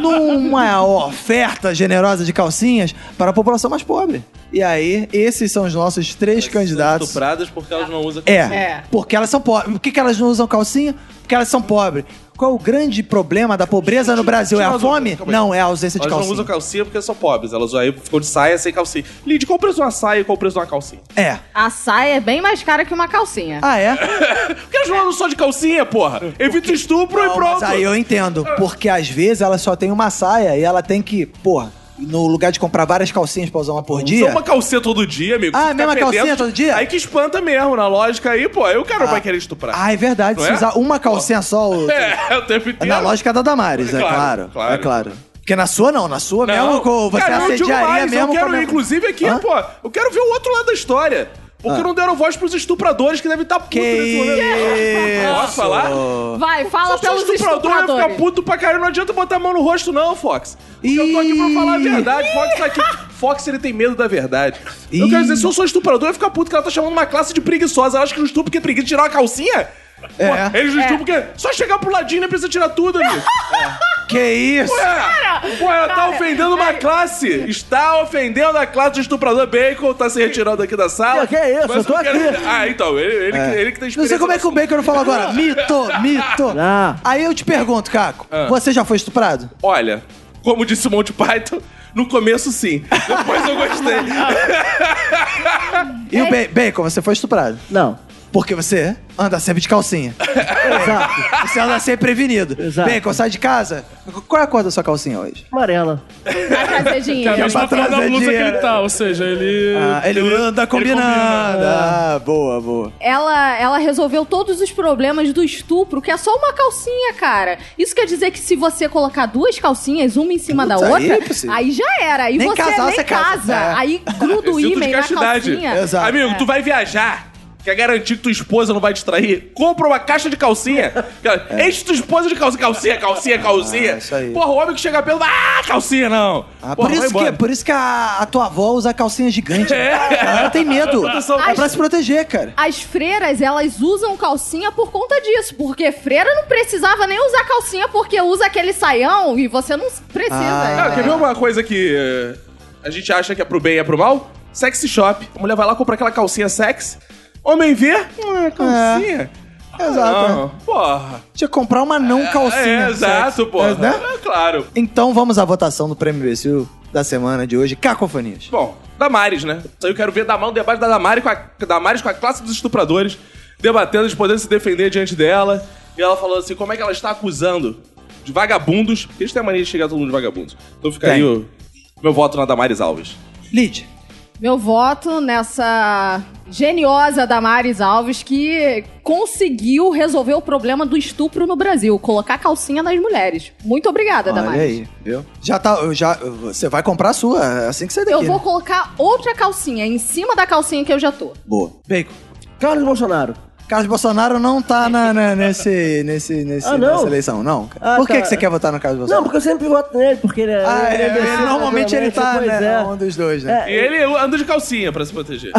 [SPEAKER 2] numa oferta generosa de calcinhas para a população mais pobre. E aí, esses são os nossos três candidatos.
[SPEAKER 3] Estupradas porque elas não usam.
[SPEAKER 2] É,
[SPEAKER 4] É.
[SPEAKER 2] porque elas são pobres. Por que, que elas não usam calcinha? Porque elas são pobres. Qual é o grande problema da pobreza no Brasil? É a
[SPEAKER 3] Tira-
[SPEAKER 2] fome?
[SPEAKER 3] calma aí.
[SPEAKER 2] Não, é a ausência de
[SPEAKER 3] Elas não usam
[SPEAKER 2] calcinha.
[SPEAKER 3] calcinha porque são pobres. Elas aí ficam de saia sem calcinha. Lid, qual o preço de uma saia e qual o preço de uma calcinha?
[SPEAKER 2] É.
[SPEAKER 4] A saia é bem mais cara que uma calcinha.
[SPEAKER 2] Ah, é?
[SPEAKER 3] Por que elas não andam só de calcinha, porra? Evita o estupro e
[SPEAKER 2] Não,
[SPEAKER 3] pronto. É.
[SPEAKER 2] Mas aí eu entendo. Porque às vezes ela só tem uma saia e ela tem que, porra, no lugar de comprar várias calcinhas pra usar uma por
[SPEAKER 3] Só
[SPEAKER 2] dia.
[SPEAKER 3] uma calcinha todo dia, amigo.
[SPEAKER 2] Ah,
[SPEAKER 3] Você
[SPEAKER 2] a mesma
[SPEAKER 3] ficar
[SPEAKER 2] calcinha todo dia?
[SPEAKER 3] Aí que espanta mesmo, na lógica aí, pô. Aí o cara vai querer estuprar.
[SPEAKER 2] Ah, é verdade.
[SPEAKER 3] Não
[SPEAKER 2] Se
[SPEAKER 3] é?
[SPEAKER 2] usar uma calcinha só, o-
[SPEAKER 3] É, o tempo
[SPEAKER 2] É
[SPEAKER 3] inteiro.
[SPEAKER 2] na lógica da Damares, é
[SPEAKER 3] Claro,
[SPEAKER 2] claro.
[SPEAKER 3] claro.
[SPEAKER 2] É claro. Porque na sua não, na sua mesmo, co- você
[SPEAKER 3] Cara, eu digo
[SPEAKER 2] assediaria
[SPEAKER 3] mais,
[SPEAKER 2] mesmo.
[SPEAKER 3] Eu quero,
[SPEAKER 2] como-
[SPEAKER 3] inclusive, aqui,
[SPEAKER 2] Hã?
[SPEAKER 3] pô, eu quero ver o outro lado da história. Porque
[SPEAKER 2] Ah.
[SPEAKER 3] não deram voz pros estupradores que devem estar putos
[SPEAKER 2] Que isso?
[SPEAKER 3] Posso falar?
[SPEAKER 4] Vai, fala
[SPEAKER 3] Se eu
[SPEAKER 4] pelos
[SPEAKER 3] sou estuprador, eu ia ficar
[SPEAKER 4] estupradores.
[SPEAKER 3] puto pra caralho. Não adianta botar a mão no rosto, não, Fox. Porque eu tô aqui pra falar a verdade. Fox tá aqui. Fox, ele tem medo da verdade. Eu
[SPEAKER 2] Ih.
[SPEAKER 3] quero dizer, se eu sou estuprador, eu ia ficar puto que ela tá chamando uma classe de preguiçosa. Ela acha que não estupro porque é preguiça tirar uma calcinha?
[SPEAKER 2] É.
[SPEAKER 3] Pô, eles não estupram porque só chegar pro ladinho não precisa tirar tudo, amigo.
[SPEAKER 2] Que isso?
[SPEAKER 3] É. Pô, ela tá ofendendo uma classe. Está ofendendo a classe do estuprador. Bacon tá se retirando aqui da sala.
[SPEAKER 6] Que- que é isso?
[SPEAKER 3] Mas
[SPEAKER 6] Eu tô
[SPEAKER 3] quero-
[SPEAKER 6] aqui.
[SPEAKER 3] Ah, então, ele, ele, que- ele que tem experiência.
[SPEAKER 2] Não sei como é que o Baker não falou agora. Mito, mito.
[SPEAKER 6] Ah.
[SPEAKER 2] Aí eu te pergunto, Caco,
[SPEAKER 3] Ah.
[SPEAKER 2] você já foi estuprado?
[SPEAKER 3] Olha, como disse o Monty Python, no começo sim,
[SPEAKER 4] Ah,
[SPEAKER 3] depois eu gostei.
[SPEAKER 2] E o Ba- Bacon, você foi estuprado?
[SPEAKER 6] Não.
[SPEAKER 2] Porque você anda sempre de calcinha.
[SPEAKER 6] Exato.
[SPEAKER 2] Você anda sempre prevenido.
[SPEAKER 6] Exato.
[SPEAKER 2] Bem, quando sai de casa, qual é a cor da sua calcinha hoje?
[SPEAKER 6] Amarela.
[SPEAKER 4] Vai trazer
[SPEAKER 5] É a
[SPEAKER 4] dinheiro.
[SPEAKER 5] mesma
[SPEAKER 2] pra
[SPEAKER 5] cor da
[SPEAKER 2] trazer
[SPEAKER 5] blusa que
[SPEAKER 2] dinheiro.
[SPEAKER 5] ele tá, ou seja, ele.
[SPEAKER 2] Ah, ele anda combinando.
[SPEAKER 5] combina,
[SPEAKER 2] Ah, boa, boa.
[SPEAKER 4] Ela, ela resolveu todos os problemas do estupro, que é só uma calcinha, cara. Isso quer dizer que se você colocar duas calcinhas, uma em cima da
[SPEAKER 2] Putz, aí
[SPEAKER 4] outra,
[SPEAKER 2] é possível.
[SPEAKER 4] aí já era. Aí
[SPEAKER 2] Nem
[SPEAKER 4] você
[SPEAKER 2] casar,
[SPEAKER 4] nem
[SPEAKER 2] você casa.
[SPEAKER 4] casa.
[SPEAKER 2] É.
[SPEAKER 4] Aí gruda o
[SPEAKER 3] Cinto de
[SPEAKER 4] ímã na
[SPEAKER 3] castidade.
[SPEAKER 4] calcinha.
[SPEAKER 2] Exato.
[SPEAKER 3] Amigo, tu vai viajar. Quer garantir que tua esposa não vai te trair? Compra uma caixa de calcinha. É. Enche tua esposa de calcinha, calcinha, calcinha, calcinha.
[SPEAKER 2] Ah, isso aí.
[SPEAKER 3] Porra, o homem que chega pelo. Ah, calcinha não.
[SPEAKER 2] Ah,
[SPEAKER 3] Porra,
[SPEAKER 2] por,
[SPEAKER 3] vai
[SPEAKER 2] isso que,
[SPEAKER 3] embora.
[SPEAKER 2] por isso que a, a tua avó usa calcinha gigante.
[SPEAKER 3] É.
[SPEAKER 2] Ela tem medo.
[SPEAKER 3] Proteção.
[SPEAKER 2] É pra se proteger, cara.
[SPEAKER 4] As freiras, elas usam calcinha por conta disso, porque freira não precisava nem usar calcinha porque usa aquele saião e você não precisa.
[SPEAKER 2] Ah,
[SPEAKER 3] Ah, quer ver uma coisa que eh, a gente acha que é pro bem e é pro mal? Sexy shop. A mulher vai lá comprar aquela calcinha sexy. Homem vê? Ah, calcinha.
[SPEAKER 2] É. Exato.
[SPEAKER 3] Não, porra.
[SPEAKER 2] Tinha que comprar uma não calcinha.
[SPEAKER 3] é, exato,
[SPEAKER 2] sexy.
[SPEAKER 3] porra.
[SPEAKER 2] Mas, né?
[SPEAKER 3] É, claro.
[SPEAKER 2] Então vamos à votação do Prêmio Imbecil da semana de hoje. Cacofonias.
[SPEAKER 3] Bom, Damares, né? Isso aí Eu quero ver Damar, um debate da Damares com, a, Damares com a classe dos estupradores, debatendo, eles podendo se defender diante dela. E ela falando assim, como é que ela está acusando de vagabundos? Porque eles têm a mania de chegar todo mundo de vagabundos. Então fica aí
[SPEAKER 2] Tem.
[SPEAKER 3] o meu voto na Damares Alves.
[SPEAKER 2] Lid.
[SPEAKER 4] Meu voto nessa geniosa Damares Alves que conseguiu resolver o problema do estupro no Brasil, colocar calcinha nas mulheres. Muito obrigada,
[SPEAKER 2] Olha
[SPEAKER 4] Damares.
[SPEAKER 2] aí, viu? Já tá. eu Já, você vai comprar a sua é assim que você
[SPEAKER 4] Eu
[SPEAKER 2] daqui.
[SPEAKER 4] vou colocar outra calcinha em cima da calcinha que eu já tô.
[SPEAKER 2] Boa. Bacon.
[SPEAKER 6] Carlos Bolsonaro.
[SPEAKER 2] Carlos Bolsonaro não tá na- na- nesse, nesse, nesse,
[SPEAKER 6] Ah, não?
[SPEAKER 2] nessa eleição, não. cara.
[SPEAKER 6] Ah,
[SPEAKER 2] Por que,
[SPEAKER 6] tá.
[SPEAKER 2] que você quer votar no Carlos
[SPEAKER 6] Não,
[SPEAKER 2] Bolsonaro?
[SPEAKER 6] porque eu sempre voto nele, porque ele é.
[SPEAKER 2] ah, é,
[SPEAKER 6] imbecil,
[SPEAKER 2] ele- normalmente ele tá,
[SPEAKER 6] pois
[SPEAKER 2] né?
[SPEAKER 6] é.
[SPEAKER 2] Um dos dois, né?
[SPEAKER 3] E ele anda de calcinha pra se proteger.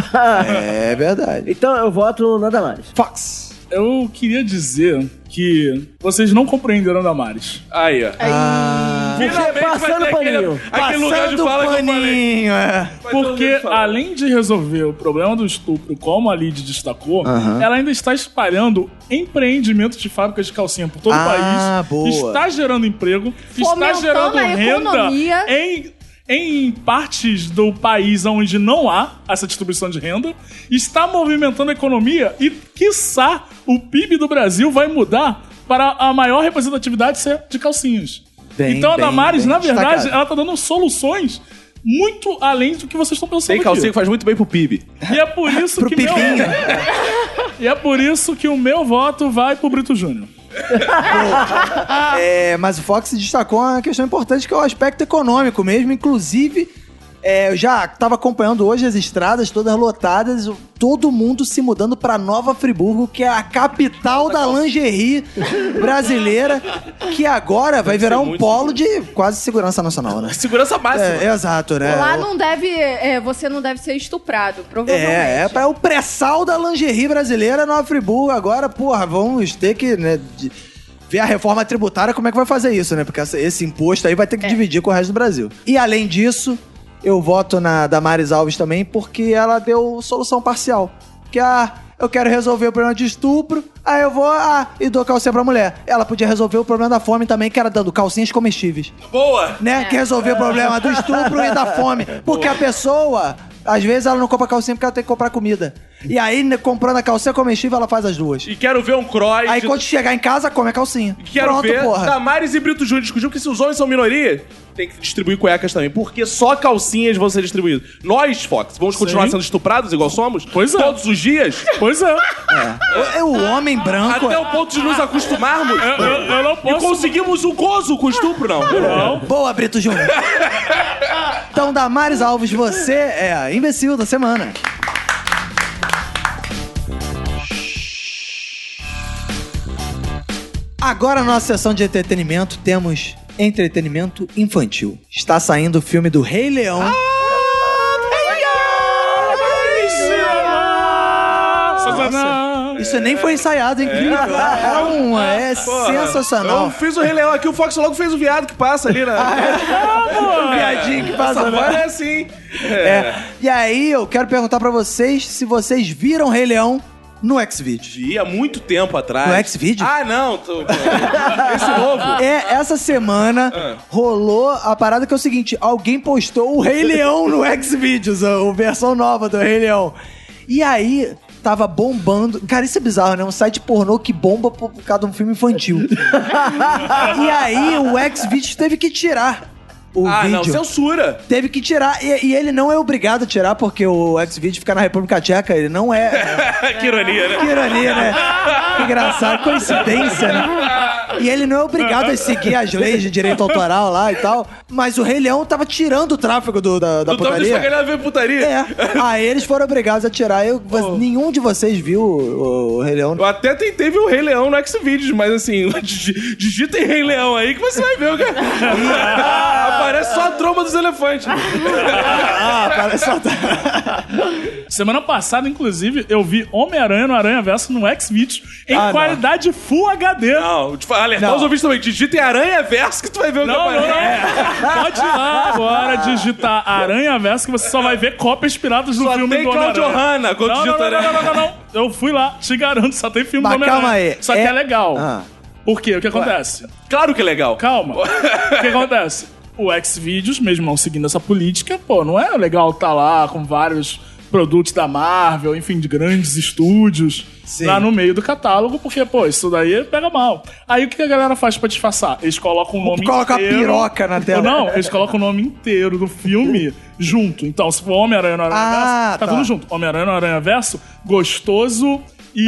[SPEAKER 2] É, verdade.
[SPEAKER 6] Então eu voto nada mais.
[SPEAKER 2] Fox.
[SPEAKER 5] Eu queria dizer que vocês não compreenderam Damares.
[SPEAKER 3] Aí, ó.
[SPEAKER 2] Ah,
[SPEAKER 3] Finalmente
[SPEAKER 6] Passando
[SPEAKER 3] vai ter
[SPEAKER 6] paninho.
[SPEAKER 3] Aquele, aquele lugar de
[SPEAKER 2] passando
[SPEAKER 3] fala que eu falei.
[SPEAKER 2] paninho, é.
[SPEAKER 3] Vai ter um lugar
[SPEAKER 5] Porque,
[SPEAKER 3] de fala.
[SPEAKER 5] além de resolver o problema do estupro, como a Lid destacou,
[SPEAKER 2] Aham.
[SPEAKER 5] ela ainda está espalhando empreendimentos de fábricas de calcinha por todo
[SPEAKER 2] Ah,
[SPEAKER 5] o país.
[SPEAKER 2] boa.
[SPEAKER 5] Está gerando emprego, está
[SPEAKER 4] Fomentando
[SPEAKER 5] gerando
[SPEAKER 4] a
[SPEAKER 5] renda
[SPEAKER 4] economia.
[SPEAKER 5] em, em partes do país onde não há essa distribuição de renda, está movimentando a economia e, quiçá, o PIB do Brasil vai mudar para a maior representatividade ser de calcinhas.
[SPEAKER 2] Bem,
[SPEAKER 5] então a
[SPEAKER 2] bem,
[SPEAKER 5] Damares,
[SPEAKER 2] bem
[SPEAKER 5] na verdade,
[SPEAKER 2] destacado.
[SPEAKER 5] ela tá dando soluções muito além do que vocês estão pensando
[SPEAKER 3] Tem calcinha que
[SPEAKER 5] aqui.
[SPEAKER 3] faz muito bem pro PIB.
[SPEAKER 5] E é por isso
[SPEAKER 2] Pro
[SPEAKER 5] que meu...
[SPEAKER 2] pipinho.
[SPEAKER 5] E é por isso que o meu voto vai pro Brito Júnior.
[SPEAKER 2] É, mas o Fox destacou uma questão importante que é o aspecto econômico mesmo. Inclusive, é, eu já estava acompanhando hoje as estradas todas lotadas, o- todo mundo se mudando para Nova Friburgo, que é a capital da lingerie brasileira, que agora vai virar um
[SPEAKER 3] muito
[SPEAKER 2] polo de quase segurança nacional, né?
[SPEAKER 3] Segurança máxima.
[SPEAKER 2] É, exato, né?
[SPEAKER 4] Lá não deve. é, você não deve ser estuprado, provavelmente.
[SPEAKER 2] É, é, pra- é o pré-sal da lingerie brasileira no Friburgo. Agora, porra, vamos ter que né, de- ver a reforma tributária como é que vai fazer isso, né? Porque essa- esse imposto aí vai ter que dividir com o resto do Brasil. E além disso, eu voto na Damares Alves também porque ela deu solução parcial. Que ah, eu quero resolver o problema de estupro, aí eu vou ah, e dou calcinha pra mulher. Ela podia resolver o problema da fome também, que era dando calcinhas comestíveis
[SPEAKER 3] Boa!
[SPEAKER 2] né? Que resolver o problema do estupro e da fome. Porque a pessoa, às vezes, ela não compra calcinha porque ela tem que comprar comida. E aí, né, comprando a calcinha comestível, ela faz as duas.
[SPEAKER 3] E quero ver um cross.
[SPEAKER 2] Aí, quando chegar em casa, come a calcinha.
[SPEAKER 3] Quero
[SPEAKER 2] Pronto,
[SPEAKER 3] ver Tá.
[SPEAKER 2] porra.
[SPEAKER 3] Damares e Brito Júnior discutindo que se os homens são minoria, tem que distribuir cuecas também. Porque só calcinhas vão ser distribuídas. Nós, Fox, vamos continuar
[SPEAKER 5] Sim.
[SPEAKER 3] sendo estuprados igual somos?
[SPEAKER 5] Pois é.
[SPEAKER 3] Todos os dias?
[SPEAKER 5] Pois é.
[SPEAKER 2] É o homem branco.
[SPEAKER 3] Até o ponto de nos acostumarmos?
[SPEAKER 5] Eu, eu- eu não
[SPEAKER 3] E
[SPEAKER 5] posso.
[SPEAKER 3] conseguimos o gozo com o estupro, não?
[SPEAKER 5] é. Não.
[SPEAKER 2] Boa, Brito Júnior. então, Damares Alves, você é a imbecil da semana. Agora, na nossa sessão de entretenimento, temos entretenimento infantil. Está saindo o filme do Rei Leão.
[SPEAKER 5] Sazana.
[SPEAKER 2] Isso nem foi ensaiado, é incrível. É, um- é sensacional.
[SPEAKER 3] Eu fiz o Rei Leão aqui, o Fox logo fez o viado que passa ali, né?
[SPEAKER 5] Ah, é?
[SPEAKER 2] Um viadinho que passa
[SPEAKER 3] Essa
[SPEAKER 5] né?
[SPEAKER 2] agora.
[SPEAKER 3] voz é assim.
[SPEAKER 2] É. E aí, eu quero perguntar pra vocês se vocês viram Rei Leão no Xvideos.
[SPEAKER 3] Vi há muito tempo atrás.
[SPEAKER 2] No Xvideos?
[SPEAKER 3] Ah, não. tô- Esse novo.
[SPEAKER 2] É, essa semana
[SPEAKER 3] Ah.
[SPEAKER 2] rolou a parada que é o seguinte: alguém postou o Rei Leão no Xvideos, a, a versão nova do Rei Leão. E aí, tava bombando. Cara, isso é bizarro, né? Um site pornô que bomba por por causa de um filme infantil. e aí o Xvideos teve que tirar o
[SPEAKER 3] Ah, não,
[SPEAKER 2] vídeo.
[SPEAKER 3] censura.
[SPEAKER 2] Teve que tirar, e, e ele não é obrigado a tirar, porque o Xvideos fica na República Tcheca, ele não é.
[SPEAKER 3] que ironia, né?
[SPEAKER 2] Que ironia, né? Que engraçado, coincidência, né? E ele não é obrigado a seguir as leis de direito autoral lá e tal, mas o Rei Leão tava tirando o tráfego do, da, da
[SPEAKER 3] Não tava
[SPEAKER 2] putaria.
[SPEAKER 3] desfagando a ver putaria.
[SPEAKER 2] É. Aí eles foram obrigados a tirar. Eu, Nenhum de vocês viu o, o Rei Leão.
[SPEAKER 3] Eu até tentei ver o Rei Leão no Xvideos, mas assim, dig- digita em Rei Leão aí que é você vai ver o cara. Aparece só a tromba dos elefantes.
[SPEAKER 2] Ah, parece só.
[SPEAKER 5] Semana passada, inclusive, eu vi Homem-Aranha no Aranha Verso no X-Videos em
[SPEAKER 2] Ah, não.
[SPEAKER 5] qualidade Full HD.
[SPEAKER 3] Não, te fa- alertar
[SPEAKER 2] Não.
[SPEAKER 3] Tipo, os ouvintes também. Digita em Aranha Verso que tu vai ver o que
[SPEAKER 5] Não, não,
[SPEAKER 3] aparece.
[SPEAKER 5] não. Pode ir lá agora digitar Aranha Verso que você só vai ver cópias piratas do
[SPEAKER 3] Só
[SPEAKER 5] filme
[SPEAKER 3] tem
[SPEAKER 5] do
[SPEAKER 3] Claudio
[SPEAKER 5] Homem-Aranha.
[SPEAKER 3] Hanna quando
[SPEAKER 5] Não, não,
[SPEAKER 3] digita
[SPEAKER 5] não, não,
[SPEAKER 3] Aranha.
[SPEAKER 5] não, não, não. Eu fui lá, te garanto, só tem filme
[SPEAKER 2] Mas
[SPEAKER 5] do Homem-Aranha.
[SPEAKER 2] calma aí,
[SPEAKER 5] Só que
[SPEAKER 2] é-
[SPEAKER 5] é, legal.
[SPEAKER 2] Ah.
[SPEAKER 5] Por quê? O que acontece?
[SPEAKER 3] Claro que é legal.
[SPEAKER 5] Calma. o que acontece? O Xvideos, mesmo não seguindo essa política, pô, não é legal estar lá com vários produtos da Marvel, enfim, de grandes estúdios,
[SPEAKER 2] Sim.
[SPEAKER 5] lá no meio do catálogo, porque, pô, isso daí pega mal. Aí o que a galera faz pra disfarçar? Eles colocam o nome
[SPEAKER 2] Coloca a
[SPEAKER 5] inteiro...
[SPEAKER 2] piroca na tela.
[SPEAKER 5] Não, eles colocam o nome inteiro do filme junto. Então, se for Homem-Aranha no Aranha
[SPEAKER 2] Ah,
[SPEAKER 5] Verso, tá,
[SPEAKER 2] tá.
[SPEAKER 5] tudo junto. Homem-Aranha no Aranha Verso, gostoso e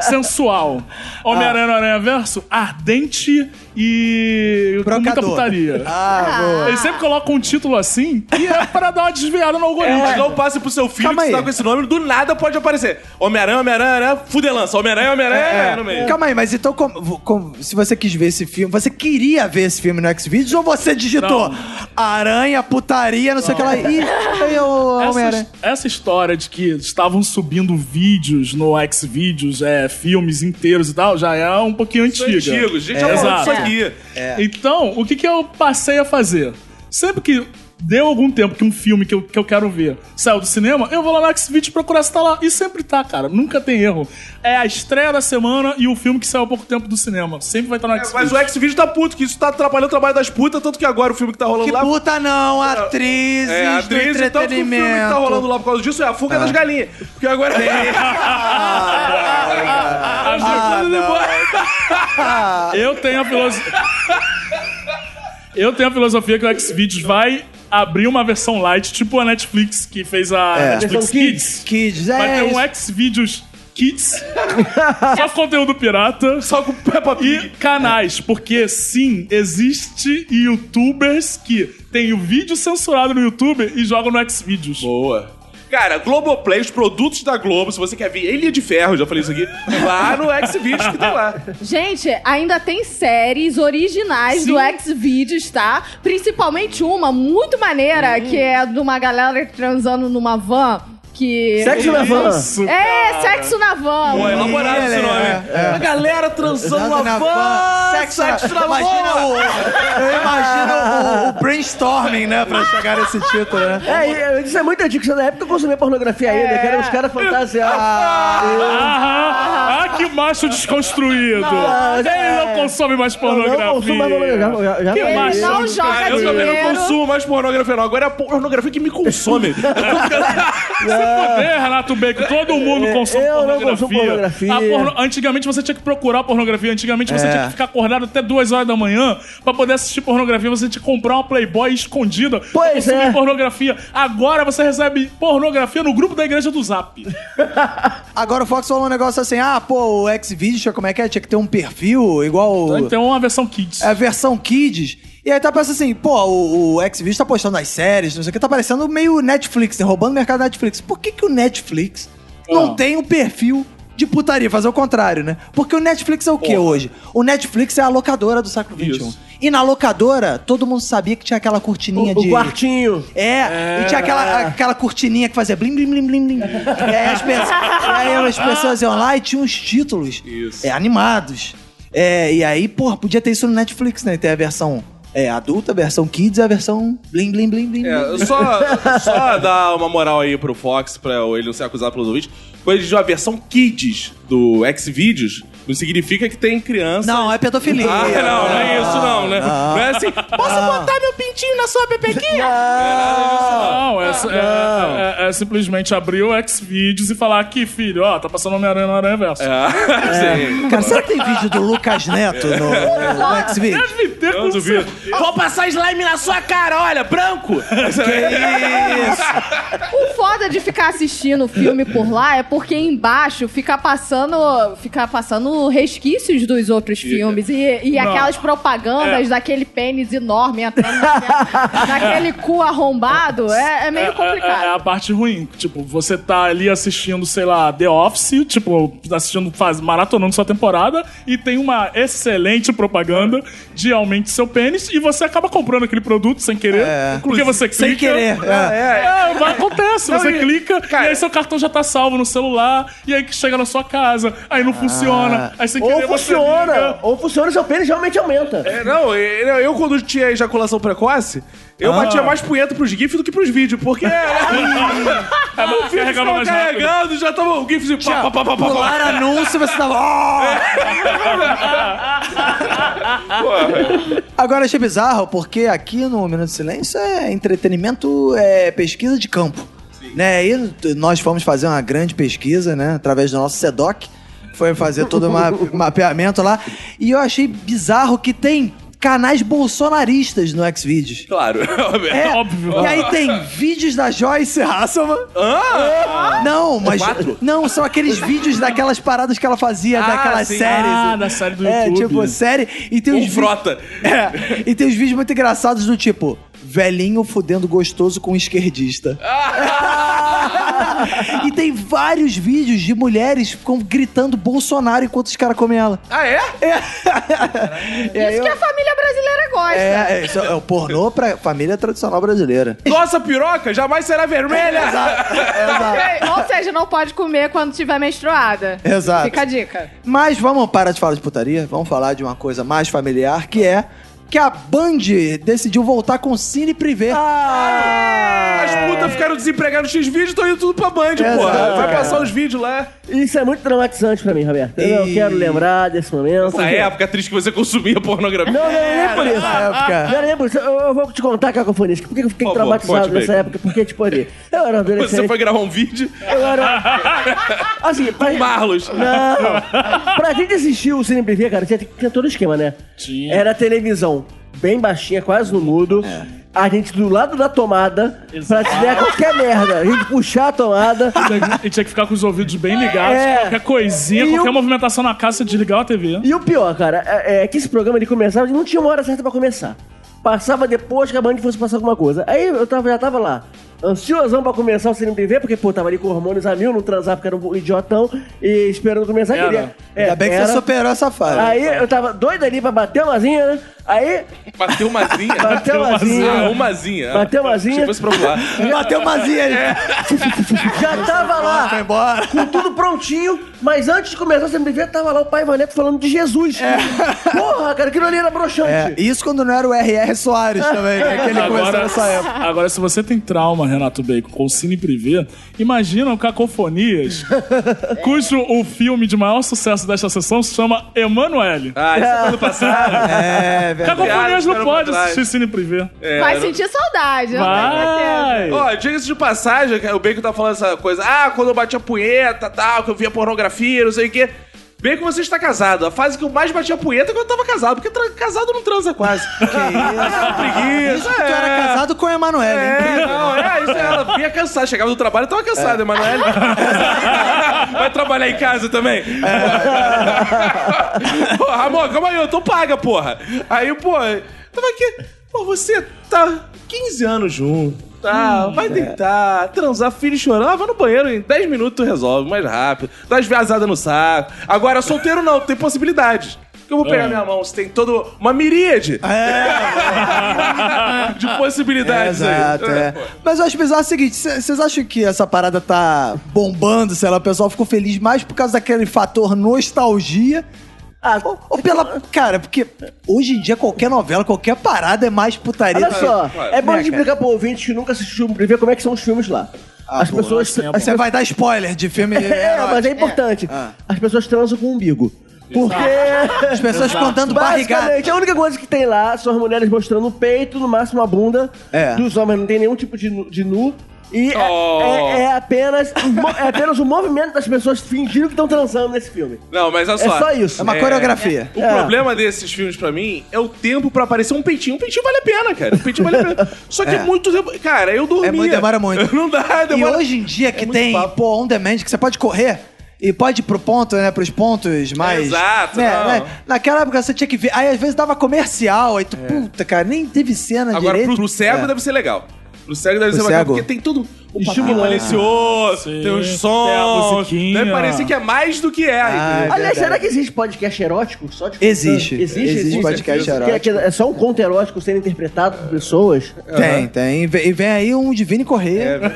[SPEAKER 5] sensual. Homem-Aranha
[SPEAKER 2] Ah.
[SPEAKER 5] no Aranha Verso, ardente e com muita
[SPEAKER 2] Brocador.
[SPEAKER 5] putaria.
[SPEAKER 2] Ah, boa.
[SPEAKER 5] Eles sempre colocam um título assim e é pra dar uma desviada no
[SPEAKER 2] É.
[SPEAKER 5] algoritmo.
[SPEAKER 3] Mas Não passe pro seu filho
[SPEAKER 2] Calma
[SPEAKER 3] que
[SPEAKER 2] aí.
[SPEAKER 3] está com esse nome, do nada pode aparecer. Homem-Aranha, Homem-Aranha, Homem-Aranha, fudelança. Homem-Aranha, Homem-Aranha, Homem-Aranha no meio.
[SPEAKER 2] É, Calma aí, mas então como- como- se você quis ver esse filme, você queria ver esse filme no Xvideos ou você digitou aranha, putaria, não, sei o que lá. Ih, aí o
[SPEAKER 5] Essa,
[SPEAKER 2] Homem-Aranha.
[SPEAKER 5] essa história de que estavam subindo vídeos no Xvideos, é, filmes inteiros e tal, já é um pouquinho
[SPEAKER 3] Isso é
[SPEAKER 5] antiga.
[SPEAKER 3] antigo, a gente já
[SPEAKER 5] É,
[SPEAKER 3] falou
[SPEAKER 5] exato.
[SPEAKER 3] disso aqui.
[SPEAKER 5] Então, o que, que eu passei a fazer? Sempre que deu algum tempo que um filme que eu, que eu quero ver saiu do cinema, eu vou lá no Xvideos procurar se tá lá. E sempre tá, cara. Nunca tem erro. É a estreia da semana e o filme que saiu há pouco tempo do cinema. Sempre vai estar no Xvideos.
[SPEAKER 3] É, Mas o X-Video tá puto, que isso tá atrapalhando o trabalho das putas, tanto que agora o filme que tá rolando
[SPEAKER 2] Que
[SPEAKER 3] lá
[SPEAKER 2] puta não, atrizes
[SPEAKER 3] É, a
[SPEAKER 2] do
[SPEAKER 3] atriz, então, o filme que
[SPEAKER 2] entretenimento.
[SPEAKER 3] tá rolando lá por causa disso é a fuga das galinhas. Porque agora.
[SPEAKER 5] Ah,
[SPEAKER 3] Ah, não.
[SPEAKER 5] Eu tenho a filosofia. Eu tenho a filosofia que o Xvideos vai abrir uma versão light, tipo a Netflix que fez a
[SPEAKER 2] É.
[SPEAKER 5] Netflix
[SPEAKER 6] Versão Kids.
[SPEAKER 5] Kids.
[SPEAKER 2] Kids, é
[SPEAKER 5] Vai ter
[SPEAKER 2] isso.
[SPEAKER 5] um Xvideos Kids. só conteúdo pirata.
[SPEAKER 3] Só com Peppa
[SPEAKER 5] E
[SPEAKER 3] Pig.
[SPEAKER 5] canais, porque sim, existe youtubers que tem o vídeo censurado no YouTube e jogam no Xvideos.
[SPEAKER 3] Boa. Cara, Globoplay, os produtos da Globo, se você quer ver em linha de ferro, já falei isso aqui, lá no Xvideos que tem lá.
[SPEAKER 4] Gente, ainda tem séries originais do Xvideos, tá? Principalmente uma muito maneira,
[SPEAKER 3] Hum.
[SPEAKER 4] que é de uma galera transando numa van, que...
[SPEAKER 6] Sexo na van.
[SPEAKER 5] Isso,
[SPEAKER 4] É, sexo na van.
[SPEAKER 3] Pô, é elaborado esse
[SPEAKER 2] é,
[SPEAKER 3] nome. A galera transando
[SPEAKER 2] Transando na
[SPEAKER 3] na
[SPEAKER 2] van,
[SPEAKER 3] van,
[SPEAKER 2] sexo na- Imagina o, eu imagino o, o brainstorming, né, pra chegar nesse título, né?
[SPEAKER 6] É, isso é muito antigo. Isso é da época que eu consumia pornografia ainda, que era
[SPEAKER 2] É.
[SPEAKER 6] os caras fantasiados.
[SPEAKER 5] Ah, ah, que macho desconstruído!
[SPEAKER 6] Não,
[SPEAKER 5] Ele não consome mais pornografia.
[SPEAKER 6] não consumo mais pornografia. Já- já
[SPEAKER 5] que
[SPEAKER 6] falei.
[SPEAKER 5] macho
[SPEAKER 4] Ele não joga
[SPEAKER 5] desconstruído.
[SPEAKER 3] Eu também não
[SPEAKER 4] dinheiro.
[SPEAKER 3] consumo mais pornografia, não. Agora é a pornografia que me consome.
[SPEAKER 5] É, Renato Bacon, todo mundo consome
[SPEAKER 6] eu não
[SPEAKER 5] pornografia.
[SPEAKER 6] consumo pornografia.
[SPEAKER 5] A porno- Antigamente você tinha que procurar pornografia, antigamente você
[SPEAKER 2] É.
[SPEAKER 5] tinha que ficar acordado até duas horas da manhã pra poder assistir pornografia, você tinha que comprar uma Playboy escondida pra
[SPEAKER 6] Pois
[SPEAKER 5] consumir
[SPEAKER 6] é.
[SPEAKER 5] pornografia. Agora você recebe pornografia no grupo da igreja do Zap.
[SPEAKER 2] Agora o Fox falou um negócio assim, ah, pô, o Xvideos, como é que é? Tinha que ter um perfil igual... o-
[SPEAKER 5] Então é uma versão kids.
[SPEAKER 2] é a versão Kids. E aí tá pensando assim, pô, o, o Xvideos tá postando as séries, não sei o que, tá parecendo meio Netflix, né? roubando o mercado da Netflix. Por que, que o Netflix não
[SPEAKER 5] Ah.
[SPEAKER 2] tem um perfil de putaria? Fazer o contrário, né? Porque o Netflix é o que hoje? O Netflix é a locadora do século XXI.
[SPEAKER 3] Isso.
[SPEAKER 2] E na locadora, todo mundo sabia que tinha aquela cortininha
[SPEAKER 6] O,
[SPEAKER 2] de.
[SPEAKER 6] o quartinho.
[SPEAKER 2] É, e tinha aquela, aquela cortininha que fazia blim, blim, blim, blim, blim. E aí as, pessoas, e aí as pessoas iam lá e tinham os títulos
[SPEAKER 3] Isso.
[SPEAKER 2] é, animados. É, e aí, porra, podia ter isso no Netflix, né? Tem a versão é, adulta, a versão kids e a versão blim, blim, blim, blim. blim.
[SPEAKER 3] É, só, só dar uma moral aí pro Fox, pra ele não ser acusado pelos ouvintes. Quando eles viram a versão Kids do Xvideos, Não significa que tem criança.
[SPEAKER 2] Não, é pedofilia.
[SPEAKER 3] Ah, não, não é isso, não, né?
[SPEAKER 2] Não. Ah,
[SPEAKER 3] Não é assim. Posso botar meu pintinho na sua pepequinha?
[SPEAKER 5] Não, é, é- é- é- é simplesmente abrir o X-Videos e falar aqui, filho, ó, tá passando Homem-Aranha no Aranha
[SPEAKER 6] É.
[SPEAKER 5] Verso.
[SPEAKER 2] é.
[SPEAKER 3] Sim.
[SPEAKER 2] Cara, será que tem vídeo do Lucas Neto no,
[SPEAKER 3] É.
[SPEAKER 2] no Xvideos?
[SPEAKER 5] Deve ter
[SPEAKER 3] Eu duvido.
[SPEAKER 5] certeza.
[SPEAKER 3] Vou passar slime na sua cara,
[SPEAKER 5] É,
[SPEAKER 3] olha, branco!
[SPEAKER 4] O foda de ficar assistindo o filme por lá é porque embaixo fica passando, fica passando resquícios dos outros filmes e, e
[SPEAKER 5] Não. É.
[SPEAKER 4] aquelas propagandas daquele pênis enorme entrando naquela- naquele cu arrombado. É, é
[SPEAKER 5] É,
[SPEAKER 4] meio complicado.
[SPEAKER 5] é- é a parte ruim. Tipo, você tá ali assistindo, sei lá, The Office, tipo, assistindo, faz, maratonando sua temporada, e tem uma excelente propaganda de aumente seu pênis, e você acaba comprando aquele produto sem querer,
[SPEAKER 2] É.
[SPEAKER 5] porque você clica.
[SPEAKER 2] Sem querer. é.
[SPEAKER 5] É, vai- acontece, você
[SPEAKER 3] e-
[SPEAKER 5] clica
[SPEAKER 3] cara-
[SPEAKER 5] e aí seu cartão já tá salvo no celular, e aí que chega na sua casa, aí
[SPEAKER 3] Ah.
[SPEAKER 5] não funciona, aí sem
[SPEAKER 6] Ou
[SPEAKER 5] querer você
[SPEAKER 6] funciona,
[SPEAKER 5] liga.
[SPEAKER 2] É.
[SPEAKER 6] ou funciona, seu pênis realmente aumenta.
[SPEAKER 3] É, Não, eu, eu quando tinha ejaculação precoce, eu batia mais punheta pros GIFs do que pros vídeos, porque. um o GIF
[SPEAKER 5] carregava
[SPEAKER 3] tava
[SPEAKER 5] mais rápido.
[SPEAKER 3] Tá carregando, já tava o GIF de pá, pá, pá, pá, pá, pá.
[SPEAKER 2] Pular anúncio, você tava. "Oh!" Agora achei bizarro, porque aqui no Minuto de Silêncio é entretenimento, é pesquisa de campo. Né? E t- nós fomos fazer uma grande pesquisa, né? Através do nosso SEDOC. Foi fazer todo o ma- mapeamento lá. E eu achei bizarro que tem canais bolsonaristas no Xvideos.
[SPEAKER 3] Claro.
[SPEAKER 2] É,
[SPEAKER 5] Óbvio.
[SPEAKER 2] E aí tem vídeos da Joyce Hasselman. Não, mas.
[SPEAKER 3] Quatro?
[SPEAKER 2] Não, são aqueles vídeos daquelas paradas que ela fazia,
[SPEAKER 3] Ah,
[SPEAKER 2] daquelas
[SPEAKER 3] sim.
[SPEAKER 2] séries.
[SPEAKER 5] Ah, da série do
[SPEAKER 2] É,
[SPEAKER 5] YouTube.
[SPEAKER 2] tipo, série. E tem
[SPEAKER 3] Um
[SPEAKER 2] uns vi-
[SPEAKER 3] frota.
[SPEAKER 2] É, e tem uns vídeos muito engraçados do tipo. Velhinho fudendo gostoso com um esquerdista. e tem vários vídeos de mulheres com, gritando Bolsonaro enquanto os caras comem ela.
[SPEAKER 3] Ah, é?
[SPEAKER 5] é,
[SPEAKER 4] Isso que a família brasileira gosta.
[SPEAKER 2] É, é, isso é o pornô pra família tradicional brasileira.
[SPEAKER 3] Nossa piroca jamais será vermelha!
[SPEAKER 2] Exato, exato.
[SPEAKER 4] Ok? Ou seja, não pode comer quando tiver menstruada.
[SPEAKER 2] Exato.
[SPEAKER 4] Fica a dica.
[SPEAKER 2] Mas vamos parar de falar de putaria, vamos falar de uma coisa mais familiar, que é que a Band decidiu voltar com Cine Privé.
[SPEAKER 6] Ah.
[SPEAKER 3] As putas ficaram desempregadas no X-Vídeo e estão indo tudo pra Band,
[SPEAKER 2] Exato,
[SPEAKER 3] porra. Vai
[SPEAKER 2] cara.
[SPEAKER 3] passar os vídeos lá.
[SPEAKER 6] Isso é muito traumatizante pra mim, Roberto. Eu não
[SPEAKER 2] E- é
[SPEAKER 6] quero lembrar desse momento.
[SPEAKER 3] Essa época triste que você consumia pornografia.
[SPEAKER 6] Não, não é nem por isso.
[SPEAKER 2] Na
[SPEAKER 6] Não
[SPEAKER 2] época.
[SPEAKER 6] era nem por isso. Eu, eu vou te contar, Cacofonista, por que eu fiquei
[SPEAKER 3] É. Por favor,
[SPEAKER 6] traumatizado
[SPEAKER 3] conte,
[SPEAKER 6] nessa
[SPEAKER 3] Bacon.
[SPEAKER 6] época? Porque, tipo, ali, eu era um
[SPEAKER 3] Você
[SPEAKER 6] adolescente.
[SPEAKER 3] foi gravar um vídeo
[SPEAKER 6] Eu era. Assim, pra...
[SPEAKER 3] com Marlos.
[SPEAKER 6] Não! pra gente assistir o Cine Privé, cara, tinha, tinha todo o esquema, né?
[SPEAKER 5] Tinha.
[SPEAKER 6] Era a televisão bem baixinha, quase no mudo.
[SPEAKER 3] É.
[SPEAKER 6] A gente do lado da tomada, pra se der qualquer merda. A gente puxar a tomada.
[SPEAKER 5] E tinha que ficar com os ouvidos bem ligados,
[SPEAKER 6] É.
[SPEAKER 5] qualquer coisinha,
[SPEAKER 6] E
[SPEAKER 5] qualquer
[SPEAKER 6] o-
[SPEAKER 5] movimentação na casa, você desligava a TV.
[SPEAKER 6] E o pior, cara, é, é que esse programa ele começava, não tinha uma hora certa pra começar. Passava depois que a Band fosse passar alguma coisa. Aí eu tava, já tava lá, ansiosão pra começar o CNTV, porque, pô, tava ali com hormônios a mil, não transava porque era um idiotão, e esperando começar,
[SPEAKER 5] Era.
[SPEAKER 6] queria. É,
[SPEAKER 2] Ainda bem que
[SPEAKER 6] era.
[SPEAKER 2] você superou essa fase.
[SPEAKER 6] Aí eu tava doido ali pra bater uma zinha, né? Aí
[SPEAKER 3] Bateu uma zinha.
[SPEAKER 6] bateu uma
[SPEAKER 3] Ah,
[SPEAKER 6] zinha.
[SPEAKER 3] uma zinha.
[SPEAKER 6] Bateu uma zinha.
[SPEAKER 3] Tipo esse popular.
[SPEAKER 2] Bateu uma zinha ali. Ah.
[SPEAKER 6] Já tava lá,
[SPEAKER 2] Foi embora.
[SPEAKER 6] com tudo prontinho, mas antes de começar o CNTV, tava lá o pai Vaneto falando de Jesus. Porra, cara, aquilo ali era broxante.
[SPEAKER 2] É, isso quando não era o R.R. Soares também, né? Que ele começou nessa época.
[SPEAKER 5] agora, se você tem trauma, Renato Bacon, com o Cine Privé, imagina o Cacofonias, cujo o filme de maior sucesso desta sessão se chama Emanuele.
[SPEAKER 3] Ah, isso é do passado.
[SPEAKER 2] É, velho.
[SPEAKER 5] Cacofonias não
[SPEAKER 3] Piadas
[SPEAKER 5] pode
[SPEAKER 3] para trás.
[SPEAKER 5] assistir Cine Privé.
[SPEAKER 4] Vai sentir saudade. né?
[SPEAKER 5] É, Vai!
[SPEAKER 2] É.
[SPEAKER 3] Ó, diga-se de passagem, o Bacon tá falando essa coisa. Ah, quando eu batia punheta, tal, que eu via pornografia, não sei o quê. Bacon, você está casado. A fase que eu mais batia punheta é quando eu tava casado, porque tra- casado não transa quase. É
[SPEAKER 2] Que isso.
[SPEAKER 3] Preguiça.
[SPEAKER 2] Isso que tu
[SPEAKER 3] é.
[SPEAKER 2] era casado com a Emanuele, hein?
[SPEAKER 3] É, não, é, isso ela vinha cansada, chegava do trabalho e tava cansada, Emanuele. É. Vai trabalhar em casa também? É. porra, amor, calma aí, eu tô paga, porra. Aí, pô, tava aqui, pô, você tá 15 anos junto. Tá, vai deitar, transar, filho chorando, ah, vai no banheiro, em 10 minutos tu resolve, mais rápido. Dá as vazadas no saco. Agora, solteiro não, tem possibilidades. Eu vou pegar minha mão, você tem toda uma miríade
[SPEAKER 2] É.
[SPEAKER 3] de possibilidades aí.
[SPEAKER 2] Exato, é. Mas eu acho bizarro o seguinte: vocês acham que essa parada tá bombando, sei lá, o pessoal ficou feliz mais por causa daquele fator nostalgia?
[SPEAKER 6] Ah,
[SPEAKER 2] Ou, ou pela. Cara, porque hoje em dia qualquer novela, qualquer parada é mais putaria.
[SPEAKER 6] Olha
[SPEAKER 2] do que-
[SPEAKER 6] só, é bom a gente
[SPEAKER 2] Né, cara?
[SPEAKER 6] explicar pro ouvinte que nunca assistiu filme privê como é que são os filmes lá. as
[SPEAKER 2] boa,
[SPEAKER 6] pessoas.
[SPEAKER 2] Você vai dar spoiler de filme.
[SPEAKER 6] É,
[SPEAKER 2] erótico.
[SPEAKER 6] mas é importante.
[SPEAKER 2] Ah.
[SPEAKER 6] As pessoas transam com o umbigo. Porque.
[SPEAKER 2] As pessoas contando barrigada.
[SPEAKER 6] Basicamente, a única coisa que tem lá são as mulheres mostrando o peito, no máximo a bunda.
[SPEAKER 2] É.
[SPEAKER 6] Dos homens não tem nenhum tipo de nu. de nu. E é-
[SPEAKER 3] Oh.
[SPEAKER 6] é, é apenas, o mo- é apenas o movimento das pessoas fingindo que estão transando nesse filme.
[SPEAKER 3] Não, mas olha
[SPEAKER 6] É
[SPEAKER 3] só.
[SPEAKER 6] só isso.
[SPEAKER 2] É uma coreografia.
[SPEAKER 3] O
[SPEAKER 6] É.
[SPEAKER 3] problema desses filmes pra mim é o tempo pra aparecer um peitinho. Um peitinho vale a pena, cara. Um peitinho vale a pena. Só que é,
[SPEAKER 2] É.
[SPEAKER 3] muito tempo. Cara, eu dormia.
[SPEAKER 2] É muito, demora muito.
[SPEAKER 3] Não dá, demora. é
[SPEAKER 2] E hoje em dia que
[SPEAKER 3] muito
[SPEAKER 2] tem,
[SPEAKER 3] papo.
[SPEAKER 2] pô, on demand, que você pode correr e pode ir pro ponto, né? Pros pontos mais.
[SPEAKER 3] Exato,
[SPEAKER 2] né,
[SPEAKER 3] não.
[SPEAKER 2] né, Naquela época você tinha que ver. Aí às vezes dava comercial, aí tu, puta, cara, nem teve cena
[SPEAKER 3] É. Agora,
[SPEAKER 2] direito.
[SPEAKER 3] pro, pro cego
[SPEAKER 2] É.
[SPEAKER 3] deve ser legal. Pro cego deve
[SPEAKER 2] Pro
[SPEAKER 3] ser bacana,
[SPEAKER 2] cego?
[SPEAKER 3] porque tem todo um papinho
[SPEAKER 6] Estimulante.
[SPEAKER 3] malicioso,
[SPEAKER 5] Sim.
[SPEAKER 3] tem uns
[SPEAKER 5] Tem a
[SPEAKER 3] sons.
[SPEAKER 5] musiquinha.
[SPEAKER 3] Deve parecer que é mais do que é.
[SPEAKER 2] Ah,
[SPEAKER 3] entendeu?
[SPEAKER 6] Aliás,
[SPEAKER 2] verdade.
[SPEAKER 6] será que existe podcast erótico? Só de
[SPEAKER 2] Existe.
[SPEAKER 6] Existe,
[SPEAKER 2] Existe podcast
[SPEAKER 6] Que-
[SPEAKER 2] erótico.
[SPEAKER 6] que é só um conto erótico sendo interpretado por pessoas.
[SPEAKER 2] Tem, tem. E vem- E vem aí um Divine
[SPEAKER 3] É,
[SPEAKER 2] Correia.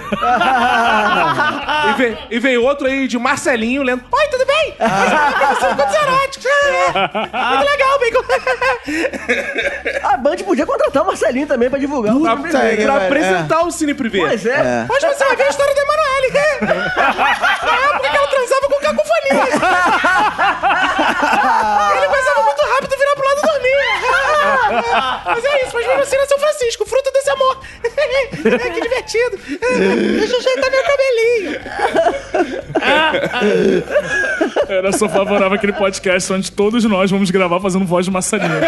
[SPEAKER 2] é.
[SPEAKER 3] E, vem, e vem outro aí de Marcelinho lendo. Oi, tudo bem?
[SPEAKER 6] Ah.
[SPEAKER 3] Você contos eróticos. Ah, é. Muito legal, bem
[SPEAKER 6] A Band podia contratar o Marcelinho também pra divulgar. o
[SPEAKER 3] Pra,
[SPEAKER 6] filme.
[SPEAKER 3] pra
[SPEAKER 2] que pariu,
[SPEAKER 3] apresentar o Cine Privé.
[SPEAKER 6] Pois é.
[SPEAKER 2] É.
[SPEAKER 3] Hoje você vai ver a história da Emanuele. Na época que ela transava com cacofonia. Ele passava muito rápido e virava pro lado e dormia. Mas é isso, mas mesmo assim era São Francisco, fruto desse amor.
[SPEAKER 2] É
[SPEAKER 3] que divertido. Deixa eu ajeitar meu cabelinho.
[SPEAKER 5] Era só favorável aquele podcast onde todos nós vamos gravar fazendo voz de maçaninha.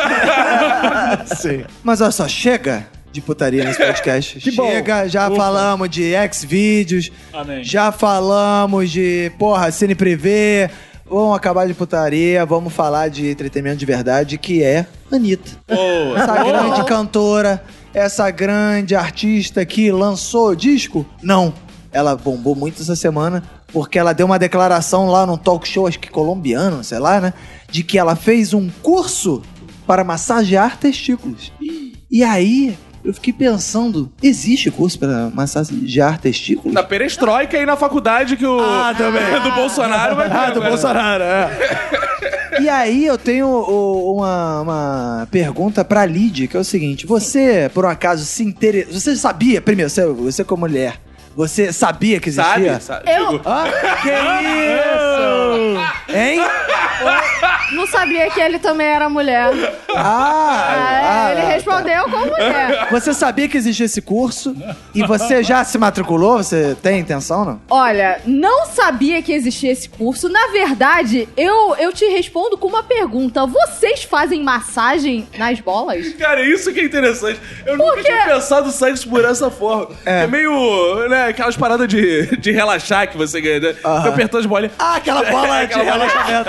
[SPEAKER 2] Mas olha só, chega de putaria nesse podcast.
[SPEAKER 6] Que bom.
[SPEAKER 2] chega, já falamos de X-Vídeos,
[SPEAKER 5] Amém.
[SPEAKER 2] já falamos de, porra, Cine Privé. Vamos acabar de putaria, vamos falar de entretenimento de verdade, que é Anitta. Essa grande cantora, essa grande artista que lançou disco? Não. Ela bombou muito essa semana porque ela deu uma declaração lá num talk show, acho que colombiano, sei lá, né? De que ela fez um curso para massagear testículos. E aí eu fiquei pensando: existe curso para massagear testículos?
[SPEAKER 3] Na perestroika e na faculdade que o... Ah, também. Do Bolsonaro vai Ah, do Bolsonaro, é.
[SPEAKER 2] E aí eu tenho o- uma, uma pergunta pra Lid, que é o seguinte: você, por um acaso, se interessou. Você sabia, primeiro, você, você como mulher, você sabia que existia?
[SPEAKER 3] Sabe? sabe
[SPEAKER 4] Eu
[SPEAKER 2] Ah, que isso! Hein?
[SPEAKER 4] não sabia que ele também era mulher. Ah,
[SPEAKER 2] Ah! ah,
[SPEAKER 4] ele respondeu
[SPEAKER 5] tá.
[SPEAKER 4] com mulher.
[SPEAKER 2] Você sabia que existia esse curso e você já se matriculou? Você tem intenção, não?
[SPEAKER 4] Olha, não sabia que existia esse curso. Na verdade, eu, eu te respondo com uma pergunta. Vocês fazem massagem nas bolas?
[SPEAKER 3] Cara, isso que é interessante. Eu nunca
[SPEAKER 4] quê?
[SPEAKER 3] tinha pensado sexo por essa forma. É, meio, né, aquelas paradas de, de relaxar que você ganha, né? Fica apertando as bolinhas.
[SPEAKER 2] Ah, aquela bola de relaxamento.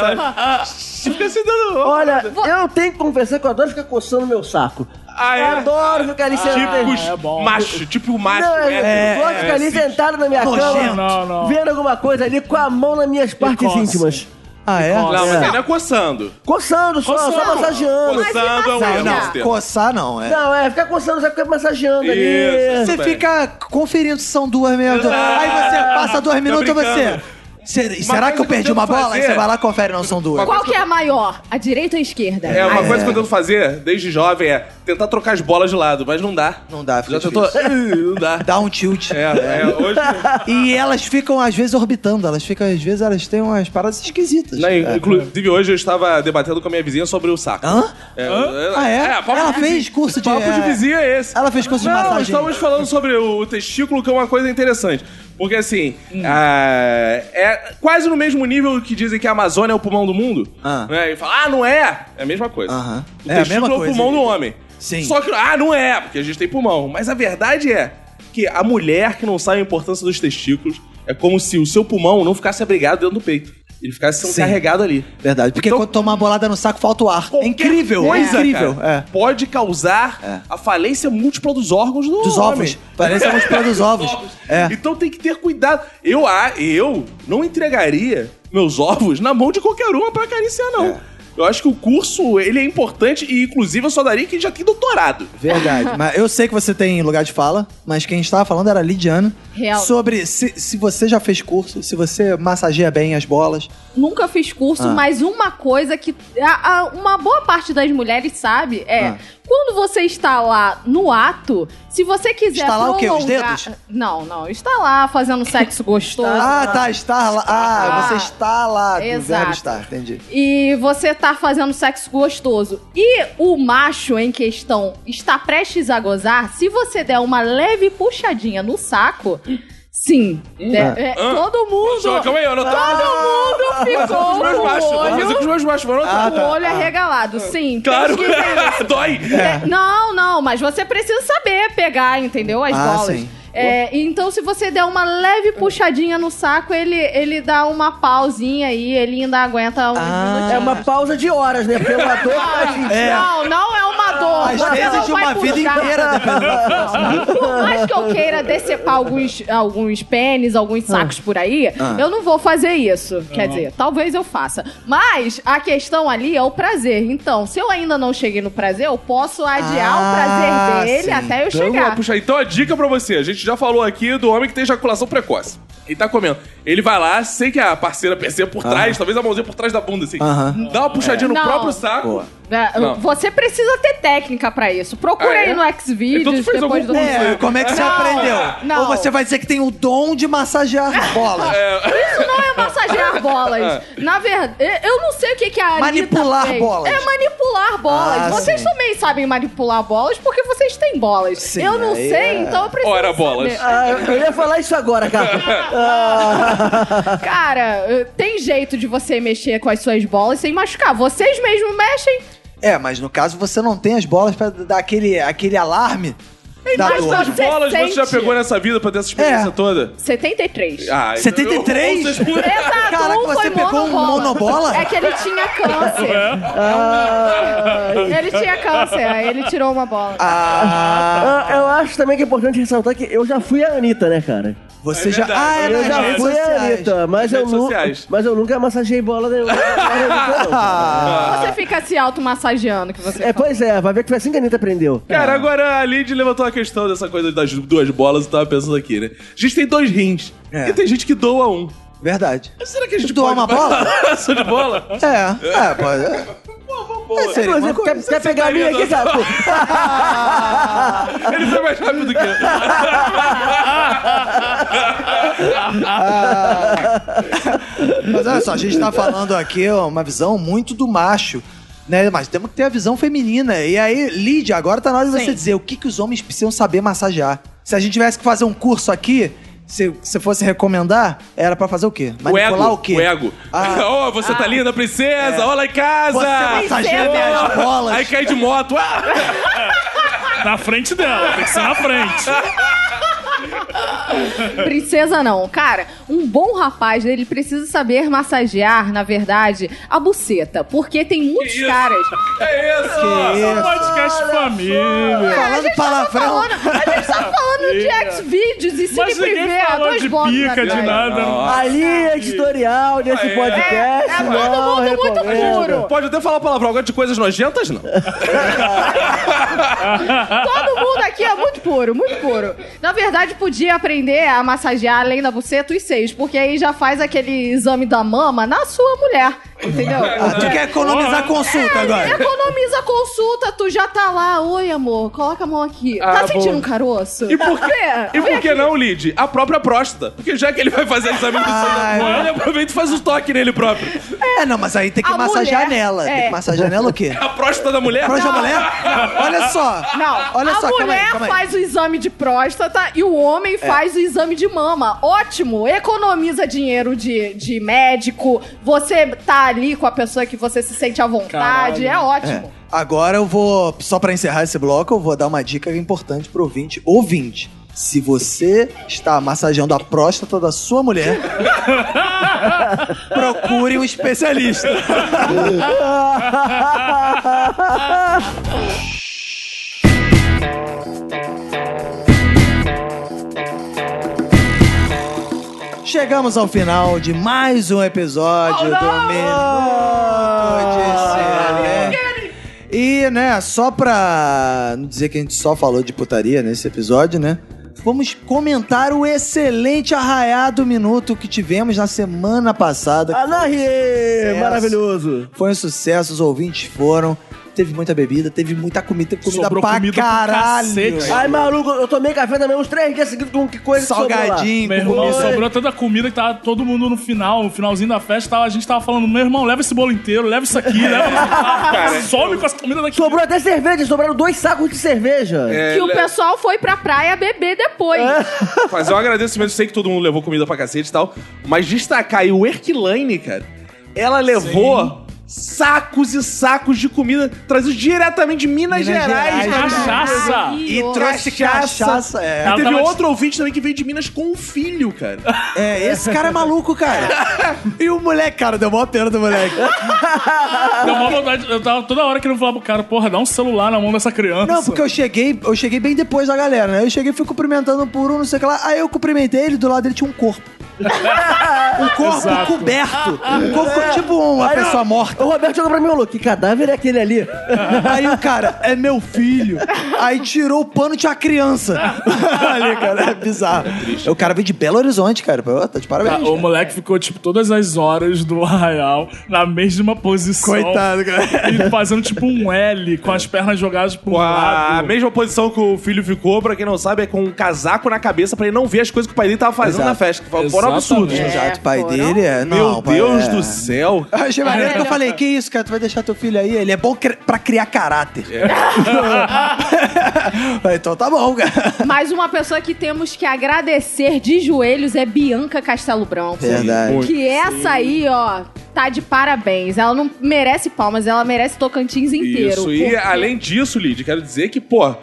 [SPEAKER 3] Você fica se dando...
[SPEAKER 6] Olha, eu tenho que confessar que eu adoro ficar coçando meu saco.
[SPEAKER 3] Ah, é?
[SPEAKER 6] Eu adoro ficar ali sentado.
[SPEAKER 3] Tipo macho, tipo macho.
[SPEAKER 6] Não, eu,
[SPEAKER 3] é.
[SPEAKER 6] eu gosto de ficar ali sentado na minha
[SPEAKER 2] Nojento.
[SPEAKER 6] cama,
[SPEAKER 5] Não, não.
[SPEAKER 6] vendo alguma coisa ali com a mão nas minhas partes
[SPEAKER 5] coça.
[SPEAKER 6] íntimas.
[SPEAKER 2] Ah, é?
[SPEAKER 3] Não, mas
[SPEAKER 2] É.
[SPEAKER 3] aí não é coçando.
[SPEAKER 6] Coçando só,
[SPEAKER 5] Coçando.
[SPEAKER 6] só massageando.
[SPEAKER 4] Mas e
[SPEAKER 3] Coçando é um
[SPEAKER 4] massagem?
[SPEAKER 3] erro.
[SPEAKER 4] Não,
[SPEAKER 3] esse termo.
[SPEAKER 2] Coçar não, é.
[SPEAKER 6] Não, é, ficar coçando, só ficar massageando
[SPEAKER 3] Isso.
[SPEAKER 6] ali.
[SPEAKER 2] Você
[SPEAKER 3] Tudo bem.
[SPEAKER 2] fica conferindo se são duas mesmo.
[SPEAKER 3] Exato.
[SPEAKER 2] Aí você passa dois minutos e você.
[SPEAKER 3] brincando.
[SPEAKER 2] "Se-
[SPEAKER 3] Uma
[SPEAKER 2] será
[SPEAKER 3] coisa
[SPEAKER 2] que eu
[SPEAKER 3] que eu
[SPEAKER 2] perdi
[SPEAKER 3] tento
[SPEAKER 2] uma bola? Aí
[SPEAKER 3] fazer-
[SPEAKER 2] você vai lá e confere, não são duas.
[SPEAKER 4] Qual que é a maior? A direita ou a esquerda?
[SPEAKER 3] É, uma
[SPEAKER 4] Ai,
[SPEAKER 3] coisa que eu tento fazer desde jovem é tentar trocar as bolas de lado, mas não dá.
[SPEAKER 2] Não é dá, fica
[SPEAKER 3] Já tentou. não dá.
[SPEAKER 2] Dá um tilt.
[SPEAKER 3] É, é, hoje.
[SPEAKER 2] E elas ficam, às vezes, orbitando. Elas ficam, às vezes, elas têm umas paradas esquisitas.
[SPEAKER 3] Não,
[SPEAKER 2] É.
[SPEAKER 3] inclusive, hoje eu estava debatendo com a minha vizinha sobre o saco.
[SPEAKER 2] Hã?
[SPEAKER 3] É,
[SPEAKER 2] Ah, é?
[SPEAKER 3] papo
[SPEAKER 2] Ela
[SPEAKER 3] de
[SPEAKER 2] fez
[SPEAKER 3] vizinha.
[SPEAKER 2] curso de-
[SPEAKER 3] Papo de
[SPEAKER 2] é.
[SPEAKER 3] vizinha é esse.
[SPEAKER 2] Ela fez curso de
[SPEAKER 3] Não,
[SPEAKER 2] massagem.
[SPEAKER 3] estamos falando sobre o testículo, que é uma coisa interessante. Porque, assim,
[SPEAKER 2] Hum.
[SPEAKER 3] ah, é quase no mesmo nível que dizem que a Amazônia é o pulmão do mundo.
[SPEAKER 2] Ah.
[SPEAKER 3] Né? E fala, ah, não é? É a mesma coisa.
[SPEAKER 2] Aham.
[SPEAKER 3] O
[SPEAKER 2] É a
[SPEAKER 3] testículo
[SPEAKER 2] mesma
[SPEAKER 3] é o
[SPEAKER 2] coisa.
[SPEAKER 3] pulmão do homem.
[SPEAKER 2] Sim.
[SPEAKER 3] Só que, ah, não é, porque a gente tem pulmão. Mas a verdade é que a mulher que não sabe a importância dos testículos é como se o seu pulmão não ficasse abrigado dentro do peito. Ele ficasse sendo
[SPEAKER 2] Sim.
[SPEAKER 3] carregado ali.
[SPEAKER 2] Verdade, porque
[SPEAKER 3] Então-
[SPEAKER 2] quando tomar uma bolada no saco, falta o ar. É
[SPEAKER 3] Qualquer
[SPEAKER 2] incrível, é
[SPEAKER 3] coisa,
[SPEAKER 2] incrível.
[SPEAKER 3] cara,
[SPEAKER 2] É.
[SPEAKER 3] Pode causar a falência múltipla dos órgãos do
[SPEAKER 2] Dos
[SPEAKER 3] homem.
[SPEAKER 2] ovos. Parece a múltipla dos ovos. É.
[SPEAKER 3] Então tem que ter cuidado. Eu, ah, eu não entregaria meus ovos na mão de qualquer uma pra acariciar, não.
[SPEAKER 2] É.
[SPEAKER 3] Eu acho que o curso, ele é importante e, inclusive, eu só daria quem já tem doutorado.
[SPEAKER 2] Verdade. mas eu sei que você tem lugar de fala, mas quem estava falando era a Lidiana.
[SPEAKER 4] Real.
[SPEAKER 2] Sobre se, se você já fez curso, se você massageia bem as bolas.
[SPEAKER 4] Ah, Nunca fiz curso,
[SPEAKER 2] Ah.
[SPEAKER 4] mas uma coisa que a- a- uma boa parte das mulheres sabe é
[SPEAKER 2] Ah.
[SPEAKER 4] Quando você está lá no ato, se você quiser
[SPEAKER 2] Está lá o quê? Os
[SPEAKER 4] prolongar-
[SPEAKER 2] dedos?
[SPEAKER 4] Não, não. Está lá fazendo sexo gostoso.
[SPEAKER 2] Ah, tá, estar lá. Ah,
[SPEAKER 4] Ah.
[SPEAKER 2] você está lá. do
[SPEAKER 4] Exato.
[SPEAKER 2] Verbo estar, entendi.
[SPEAKER 4] e você tá fazendo sexo gostoso e o macho em questão está prestes a gozar, se você der uma leve puxadinha no saco, sim, né, é,
[SPEAKER 3] Ah.
[SPEAKER 4] todo
[SPEAKER 3] Só,
[SPEAKER 4] mundo
[SPEAKER 3] calma aí, eu não tô...
[SPEAKER 4] todo mundo
[SPEAKER 3] Fazer com os
[SPEAKER 4] ficou
[SPEAKER 3] meus baixos.
[SPEAKER 4] com o
[SPEAKER 3] Fazer com os
[SPEAKER 4] olho,
[SPEAKER 3] meus baixos, mas não
[SPEAKER 2] Ah,
[SPEAKER 3] tá.
[SPEAKER 2] tá.
[SPEAKER 4] o olho arregalado, sim.
[SPEAKER 3] Claro.
[SPEAKER 4] pesquisem isso.
[SPEAKER 3] Dói.
[SPEAKER 4] É, Não, não, mas você precisa saber pegar, entendeu? As
[SPEAKER 2] Ah,
[SPEAKER 4] bolas.
[SPEAKER 2] sim.
[SPEAKER 4] É, então, se você der uma leve puxadinha no saco, ele, ele dá uma pausinha aí, ele ainda aguenta um
[SPEAKER 2] Ah.
[SPEAKER 6] É uma pausa de horas, né? Porque uma dor faz sentido.
[SPEAKER 4] Não, não é uma dor.
[SPEAKER 2] Às
[SPEAKER 4] Você
[SPEAKER 2] vezes
[SPEAKER 4] não
[SPEAKER 2] de
[SPEAKER 4] vai
[SPEAKER 2] uma vida
[SPEAKER 4] puxar.
[SPEAKER 2] inteira, né? dependendo.
[SPEAKER 4] Não, Por mais que eu queira decepar alguns, alguns pênis, alguns sacos por aí,
[SPEAKER 2] Ah.
[SPEAKER 4] eu não vou fazer isso. Quer dizer, talvez eu faça. Mas a questão ali é o prazer. Então, se eu ainda não cheguei no prazer, eu posso adiar
[SPEAKER 2] Ah,
[SPEAKER 4] o prazer dele
[SPEAKER 2] sim.
[SPEAKER 4] até eu
[SPEAKER 3] Então,
[SPEAKER 4] chegar.
[SPEAKER 3] vamos puxar. Então, a dica pra você. A gente já falou aqui do homem que tem ejaculação precoce. Ele tá comendo. Ele vai lá, sei que a parceira percebe por trás, talvez a mãozinha por trás da bunda, assim.
[SPEAKER 2] Aham.
[SPEAKER 3] Dá uma puxadinha no
[SPEAKER 4] Não.
[SPEAKER 3] próprio saco.
[SPEAKER 2] Boa.
[SPEAKER 4] É,
[SPEAKER 3] Não.
[SPEAKER 4] Você precisa ter técnica pra isso. Procura
[SPEAKER 3] Ah, é?
[SPEAKER 4] aí no Xvideos,
[SPEAKER 3] Então tu fez
[SPEAKER 4] depois
[SPEAKER 3] algum
[SPEAKER 4] do...
[SPEAKER 3] curso,
[SPEAKER 2] É, como é que você
[SPEAKER 4] Não,
[SPEAKER 2] aprendeu?
[SPEAKER 4] não.
[SPEAKER 2] Ou você vai dizer que tem o dom de massagear bolas.
[SPEAKER 4] Isso não é massagear bolas. Na verdade, eu não sei o que, que a Anitta
[SPEAKER 2] Manipular
[SPEAKER 4] fez.
[SPEAKER 2] bolas.
[SPEAKER 4] É manipular bolas.
[SPEAKER 2] Ah,
[SPEAKER 4] vocês
[SPEAKER 2] sim.
[SPEAKER 4] também sabem manipular bolas porque vocês têm bolas.
[SPEAKER 2] Sim,
[SPEAKER 4] eu não
[SPEAKER 2] aí
[SPEAKER 4] sei,
[SPEAKER 2] é.
[SPEAKER 4] então eu preciso
[SPEAKER 3] Ora,
[SPEAKER 4] saber.
[SPEAKER 3] bolas.
[SPEAKER 6] Ah, eu ia falar isso agora, cara.
[SPEAKER 4] Cara, eh, tem jeito de você mexer com as suas bolas sem machucar. Vocês mesmos mexem.
[SPEAKER 2] É, mas no caso você não tem as bolas pra dar aquele, aquele alarme da
[SPEAKER 4] mas
[SPEAKER 2] dor.
[SPEAKER 3] Quantas
[SPEAKER 4] Você
[SPEAKER 3] bolas você já
[SPEAKER 4] sente.
[SPEAKER 3] pegou nessa vida pra ter essa experiência
[SPEAKER 2] É.
[SPEAKER 3] toda?
[SPEAKER 4] 73.
[SPEAKER 3] Ah,
[SPEAKER 2] 73?
[SPEAKER 3] eu- eu- eu-
[SPEAKER 4] Exato,
[SPEAKER 2] Caraca,
[SPEAKER 4] um
[SPEAKER 2] você
[SPEAKER 4] foi
[SPEAKER 2] pegou um monobola?
[SPEAKER 4] É que ele tinha câncer.
[SPEAKER 6] Ah,
[SPEAKER 4] Ele tinha câncer, aí ele tirou uma bola.
[SPEAKER 2] Ah,
[SPEAKER 6] ah, eu acho também que é importante ressaltar que eu já fui a Anitta, né, cara?
[SPEAKER 2] você
[SPEAKER 3] É
[SPEAKER 2] já.
[SPEAKER 3] verdade,
[SPEAKER 2] Ah,
[SPEAKER 3] é
[SPEAKER 2] é
[SPEAKER 6] Eu
[SPEAKER 2] nas
[SPEAKER 6] já
[SPEAKER 2] redes
[SPEAKER 6] fui a
[SPEAKER 2] sociais.
[SPEAKER 6] Anitta, mas
[SPEAKER 3] Nas
[SPEAKER 6] eu,
[SPEAKER 3] redes
[SPEAKER 6] nu
[SPEAKER 3] sociais.
[SPEAKER 6] mas eu nunca massageei bola nenhuma.
[SPEAKER 2] Ah,
[SPEAKER 4] Você fica se automassageando que você
[SPEAKER 6] É, pois é, vai ver que foi assim que a Anitta aprendeu.
[SPEAKER 3] Cara, agora a Lid levantou a questão dessa coisa das duas bolas, eu tava pensando aqui, né? A gente tem dois rins.
[SPEAKER 2] É.
[SPEAKER 3] E tem gente que doa um.
[SPEAKER 2] Verdade.
[SPEAKER 3] Mas será que a gente
[SPEAKER 2] Doar
[SPEAKER 3] pode-
[SPEAKER 2] uma bola?
[SPEAKER 3] Só de bola?
[SPEAKER 2] É, é, pode. é.
[SPEAKER 3] Boa.
[SPEAKER 2] Seria uma
[SPEAKER 6] Inclusive, quer,
[SPEAKER 2] coisa.
[SPEAKER 6] quer pegar a minha aqui, cara?
[SPEAKER 3] Ele foi mais rápido que eu.
[SPEAKER 2] Mas olha só, a gente tá falando aqui ó, uma visão muito do macho. Né? Mas temos que ter a visão feminina. E aí, Lídia, agora tá na hora de você dizer o que, que os homens precisam saber massagear. Se a gente tivesse que fazer um curso aqui, se você fosse recomendar, era pra fazer o quê?
[SPEAKER 3] O
[SPEAKER 2] Manipular
[SPEAKER 3] ego.
[SPEAKER 2] o quê?
[SPEAKER 3] O ego.
[SPEAKER 2] Ah. É.
[SPEAKER 3] oh, você tá linda, princesa. Olha lá em casa. é
[SPEAKER 2] Você massageia minhas bolas.
[SPEAKER 3] Aí cai de moto. Ah!
[SPEAKER 5] Na frente dela, tem que ser na frente.
[SPEAKER 4] Princesa não. Cara, um bom rapaz, ele precisa saber massagear, na verdade, a buceta. Porque tem muitos
[SPEAKER 3] isso?
[SPEAKER 4] caras.
[SPEAKER 3] É isso.
[SPEAKER 2] Que isso?
[SPEAKER 5] Podcast família.
[SPEAKER 2] Falando palavrão.
[SPEAKER 4] Falando, a gente tá falando de Xvideos e Cine
[SPEAKER 5] Mas ninguém
[SPEAKER 4] Privé,
[SPEAKER 5] falou
[SPEAKER 4] dois
[SPEAKER 5] de
[SPEAKER 4] bônus
[SPEAKER 5] pica, de
[SPEAKER 4] atrás.
[SPEAKER 5] nada.
[SPEAKER 3] Não.
[SPEAKER 6] Ali é editorial desse
[SPEAKER 3] É,
[SPEAKER 6] podcast.
[SPEAKER 4] é todo
[SPEAKER 6] não
[SPEAKER 4] mundo muito
[SPEAKER 6] recomendo.
[SPEAKER 4] puro.
[SPEAKER 3] Pode até falar palavrão agora de coisas nojentas, não.
[SPEAKER 4] Todo mundo aqui é muito puro, muito puro. Na verdade, podia aprender a massagear além da buceta os seios, porque aí já faz aquele exame da mama na sua mulher, entendeu?
[SPEAKER 2] Ah, tu quer
[SPEAKER 3] É.
[SPEAKER 2] economizar consulta agora?
[SPEAKER 4] Economiza a consulta, tu já tá lá. Oi, amor, coloca a mão aqui.
[SPEAKER 3] Ah,
[SPEAKER 4] tá sentindo
[SPEAKER 3] bom.
[SPEAKER 4] um caroço?
[SPEAKER 3] E por que,
[SPEAKER 4] Vê,
[SPEAKER 3] e
[SPEAKER 4] vê
[SPEAKER 3] por que não, Lid? A própria próstata. Porque já que ele vai fazer exame do
[SPEAKER 2] Ai,
[SPEAKER 3] sangue, ele aproveita e faz o toque nele próprio.
[SPEAKER 2] É, não, mas aí tem que
[SPEAKER 4] A
[SPEAKER 2] massagear
[SPEAKER 4] mulher,
[SPEAKER 2] nela. Tem
[SPEAKER 4] é.
[SPEAKER 2] que massagear nela o quê?
[SPEAKER 3] A próstata da mulher?
[SPEAKER 2] Proja mulher? Olha só.
[SPEAKER 4] Não,
[SPEAKER 2] Ah, Olha
[SPEAKER 4] a
[SPEAKER 2] só, calma aí,
[SPEAKER 4] mulher
[SPEAKER 2] calma aí. É.
[SPEAKER 4] faz o exame de próstata e o homem faz o exame de mama. Ótimo, economiza dinheiro de, de médico, você tá ali com a pessoa que você se sente à vontade, é ótimo.
[SPEAKER 2] Agora eu vou, só pra encerrar esse bloco, eu vou dar uma dica importante pro ouvinte. Ouvinte, se você está massageando a próstata da sua mulher, procure um especialista. Chegamos ao final de mais um episódio do Minuto de Silêncio. E, né, só pra não dizer que a gente só falou de putaria nesse episódio, né? Vamos comentar o excelente arraiado minuto que tivemos na semana passada.
[SPEAKER 6] Anahi!
[SPEAKER 2] Sucesso.
[SPEAKER 6] Maravilhoso.
[SPEAKER 2] Foi um sucesso, os ouvintes foram. teve muita bebida, teve muita comida, teve comida
[SPEAKER 5] Sobrou
[SPEAKER 2] pra
[SPEAKER 5] comida pra
[SPEAKER 2] caralho.
[SPEAKER 5] cacete.
[SPEAKER 6] Ai, maluco, eu tomei café também uns três dias seguidos com que coisa que sobrou lá.
[SPEAKER 2] Salgadinho,
[SPEAKER 5] Meu irmão,
[SPEAKER 2] comida.
[SPEAKER 5] sobrou tanta comida que tava todo mundo no final, no finalzinho da festa, tava- a gente tava falando, meu irmão, leva esse bolo inteiro, leva isso aqui, leva isso aqui, some com essa comida daqui.
[SPEAKER 6] Sobrou até cerveja, sobraram dois sacos de cerveja.
[SPEAKER 3] É,
[SPEAKER 4] que o
[SPEAKER 3] le-
[SPEAKER 4] pessoal foi pra praia beber depois.
[SPEAKER 2] É.
[SPEAKER 3] Fazer um agradecimento, sei que todo mundo levou comida pra cacete e tal, mas destacar aí o Erkline, cara, ela levou sacos e sacos de comida trazidos diretamente de Minas,
[SPEAKER 2] Minas
[SPEAKER 3] Gerais,
[SPEAKER 2] Gerais,
[SPEAKER 3] cara.
[SPEAKER 5] Cachaça!
[SPEAKER 4] Aí,
[SPEAKER 3] E
[SPEAKER 4] ó.
[SPEAKER 3] trouxe
[SPEAKER 2] Cachaça,
[SPEAKER 3] cachaça.
[SPEAKER 2] é.
[SPEAKER 3] E
[SPEAKER 5] Ela
[SPEAKER 3] teve
[SPEAKER 5] tava
[SPEAKER 3] outro ouvinte também que veio de Minas com um filho, cara.
[SPEAKER 2] É, esse cara é maluco, cara. e o moleque, cara, deu mó pena do moleque.
[SPEAKER 5] Deu uma vontade, eu tava toda hora querendo falar pro cara, porra, dá um celular na mão dessa criança.
[SPEAKER 2] Não, porque eu cheguei, eu cheguei bem depois da galera, né? Eu cheguei, fui cumprimentando por um, não sei o que lá. Aí eu cumprimentei ele, do lado dele tinha um corpo. um corpo
[SPEAKER 5] Exato.
[SPEAKER 2] coberto. Um corpo tipo uma
[SPEAKER 6] Aí, ó,
[SPEAKER 2] pessoa morta.
[SPEAKER 6] O Roberto jogou pra mim, maluco, que cadáver é aquele ali?
[SPEAKER 2] Aí o cara, é meu filho. Aí tirou o pano de uma criança. Ali, cara, é bizarro. o cara veio de Belo Horizonte, cara. Pô, tá de
[SPEAKER 5] Tá,
[SPEAKER 2] parabéns.
[SPEAKER 5] o moleque ficou, tipo, todas as horas do arraial na mesma posição.
[SPEAKER 2] Coitado, cara.
[SPEAKER 5] E fazendo, tipo, um L com as pernas jogadas pro
[SPEAKER 3] Com a
[SPEAKER 5] lado.
[SPEAKER 3] mesma posição que o filho ficou, pra quem não sabe, é com um casaco na cabeça pra ele não ver as coisas que o pai dele tava fazendo
[SPEAKER 2] Exato.
[SPEAKER 3] na festa. Que foi- um foram
[SPEAKER 5] Exatamente.
[SPEAKER 3] absurdos.
[SPEAKER 4] É,
[SPEAKER 2] Exato, o pai
[SPEAKER 4] foram-
[SPEAKER 2] dele é.
[SPEAKER 3] Meu
[SPEAKER 2] Não, o pai
[SPEAKER 3] Deus
[SPEAKER 2] é-
[SPEAKER 3] do céu.
[SPEAKER 2] Eu achei maneiro que eu falei, que isso, cara, tu vai deixar teu filho aí? Ele é bom cri- pra criar caráter. Falei, então tá bom, cara.
[SPEAKER 4] Mas uma pessoa que temos que agradecer de joelhos é Bianca Castelo Branco.
[SPEAKER 2] Verdade.
[SPEAKER 3] muito.
[SPEAKER 4] Que essa aí, ó, tá de parabéns. Ela não merece palmas, ela merece Tocantins inteiro.
[SPEAKER 3] Isso, e
[SPEAKER 4] Porque-
[SPEAKER 3] além disso, Lid, quero dizer que, pô,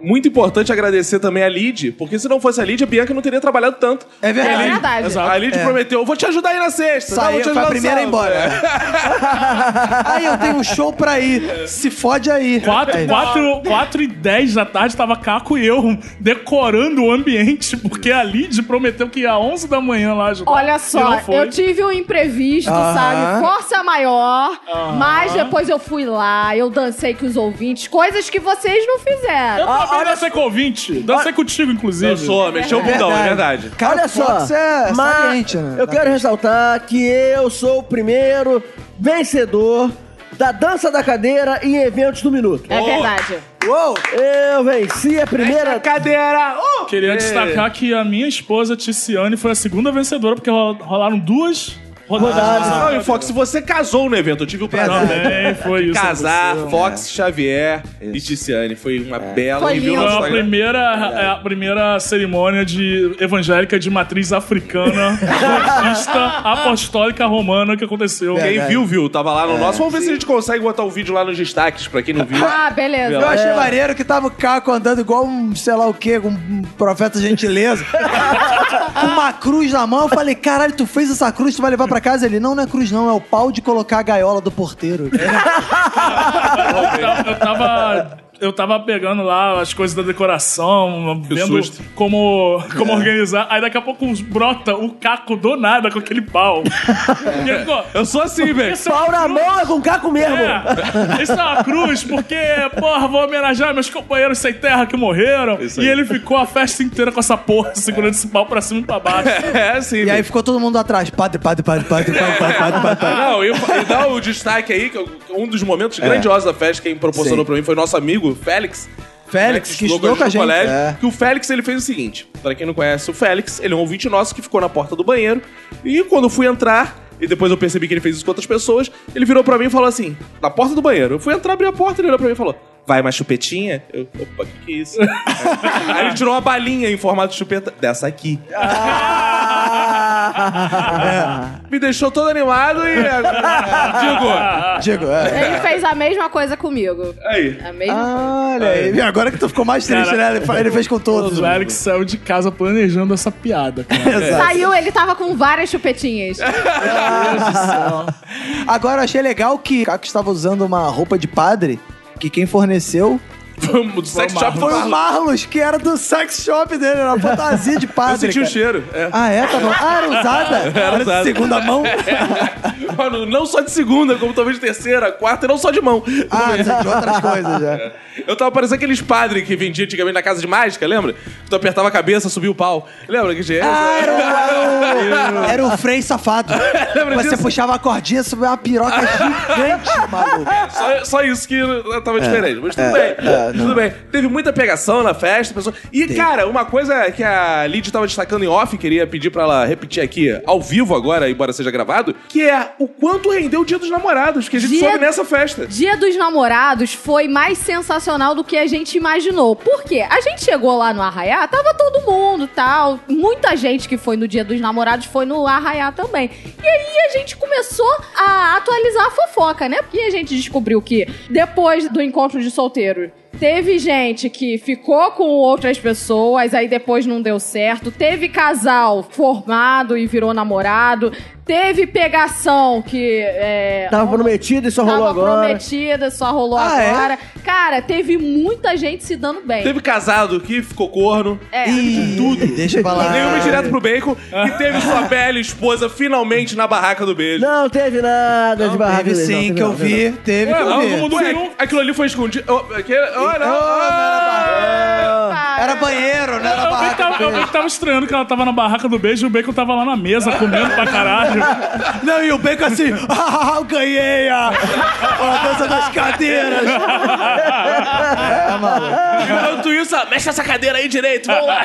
[SPEAKER 3] muito importante agradecer também a Lid, porque se não fosse a Lid, a Bianca não teria trabalhado tanto.
[SPEAKER 2] É
[SPEAKER 4] É
[SPEAKER 2] verdade.
[SPEAKER 4] verdade.
[SPEAKER 5] Exato.
[SPEAKER 3] A Lid
[SPEAKER 2] É.
[SPEAKER 3] prometeu, vou te ajudar aí na É. sexta. tá? vou
[SPEAKER 2] Saiu,
[SPEAKER 3] te
[SPEAKER 2] foi
[SPEAKER 3] ajudar
[SPEAKER 2] a
[SPEAKER 3] no
[SPEAKER 2] primeira
[SPEAKER 3] sábado."
[SPEAKER 2] embora. aí eu tenho um show pra ir. Se fode aí.
[SPEAKER 5] 4,
[SPEAKER 2] Aí,
[SPEAKER 3] É.
[SPEAKER 5] e 10 da tarde tava Caco e eu decorando o ambiente, porque a Lid prometeu que ia às 11 da manhã lá ajudar.
[SPEAKER 4] Olha
[SPEAKER 5] E
[SPEAKER 4] só,
[SPEAKER 5] não foi.
[SPEAKER 4] eu tive um imprevisto,
[SPEAKER 2] Aham.
[SPEAKER 4] sabe? Força maior, mas depois eu fui lá, eu dancei com os ouvintes, coisas que vocês não
[SPEAKER 5] Eu
[SPEAKER 3] Ah,
[SPEAKER 4] fizeram.
[SPEAKER 5] também dancei Ah, com ouvinte. Dancei contigo, inclusive.
[SPEAKER 3] Eu sou, mexeu o bundão, é verdade.
[SPEAKER 2] Cara,
[SPEAKER 6] Olha só,
[SPEAKER 2] Fox é
[SPEAKER 6] mas
[SPEAKER 2] saliente, né?
[SPEAKER 6] eu quero ressaltar que eu sou o primeiro vencedor da dança da cadeira em eventos do minuto.
[SPEAKER 4] É verdade.
[SPEAKER 2] Uou!
[SPEAKER 6] Eu venci a primeira...
[SPEAKER 3] Cadeira! Uh!
[SPEAKER 5] Queria
[SPEAKER 3] É.
[SPEAKER 5] destacar que a minha esposa, Tiziane, foi a segunda vencedora, porque rola- rolaram duas rodadas.
[SPEAKER 3] Ah, e Fox, você casou no evento, eu tive o prazer.
[SPEAKER 5] Também foi
[SPEAKER 3] é
[SPEAKER 5] isso.
[SPEAKER 3] Casar, Fox, Xavier e Ticiane. Foi uma bela
[SPEAKER 4] Foi
[SPEAKER 3] e viu
[SPEAKER 4] lindo.
[SPEAKER 3] no
[SPEAKER 5] Foi a
[SPEAKER 3] Instagram.
[SPEAKER 5] primeira, é a primeira cerimônia de evangélica de matriz africana, budista, apostólica romana que aconteceu.
[SPEAKER 3] Quem
[SPEAKER 2] Verdade.
[SPEAKER 3] viu, viu. Tava lá no nosso. Vamos ver se a gente consegue botar o vídeo lá nos destaques, pra quem não viu.
[SPEAKER 4] Ah, beleza.
[SPEAKER 2] Eu achei maneiro que tava o Caco andando igual um, sei lá o quê, um um profeta gentileza. com uma cruz na mão. Eu falei, caralho, tu fez essa cruz, tu vai levar pra casa? Ele, não, não é cruz não, é o pau de colocar a gaiola do porteiro.
[SPEAKER 5] Eu tava- eu tava. Eu tava pegando lá as coisas da decoração,
[SPEAKER 3] Que
[SPEAKER 5] vendo
[SPEAKER 3] susto. É.
[SPEAKER 5] como, como organizar. Aí daqui a pouco uns brota o caco do nada com aquele pau. E eu fico,
[SPEAKER 3] Eu sou assim, velho.
[SPEAKER 5] "Isso é uma
[SPEAKER 6] Pau na
[SPEAKER 5] cruz?"
[SPEAKER 6] mão é com caco mesmo.
[SPEAKER 5] É, isso é uma cruz, porque, porra, vou homenagear meus companheiros sem terra que morreram.
[SPEAKER 3] Isso
[SPEAKER 5] E
[SPEAKER 3] aí.
[SPEAKER 5] ele ficou a festa inteira com essa porra, segurando esse pau pra cima e pra baixo.
[SPEAKER 3] É assim,
[SPEAKER 2] E aí
[SPEAKER 3] velho.
[SPEAKER 2] ficou todo mundo atrás. Padre, padre, padre, padre, padre, padre, padre, padre.
[SPEAKER 3] tá- Não, e, e dá o destaque aí, que um dos momentos grandiosos da festa, quem proporcionou
[SPEAKER 2] É. Sim.
[SPEAKER 3] pra mim foi nosso amigo, Félix.
[SPEAKER 2] Félix,
[SPEAKER 3] né,
[SPEAKER 2] que estudou com a
[SPEAKER 3] no
[SPEAKER 2] gente.
[SPEAKER 3] colégio,
[SPEAKER 2] É.
[SPEAKER 3] Que o Félix, ele fez o seguinte, pra quem não conhece o Félix, ele é um ouvinte nosso que ficou na porta do banheiro, e quando eu fui entrar, e depois eu percebi que ele fez isso com outras pessoas, ele virou pra mim e falou assim, na porta do banheiro. Eu fui entrar, abri a porta, ele olhou pra mim e falou... Vai mais chupetinha? Eu, opa, que que é isso? Aí ele tirou uma balinha em formato de chupeta. Dessa aqui.
[SPEAKER 2] É,
[SPEAKER 3] Me deixou todo animado e... é, Digo,
[SPEAKER 2] Diego, é.
[SPEAKER 4] Ele fez a mesma coisa comigo.
[SPEAKER 3] aí.
[SPEAKER 4] A mesma
[SPEAKER 2] Olha aí, agora que tu ficou mais triste, né? Ele, fa- ele fez com todos. né?
[SPEAKER 5] O Alex saiu de casa planejando essa piada, cara.
[SPEAKER 2] Exato.
[SPEAKER 4] Saiu, ele tava com várias chupetinhas.
[SPEAKER 2] Agora eu achei legal que o Caco estava usando uma roupa de padre que quem forneceu
[SPEAKER 3] Foi um- do sex shop
[SPEAKER 2] Foi
[SPEAKER 3] foi
[SPEAKER 2] o
[SPEAKER 3] um.
[SPEAKER 2] Marlos, que era do sex shop dele, era uma fantasia de padre.
[SPEAKER 3] Eu senti o
[SPEAKER 2] cara.
[SPEAKER 3] cheiro. É.
[SPEAKER 2] Ah, é? Tava... Ah, era usada? Era de
[SPEAKER 3] usada.
[SPEAKER 2] segunda mão?
[SPEAKER 3] Mano, não só de segunda, como talvez terceira, quarta, e não só de mão. É.
[SPEAKER 2] Ah, era de outras coisas já.
[SPEAKER 3] Eu tava parecendo aqueles padres que vendia antigamente na casa de mágica, lembra? Tu apertava a cabeça, subia o pau. Lembra que tinha
[SPEAKER 2] Ah, era, o- era o, era o freio safado.
[SPEAKER 3] Lembra
[SPEAKER 2] Você
[SPEAKER 3] disso?
[SPEAKER 2] puxava a cordinha, subia uma piroca gigante, maluco.
[SPEAKER 3] É, Só, só isso que
[SPEAKER 2] É.
[SPEAKER 3] tava diferente. Mas tudo bem. tudo bem. Teve muita pegação na festa. Pessoa... E, cara, uma coisa que a Lid tava destacando em off, queria pedir pra ela repetir aqui ao vivo agora, embora seja gravado, que é o quanto rendeu o Dia dos Namorados, que a gente
[SPEAKER 4] Dia-
[SPEAKER 3] soube nessa festa.
[SPEAKER 4] Dia dos Namorados foi mais sensacional do que a gente imaginou. Por quê? A gente chegou lá no Arraiá, tava todo mundo tal. Muita gente que foi no Dia dos Namorados foi no Arraiá também. E aí a gente começou a atualizar a fofoca, né? Porque a gente descobriu que depois do encontro de solteiro. Teve gente que ficou com outras pessoas, aí depois não deu certo. Teve casal formado e virou namorado. Teve pegação que. é,
[SPEAKER 6] Tava prometido e só rolou
[SPEAKER 4] Tava
[SPEAKER 6] agora.
[SPEAKER 4] prometida, só rolou
[SPEAKER 2] Ah, é?
[SPEAKER 4] agora. Cara, teve muita gente se dando bem.
[SPEAKER 3] Teve casado que ficou corno.
[SPEAKER 4] É.
[SPEAKER 2] Ih, tudo. Deixa eu falar.
[SPEAKER 3] Nenhuma direto pro bacon. E teve sua bela esposa finalmente na barraca do beijo.
[SPEAKER 6] Não teve nada Tá de barraca.
[SPEAKER 2] Teve
[SPEAKER 6] deles, não,
[SPEAKER 2] sim, que eu
[SPEAKER 6] nada,
[SPEAKER 2] vi. Teve que
[SPEAKER 5] Ué,
[SPEAKER 2] eu
[SPEAKER 5] não,
[SPEAKER 2] vi.
[SPEAKER 5] todo mundo
[SPEAKER 3] Ué,
[SPEAKER 5] viu.
[SPEAKER 3] aquilo ali foi escondido. Oh, aquele- oh, não.
[SPEAKER 6] Ah,
[SPEAKER 4] Cara,
[SPEAKER 2] Era banheiro, não era
[SPEAKER 5] Eu bem,
[SPEAKER 2] barraca.
[SPEAKER 5] tava, eu bem que tava estranhando que ela tava na barraca do beijo e o Bacon tava lá na mesa comendo pra caralho.
[SPEAKER 2] Não, e o Bacon assim, ah, eu ganhei a, a dança das cadeiras. É, maluco.
[SPEAKER 3] Enquanto isso, ah, mexe essa cadeira aí direito, vamos lá.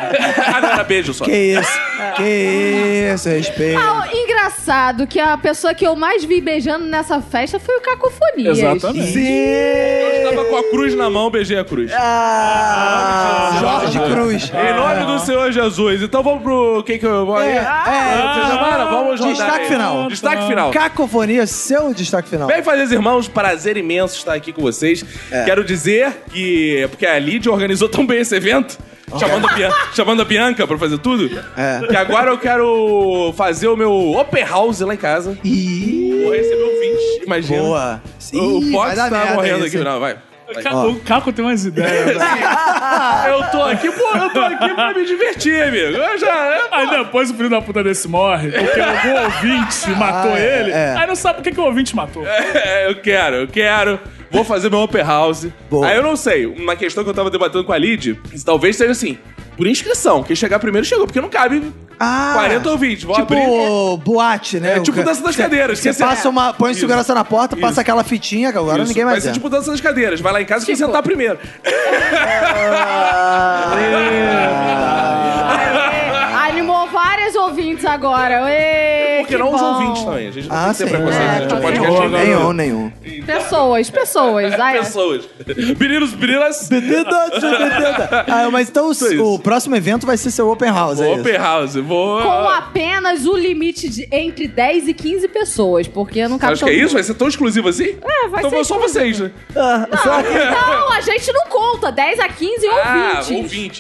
[SPEAKER 3] ah, não, era beijo só.
[SPEAKER 2] Que isso, que isso, respeito.
[SPEAKER 4] Ah, engraçado que a pessoa que eu mais vi beijando nessa festa foi o Cacofonias.
[SPEAKER 5] Exatamente.
[SPEAKER 3] Eu estava com a cruz na mão, beijei a cruz.
[SPEAKER 6] Ah!
[SPEAKER 2] Jorge Cruz.
[SPEAKER 3] Em nome do Senhor Jesus. Então vamos pro quem que eu vou aí? Ah,
[SPEAKER 2] É, é,
[SPEAKER 3] Vocês chamaram? Vamos rodar
[SPEAKER 2] Destaque
[SPEAKER 3] aí.
[SPEAKER 2] final.
[SPEAKER 3] Destaque final.
[SPEAKER 2] Cacofonia, seu um destaque final.
[SPEAKER 3] Bem, fazeres irmãos, prazer imenso estar aqui com vocês.
[SPEAKER 2] É.
[SPEAKER 3] Quero dizer que é porque a Lídia organizou tão bem esse evento. Chamando a, Bian- chamando a Bianca pra fazer tudo.
[SPEAKER 2] É.
[SPEAKER 3] Que agora eu quero fazer o meu open house lá em casa.
[SPEAKER 2] Ih,
[SPEAKER 3] Vou receber ouvintes, imagina.
[SPEAKER 2] boa.
[SPEAKER 3] O
[SPEAKER 2] Ih,
[SPEAKER 3] Fox
[SPEAKER 2] vai dar
[SPEAKER 3] tá
[SPEAKER 2] merda
[SPEAKER 3] morrendo
[SPEAKER 2] isso,
[SPEAKER 3] aqui.
[SPEAKER 2] hein?
[SPEAKER 3] Não, vai.
[SPEAKER 5] Ca- O Caco tem umas ideias. né?
[SPEAKER 3] Eu tô aqui, pô, eu tô aqui pra me divertir, amigo. Eu já. eu-
[SPEAKER 5] Aí depois o filho da puta desse morre, porque algum ouvinte matou
[SPEAKER 2] Ah, é,
[SPEAKER 5] ele.
[SPEAKER 2] é.
[SPEAKER 5] Aí não sabe por que, que o ouvinte matou.
[SPEAKER 3] É, eu quero, eu quero. Vou fazer meu open house.
[SPEAKER 2] Boa.
[SPEAKER 3] Aí eu não sei, uma questão que eu tava debatendo com a Lid, talvez seja assim, por inscrição. Quem chegar primeiro chegou, porque não cabe
[SPEAKER 2] Ah,
[SPEAKER 3] 40 ou 20. Vou abrir.
[SPEAKER 2] Tipo boate, né?
[SPEAKER 3] É tipo
[SPEAKER 2] O ca-
[SPEAKER 3] dança das cadeiras.
[SPEAKER 2] Você
[SPEAKER 3] esquece-
[SPEAKER 2] passa uma, põe
[SPEAKER 3] Isso.
[SPEAKER 2] segurança na porta, passa
[SPEAKER 3] Isso.
[SPEAKER 2] aquela fitinha que agora
[SPEAKER 3] Isso,
[SPEAKER 2] ninguém mais
[SPEAKER 3] Vai ser
[SPEAKER 2] é.
[SPEAKER 3] tipo dança das cadeiras. Vai lá em casa e quem
[SPEAKER 4] Tipo-
[SPEAKER 3] sentar primeiro.
[SPEAKER 4] É, Animou várias ouvintes agora. Ê,
[SPEAKER 3] É Porque
[SPEAKER 4] que
[SPEAKER 3] não os
[SPEAKER 4] bom.
[SPEAKER 3] ouvintes né? também. A gente não
[SPEAKER 2] Ah,
[SPEAKER 3] tem que ter
[SPEAKER 2] sim.
[SPEAKER 3] preconceito.
[SPEAKER 4] É,
[SPEAKER 3] a gente
[SPEAKER 4] tá
[SPEAKER 3] pode
[SPEAKER 4] certo.
[SPEAKER 2] Nenhum, nenhum.
[SPEAKER 4] Pessoas, pessoas. Ai,
[SPEAKER 3] Pessoas. Meninos, meninas.
[SPEAKER 2] ah, mas então o,
[SPEAKER 3] isso.
[SPEAKER 2] o próximo evento vai ser seu open house, é
[SPEAKER 3] Open
[SPEAKER 2] isso?
[SPEAKER 3] house. Vou.
[SPEAKER 4] Com apenas o limite de entre 10 e 15 pessoas, porque não cabe
[SPEAKER 3] Acho que é
[SPEAKER 4] todo
[SPEAKER 3] isso?
[SPEAKER 4] mundo.
[SPEAKER 3] Vai ser tão exclusivo assim?
[SPEAKER 4] É, vai
[SPEAKER 3] então
[SPEAKER 4] ser
[SPEAKER 3] vão só
[SPEAKER 4] exclusivo.
[SPEAKER 3] vocês, né?
[SPEAKER 4] Não, então, a gente não conta. 10 a 15
[SPEAKER 3] Ah,
[SPEAKER 4] ouvintes.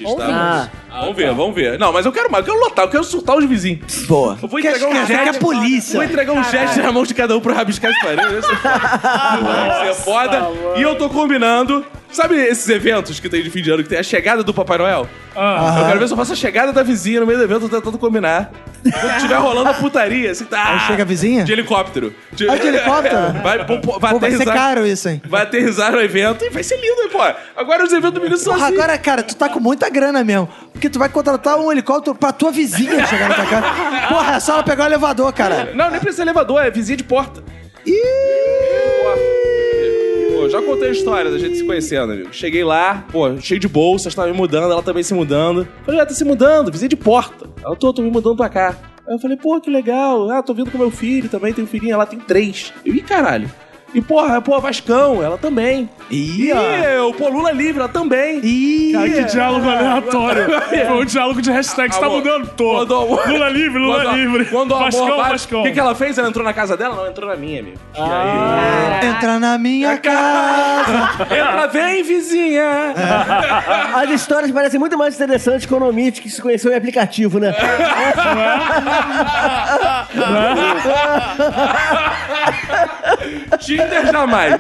[SPEAKER 3] ouvintes, tá. Ah, vamos ver, vamos ver. Não, mas eu quero mais, eu quero lotar, eu quero surtar os vizinhos.
[SPEAKER 2] Boa.
[SPEAKER 3] Eu vou entregar um
[SPEAKER 2] Quer dizer que
[SPEAKER 3] gesto.
[SPEAKER 2] a polícia.
[SPEAKER 3] Vou entregar um gesto na mão de cada um pra rabiscar as paredes. Isso é foda. Isso é foda. E eu tô combinando. Sabe esses eventos que tem de fim de ano que tem a chegada do Papai Noel?
[SPEAKER 5] Ah,
[SPEAKER 3] Eu quero ver se eu faço a chegada da vizinha no meio do evento, tentando combinar. Quando tiver rolando a putaria, assim, tá.
[SPEAKER 2] Aí chega a vizinha?
[SPEAKER 3] De helicóptero.
[SPEAKER 2] Ah, de helicóptero?
[SPEAKER 3] Vai, pô, pô, vai
[SPEAKER 2] Pô, vai ser
[SPEAKER 3] aterrissar.
[SPEAKER 2] caro isso, hein?
[SPEAKER 3] Vai aterrissar o evento e vai ser lindo, hein, pô. Agora os eventos do menino são
[SPEAKER 2] Porra,
[SPEAKER 3] assim.
[SPEAKER 2] agora, cara, tu tá com muita grana mesmo. Porque tu vai contratar um helicóptero pra tua vizinha chegar na tua casa. Porra, é só ela pegar o elevador, cara.
[SPEAKER 3] Não, nem precisa de elevador, é vizinha de porta. Porta. Pô, já contei a história da gente se conhecendo, amigo. Cheguei lá, pô, cheio de bolsas, tava me mudando, ela também se mudando. Falei, ah, tá se mudando, vizinha de porta. Ela, tô, tô me mudando pra cá. Aí eu falei, pô, que legal. Ah, tô vindo com meu filho também, tem um filhinho, ela tem três. Eu, ih, caralho. E, porra, pô, Vascão, ela também.
[SPEAKER 2] Ih,
[SPEAKER 3] E
[SPEAKER 2] ó.
[SPEAKER 3] eu, pô, Lula Livre, ela também.
[SPEAKER 2] Ih,
[SPEAKER 5] cara, que diálogo aleatório. Foi um diálogo de hashtag, você tá
[SPEAKER 3] é. Amor,
[SPEAKER 5] mudando todo.
[SPEAKER 3] quando o amor-
[SPEAKER 5] Lula livre, Lula
[SPEAKER 3] Quando a-
[SPEAKER 5] livre.
[SPEAKER 3] Quando o amor
[SPEAKER 5] Vascão,
[SPEAKER 3] vai-
[SPEAKER 5] Vascão.
[SPEAKER 3] O que, que ela fez? Ela entrou na casa dela? Não, entrou na minha, amigo. E aí...
[SPEAKER 2] entra na minha casa.
[SPEAKER 3] Entra, vem, vizinha!
[SPEAKER 6] As histórias parecem muito mais interessantes que o Nomite, que se conheceu em aplicativo, né?
[SPEAKER 3] Tinder jamais.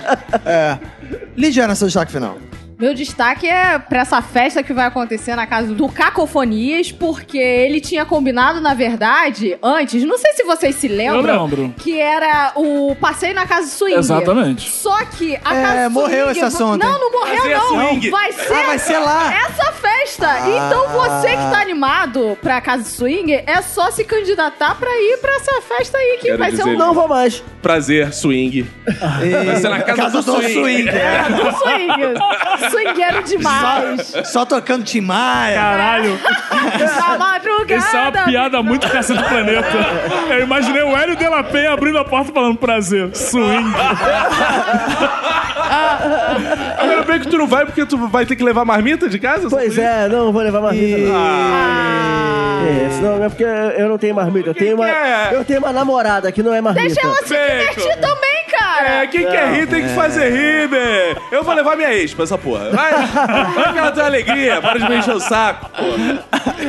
[SPEAKER 2] Lidiana, seu destaque final.
[SPEAKER 4] Meu destaque é pra essa festa que vai acontecer na casa do Cacofonias, porque ele tinha combinado, na verdade, antes, não sei se vocês se lembram,
[SPEAKER 5] Eu lembro.
[SPEAKER 4] que era o passeio na casa swing.
[SPEAKER 5] Exatamente.
[SPEAKER 4] Só que a
[SPEAKER 2] É,
[SPEAKER 4] casa
[SPEAKER 2] morreu
[SPEAKER 4] swing-
[SPEAKER 2] esse assunto.
[SPEAKER 4] Não, não morreu
[SPEAKER 3] Fazia
[SPEAKER 4] não.
[SPEAKER 3] swing.
[SPEAKER 4] Vai ser
[SPEAKER 2] Ah, vai ser lá.
[SPEAKER 4] essa festa.
[SPEAKER 2] Ah.
[SPEAKER 4] Então você que tá animado pra casa swing, é só se candidatar pra ir pra essa festa aí que
[SPEAKER 3] Quero
[SPEAKER 4] vai ser
[SPEAKER 3] dizer-
[SPEAKER 4] um
[SPEAKER 6] Não vou mais.
[SPEAKER 3] Prazer, swing. Vai ser na casa do swing.
[SPEAKER 4] É, do swing. Swingueiro demais.
[SPEAKER 2] Só tocando Tim Maia.
[SPEAKER 5] Caralho,
[SPEAKER 4] Da madrugada.
[SPEAKER 5] isso é uma piada muito caça do planeta. Eu imaginei o Hélio de la Penha abrindo a porta e falando prazer, swing.
[SPEAKER 3] Agora bem que tu não vai, porque tu vai ter que levar marmita de casa?
[SPEAKER 6] Pois é, não vou levar marmita. não. É, senão é porque eu não tenho marmita. Eu tenho, uma,
[SPEAKER 3] é?
[SPEAKER 6] eu tenho uma namorada que não é marmita.
[SPEAKER 4] Deixa ela se
[SPEAKER 3] Feito.
[SPEAKER 4] divertir também,
[SPEAKER 3] É,
[SPEAKER 4] cara.
[SPEAKER 3] quem quer rir tem
[SPEAKER 6] É.
[SPEAKER 3] que fazer rir, né? Eu vou levar minha ex pra essa porra. Vai, vai que ela tem alegria, para de me encher o saco, porra.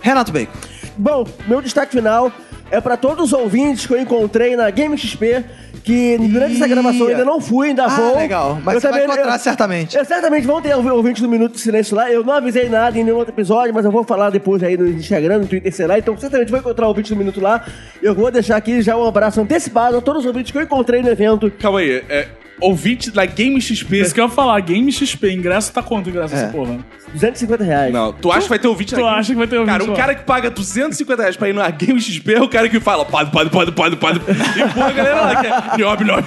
[SPEAKER 2] Renato Bacon.
[SPEAKER 6] Bom, meu destaque final é pra todos os ouvintes que eu encontrei na Game XP, que durante essa gravação eu ainda não fui, ainda
[SPEAKER 2] Ah,
[SPEAKER 6] vou.
[SPEAKER 2] legal. Mas você vai encontrar certamente.
[SPEAKER 6] Eu, certamente vão ter ouvi- ouvintes do Minuto de Silêncio lá. Eu não avisei nada em nenhum outro episódio, mas eu vou falar depois aí no Instagram, no Twitter, sei lá. Então certamente vou encontrar ouvintes do Minuto lá. Eu vou deixar aqui já um abraço antecipado a todos os ouvintes que eu encontrei no evento.
[SPEAKER 3] Calma aí, é, ouvinte da Game XP.
[SPEAKER 5] Isso que é eu ia falar, Game XP, ingresso tá quanto ingresso
[SPEAKER 2] É.
[SPEAKER 5] essa porra?
[SPEAKER 6] 250 reais.
[SPEAKER 3] Não, tu acha que vai ter ouvinte
[SPEAKER 5] Tu
[SPEAKER 3] da Game
[SPEAKER 5] acha que vai ter ouvinte
[SPEAKER 3] Cara, um
[SPEAKER 5] lá?
[SPEAKER 3] cara que paga 250 reais pra ir na Game XP é o cara que fala pado, pado, pado, pado, pado. E pô, a galera lá que é niobe, niobe,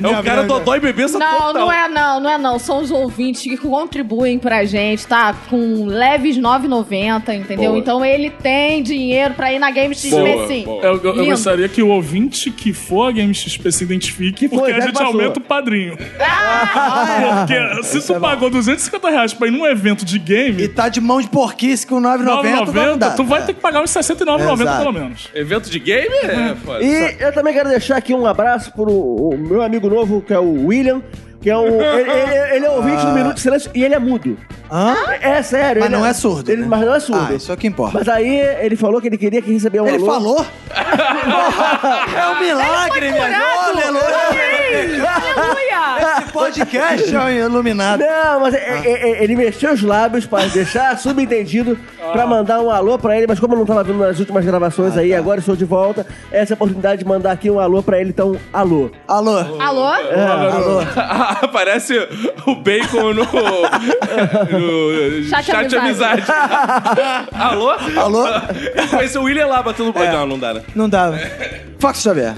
[SPEAKER 3] niobe. É o cara dodói e bebê essa
[SPEAKER 4] Não, não é não, não é não. São os ouvintes que contribuem pra gente, tá? Com leves 9,90, entendeu?
[SPEAKER 3] Boa.
[SPEAKER 4] Então ele tem dinheiro pra ir na Game XP,
[SPEAKER 3] Boa,
[SPEAKER 4] sim.
[SPEAKER 3] boa.
[SPEAKER 5] Eu, eu- eu
[SPEAKER 4] Lindo.
[SPEAKER 5] gostaria que o ouvinte que for a Game XP se identifique,
[SPEAKER 6] Que foi,
[SPEAKER 5] porque a
[SPEAKER 6] já
[SPEAKER 2] né,
[SPEAKER 5] gente
[SPEAKER 6] passou.
[SPEAKER 5] aumenta o padrinho.
[SPEAKER 2] Ah!
[SPEAKER 5] porque se
[SPEAKER 2] é
[SPEAKER 5] tu pagou 250 reais pra ir num evento de game,
[SPEAKER 2] E tá de mão de porquice com 9,90. vai
[SPEAKER 5] 9,90,
[SPEAKER 2] mudar.
[SPEAKER 5] tu vai ter que pagar uns 69,90
[SPEAKER 2] tá Exato.
[SPEAKER 5] pelo menos.
[SPEAKER 3] Evento de game? É, foda.
[SPEAKER 6] E eu também quero deixar aqui um abraço pro o meu amigo novo, que é o William, que é um. ele, ele- ele é ouvinte
[SPEAKER 2] Ah.
[SPEAKER 6] do Minuto de Silêncio e ele é mudo.
[SPEAKER 2] Hã?
[SPEAKER 6] É sério.
[SPEAKER 2] Mas
[SPEAKER 6] ele
[SPEAKER 2] não é surdo,
[SPEAKER 6] ele-
[SPEAKER 2] né?
[SPEAKER 6] Mas não é surdo.
[SPEAKER 2] Ah, isso é o que importa.
[SPEAKER 6] Mas aí ele falou que ele queria que recebia um
[SPEAKER 2] Ele
[SPEAKER 6] alô.
[SPEAKER 2] falou? é um milagre, meu
[SPEAKER 4] Curado! Amém! Aleluia!
[SPEAKER 2] Esse podcast é um iluminado.
[SPEAKER 6] Não, mas é-
[SPEAKER 2] Ah.
[SPEAKER 6] é- é- ele mexeu os lábios pra deixar subentendido, pra mandar um alô pra ele, mas como eu não tava vindo nas últimas gravações
[SPEAKER 2] Ah,
[SPEAKER 6] aí,
[SPEAKER 2] tá.
[SPEAKER 6] agora estou de volta, essa é a oportunidade de mandar aqui um alô pra ele, então alô.
[SPEAKER 2] Alô?
[SPEAKER 4] Alô?
[SPEAKER 2] Alô?
[SPEAKER 3] Ah, Aparece o bacon no, no
[SPEAKER 4] Chat
[SPEAKER 3] chat amizade.
[SPEAKER 4] amizade.
[SPEAKER 3] Alô?
[SPEAKER 2] Alô?
[SPEAKER 3] Conhece o William lá batendo. Não, não dá, né?
[SPEAKER 2] Não dava. Fox Xavier.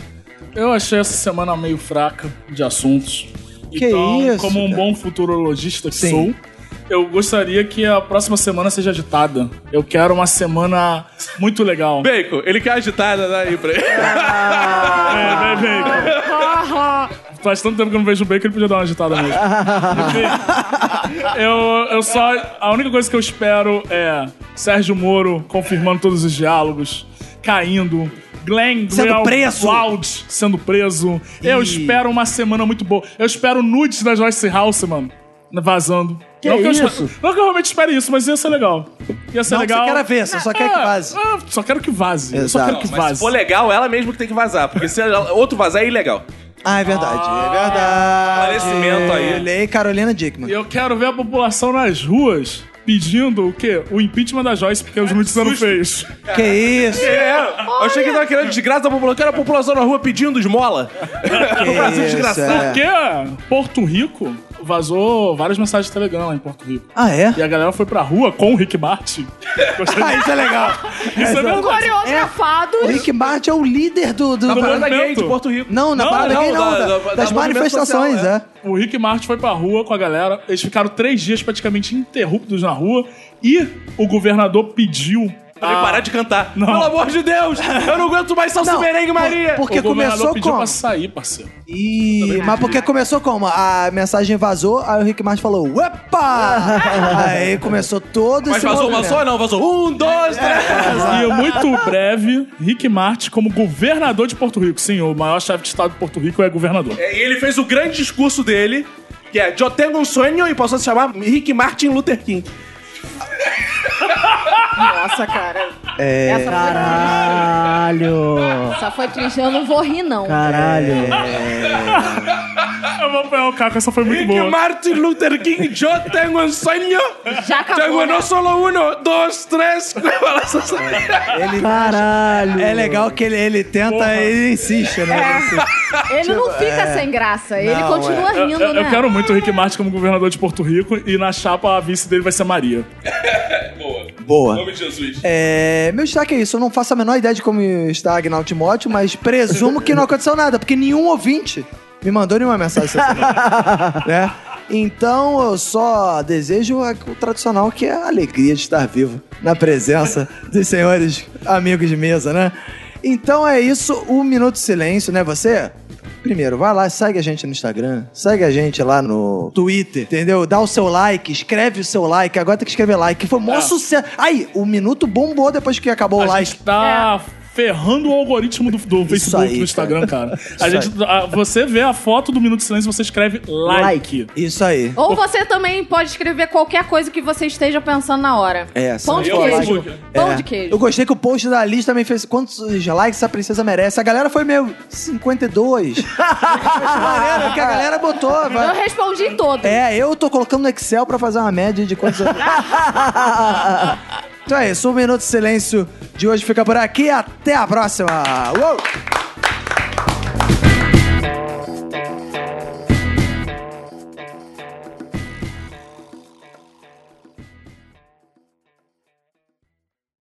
[SPEAKER 5] Eu achei essa semana meio fraca de assuntos.
[SPEAKER 2] Que
[SPEAKER 5] então,
[SPEAKER 2] isso,
[SPEAKER 5] como um
[SPEAKER 2] cara.
[SPEAKER 5] bom futurologista que
[SPEAKER 2] Sim.
[SPEAKER 5] sou, eu gostaria que a próxima semana seja agitada. Eu quero uma semana muito legal.
[SPEAKER 3] Bacon, ele quer agitada, dá aí pra ele.
[SPEAKER 5] É, bem, bem. Faz tanto tempo que eu não vejo o Baker, ele podia dar uma agitada mesmo. Enfim, eu, eu só. A única coisa que eu espero é Sérgio Moro confirmando todos os diálogos, caindo. Glenn
[SPEAKER 2] Sendo
[SPEAKER 5] Grell
[SPEAKER 2] preso.
[SPEAKER 5] Wald sendo preso. Eu
[SPEAKER 2] Ih.
[SPEAKER 5] espero uma semana muito boa. Eu espero nudes da Joyce House, mano. Vazando.
[SPEAKER 6] Que
[SPEAKER 5] não, que eu
[SPEAKER 6] isso?
[SPEAKER 5] espero- não que eu realmente espere isso, mas ia ser legal. Ia ser
[SPEAKER 2] Não,
[SPEAKER 5] legal.
[SPEAKER 2] você quer ver, você só quer que
[SPEAKER 5] É,
[SPEAKER 2] vaze.
[SPEAKER 5] é, só quero que vaze. Eu Só
[SPEAKER 2] Exato.
[SPEAKER 5] quero que
[SPEAKER 2] Não,
[SPEAKER 3] Mas se
[SPEAKER 5] vaze.
[SPEAKER 3] for legal, ela mesmo que tem que vazar. Porque se ela- outro vazar é ilegal.
[SPEAKER 2] Ah, é verdade. é verdade.
[SPEAKER 3] Esclarecimento aí.
[SPEAKER 2] Lei Carolina Dickman.
[SPEAKER 5] E eu quero ver a população nas ruas pedindo o quê? O impeachment da Joyce, porque os Nudes não fez.
[SPEAKER 2] Que isso?
[SPEAKER 3] É, eu achei que tava querendo desgraça da população. Quero a população na rua pedindo esmola.
[SPEAKER 2] Que
[SPEAKER 3] Brasil desgraçado.
[SPEAKER 2] é.
[SPEAKER 5] Porque Porto Rico vazou várias mensagens de Telegram lá em Porto Rico.
[SPEAKER 2] Ah, é?
[SPEAKER 5] E a galera foi pra rua com o Rick Martin. Gostei
[SPEAKER 2] Ah, isso é legal.
[SPEAKER 5] disso, é verdade.
[SPEAKER 4] Coreografados.
[SPEAKER 2] O Rick Martin é o líder do... do
[SPEAKER 3] Na
[SPEAKER 2] do-
[SPEAKER 3] parada Tá gay
[SPEAKER 5] movimento.
[SPEAKER 3] de Porto Rico.
[SPEAKER 2] Não, na
[SPEAKER 5] Não,
[SPEAKER 2] parada
[SPEAKER 3] não,
[SPEAKER 2] gay não.
[SPEAKER 3] da-
[SPEAKER 2] da-
[SPEAKER 3] da- da
[SPEAKER 2] das
[SPEAKER 3] movimento
[SPEAKER 2] manifestações,
[SPEAKER 3] social,
[SPEAKER 2] é.
[SPEAKER 5] O Rick Martin foi pra rua com a galera. Eles ficaram três dias praticamente interruptos na rua. E o governador pediu...
[SPEAKER 3] Pra ele
[SPEAKER 5] a-
[SPEAKER 3] parar de cantar.
[SPEAKER 5] Ah. Não.
[SPEAKER 3] Pelo amor de Deus, eu não aguento mais salsa
[SPEAKER 2] Não,
[SPEAKER 3] merengue Maria.
[SPEAKER 2] por- porque
[SPEAKER 5] o governador
[SPEAKER 2] começou
[SPEAKER 5] pediu
[SPEAKER 2] como?
[SPEAKER 5] pra sair, parceiro.
[SPEAKER 2] Ih, mas porque começou como? A mensagem vazou, aí o Rick Martin falou, opa! aí começou todo
[SPEAKER 3] Mas
[SPEAKER 2] esse né? É,
[SPEAKER 3] vazou uma
[SPEAKER 2] movimento.
[SPEAKER 3] só? Não, vazou. Um, dois, três.
[SPEAKER 5] E muito breve, Rick Martin como governador de Porto Rico. Sim, o maior chefe de estado de Porto Rico é governador.
[SPEAKER 3] É, E ele fez o grande discurso dele, que é Eu tenho um sonho e posso se chamar Rick Martin Luther King.
[SPEAKER 4] Nossa, cara. Essa,
[SPEAKER 6] Caralho!
[SPEAKER 4] foi... essa foi triste. Eu não vou rir, não.
[SPEAKER 6] Caralho!
[SPEAKER 5] Eu vou pegar o Caco, essa foi muito
[SPEAKER 3] Y que
[SPEAKER 5] boa.
[SPEAKER 3] Martin Luther King, yo tengo un sueño.
[SPEAKER 4] Já acabou,
[SPEAKER 3] Tengo
[SPEAKER 4] né?
[SPEAKER 3] no solo uno, dos, tres. Fala essa série.
[SPEAKER 2] Ele-
[SPEAKER 6] Caralho.
[SPEAKER 2] é legal que ele, ele tenta,
[SPEAKER 5] Porra.
[SPEAKER 2] ele insiste, né? Ele insiste.
[SPEAKER 4] Ele não fica sem graça, ele
[SPEAKER 2] Não,
[SPEAKER 4] continua
[SPEAKER 5] Eu,
[SPEAKER 4] rindo,
[SPEAKER 5] eu- eu
[SPEAKER 4] né?
[SPEAKER 5] quero muito o Rick Martin como governador de Porto Rico e na chapa a vice dele vai ser Maria.
[SPEAKER 3] Boa.
[SPEAKER 2] Boa.
[SPEAKER 3] Nome de Jesus.
[SPEAKER 2] É, meu destaque é isso. Eu não faço a menor ideia de como está Agnaldo Timóteo, mas presumo que não aconteceu nada, porque nenhum ouvinte me mandou nenhuma mensagem essa semana, né? Então eu só desejo a- o tradicional, que é a alegria de estar vivo na presença dos senhores amigos de mesa, né? Então é isso, um minuto de silêncio, né? Você, primeiro, vai lá, segue a gente no Instagram, segue a gente lá no Twitter, entendeu? Dá o seu like, escreve o seu like, agora tem que escrever like. Foi mó
[SPEAKER 5] É.
[SPEAKER 2] sucesso. Aí, o minuto bombou depois que acabou o
[SPEAKER 5] A
[SPEAKER 2] like.
[SPEAKER 5] gente tá ferrando o algoritmo do, do Facebook,
[SPEAKER 2] aí,
[SPEAKER 5] do Instagram, cara. A
[SPEAKER 2] Isso
[SPEAKER 5] gente, a- você vê a foto do Minuto de Silêncio e você escreve like.
[SPEAKER 2] Isso aí.
[SPEAKER 4] Ou você também pode escrever qualquer coisa que você esteja pensando na hora.
[SPEAKER 2] É,
[SPEAKER 4] Pão de
[SPEAKER 3] eu
[SPEAKER 4] queijo.
[SPEAKER 3] gosto.
[SPEAKER 4] Pão
[SPEAKER 2] É.
[SPEAKER 4] de queijo.
[SPEAKER 2] Eu gostei que o post da Alice também fez quantos likes a princesa merece. A galera foi meio 52. Maneiro, que a galera botou. vai.
[SPEAKER 4] Eu respondi em todo.
[SPEAKER 2] É, eu tô colocando no Excel pra fazer uma média de quantos. um então é isso, o Minuto de Silêncio de hoje fica por aqui. Até a próxima! Uou!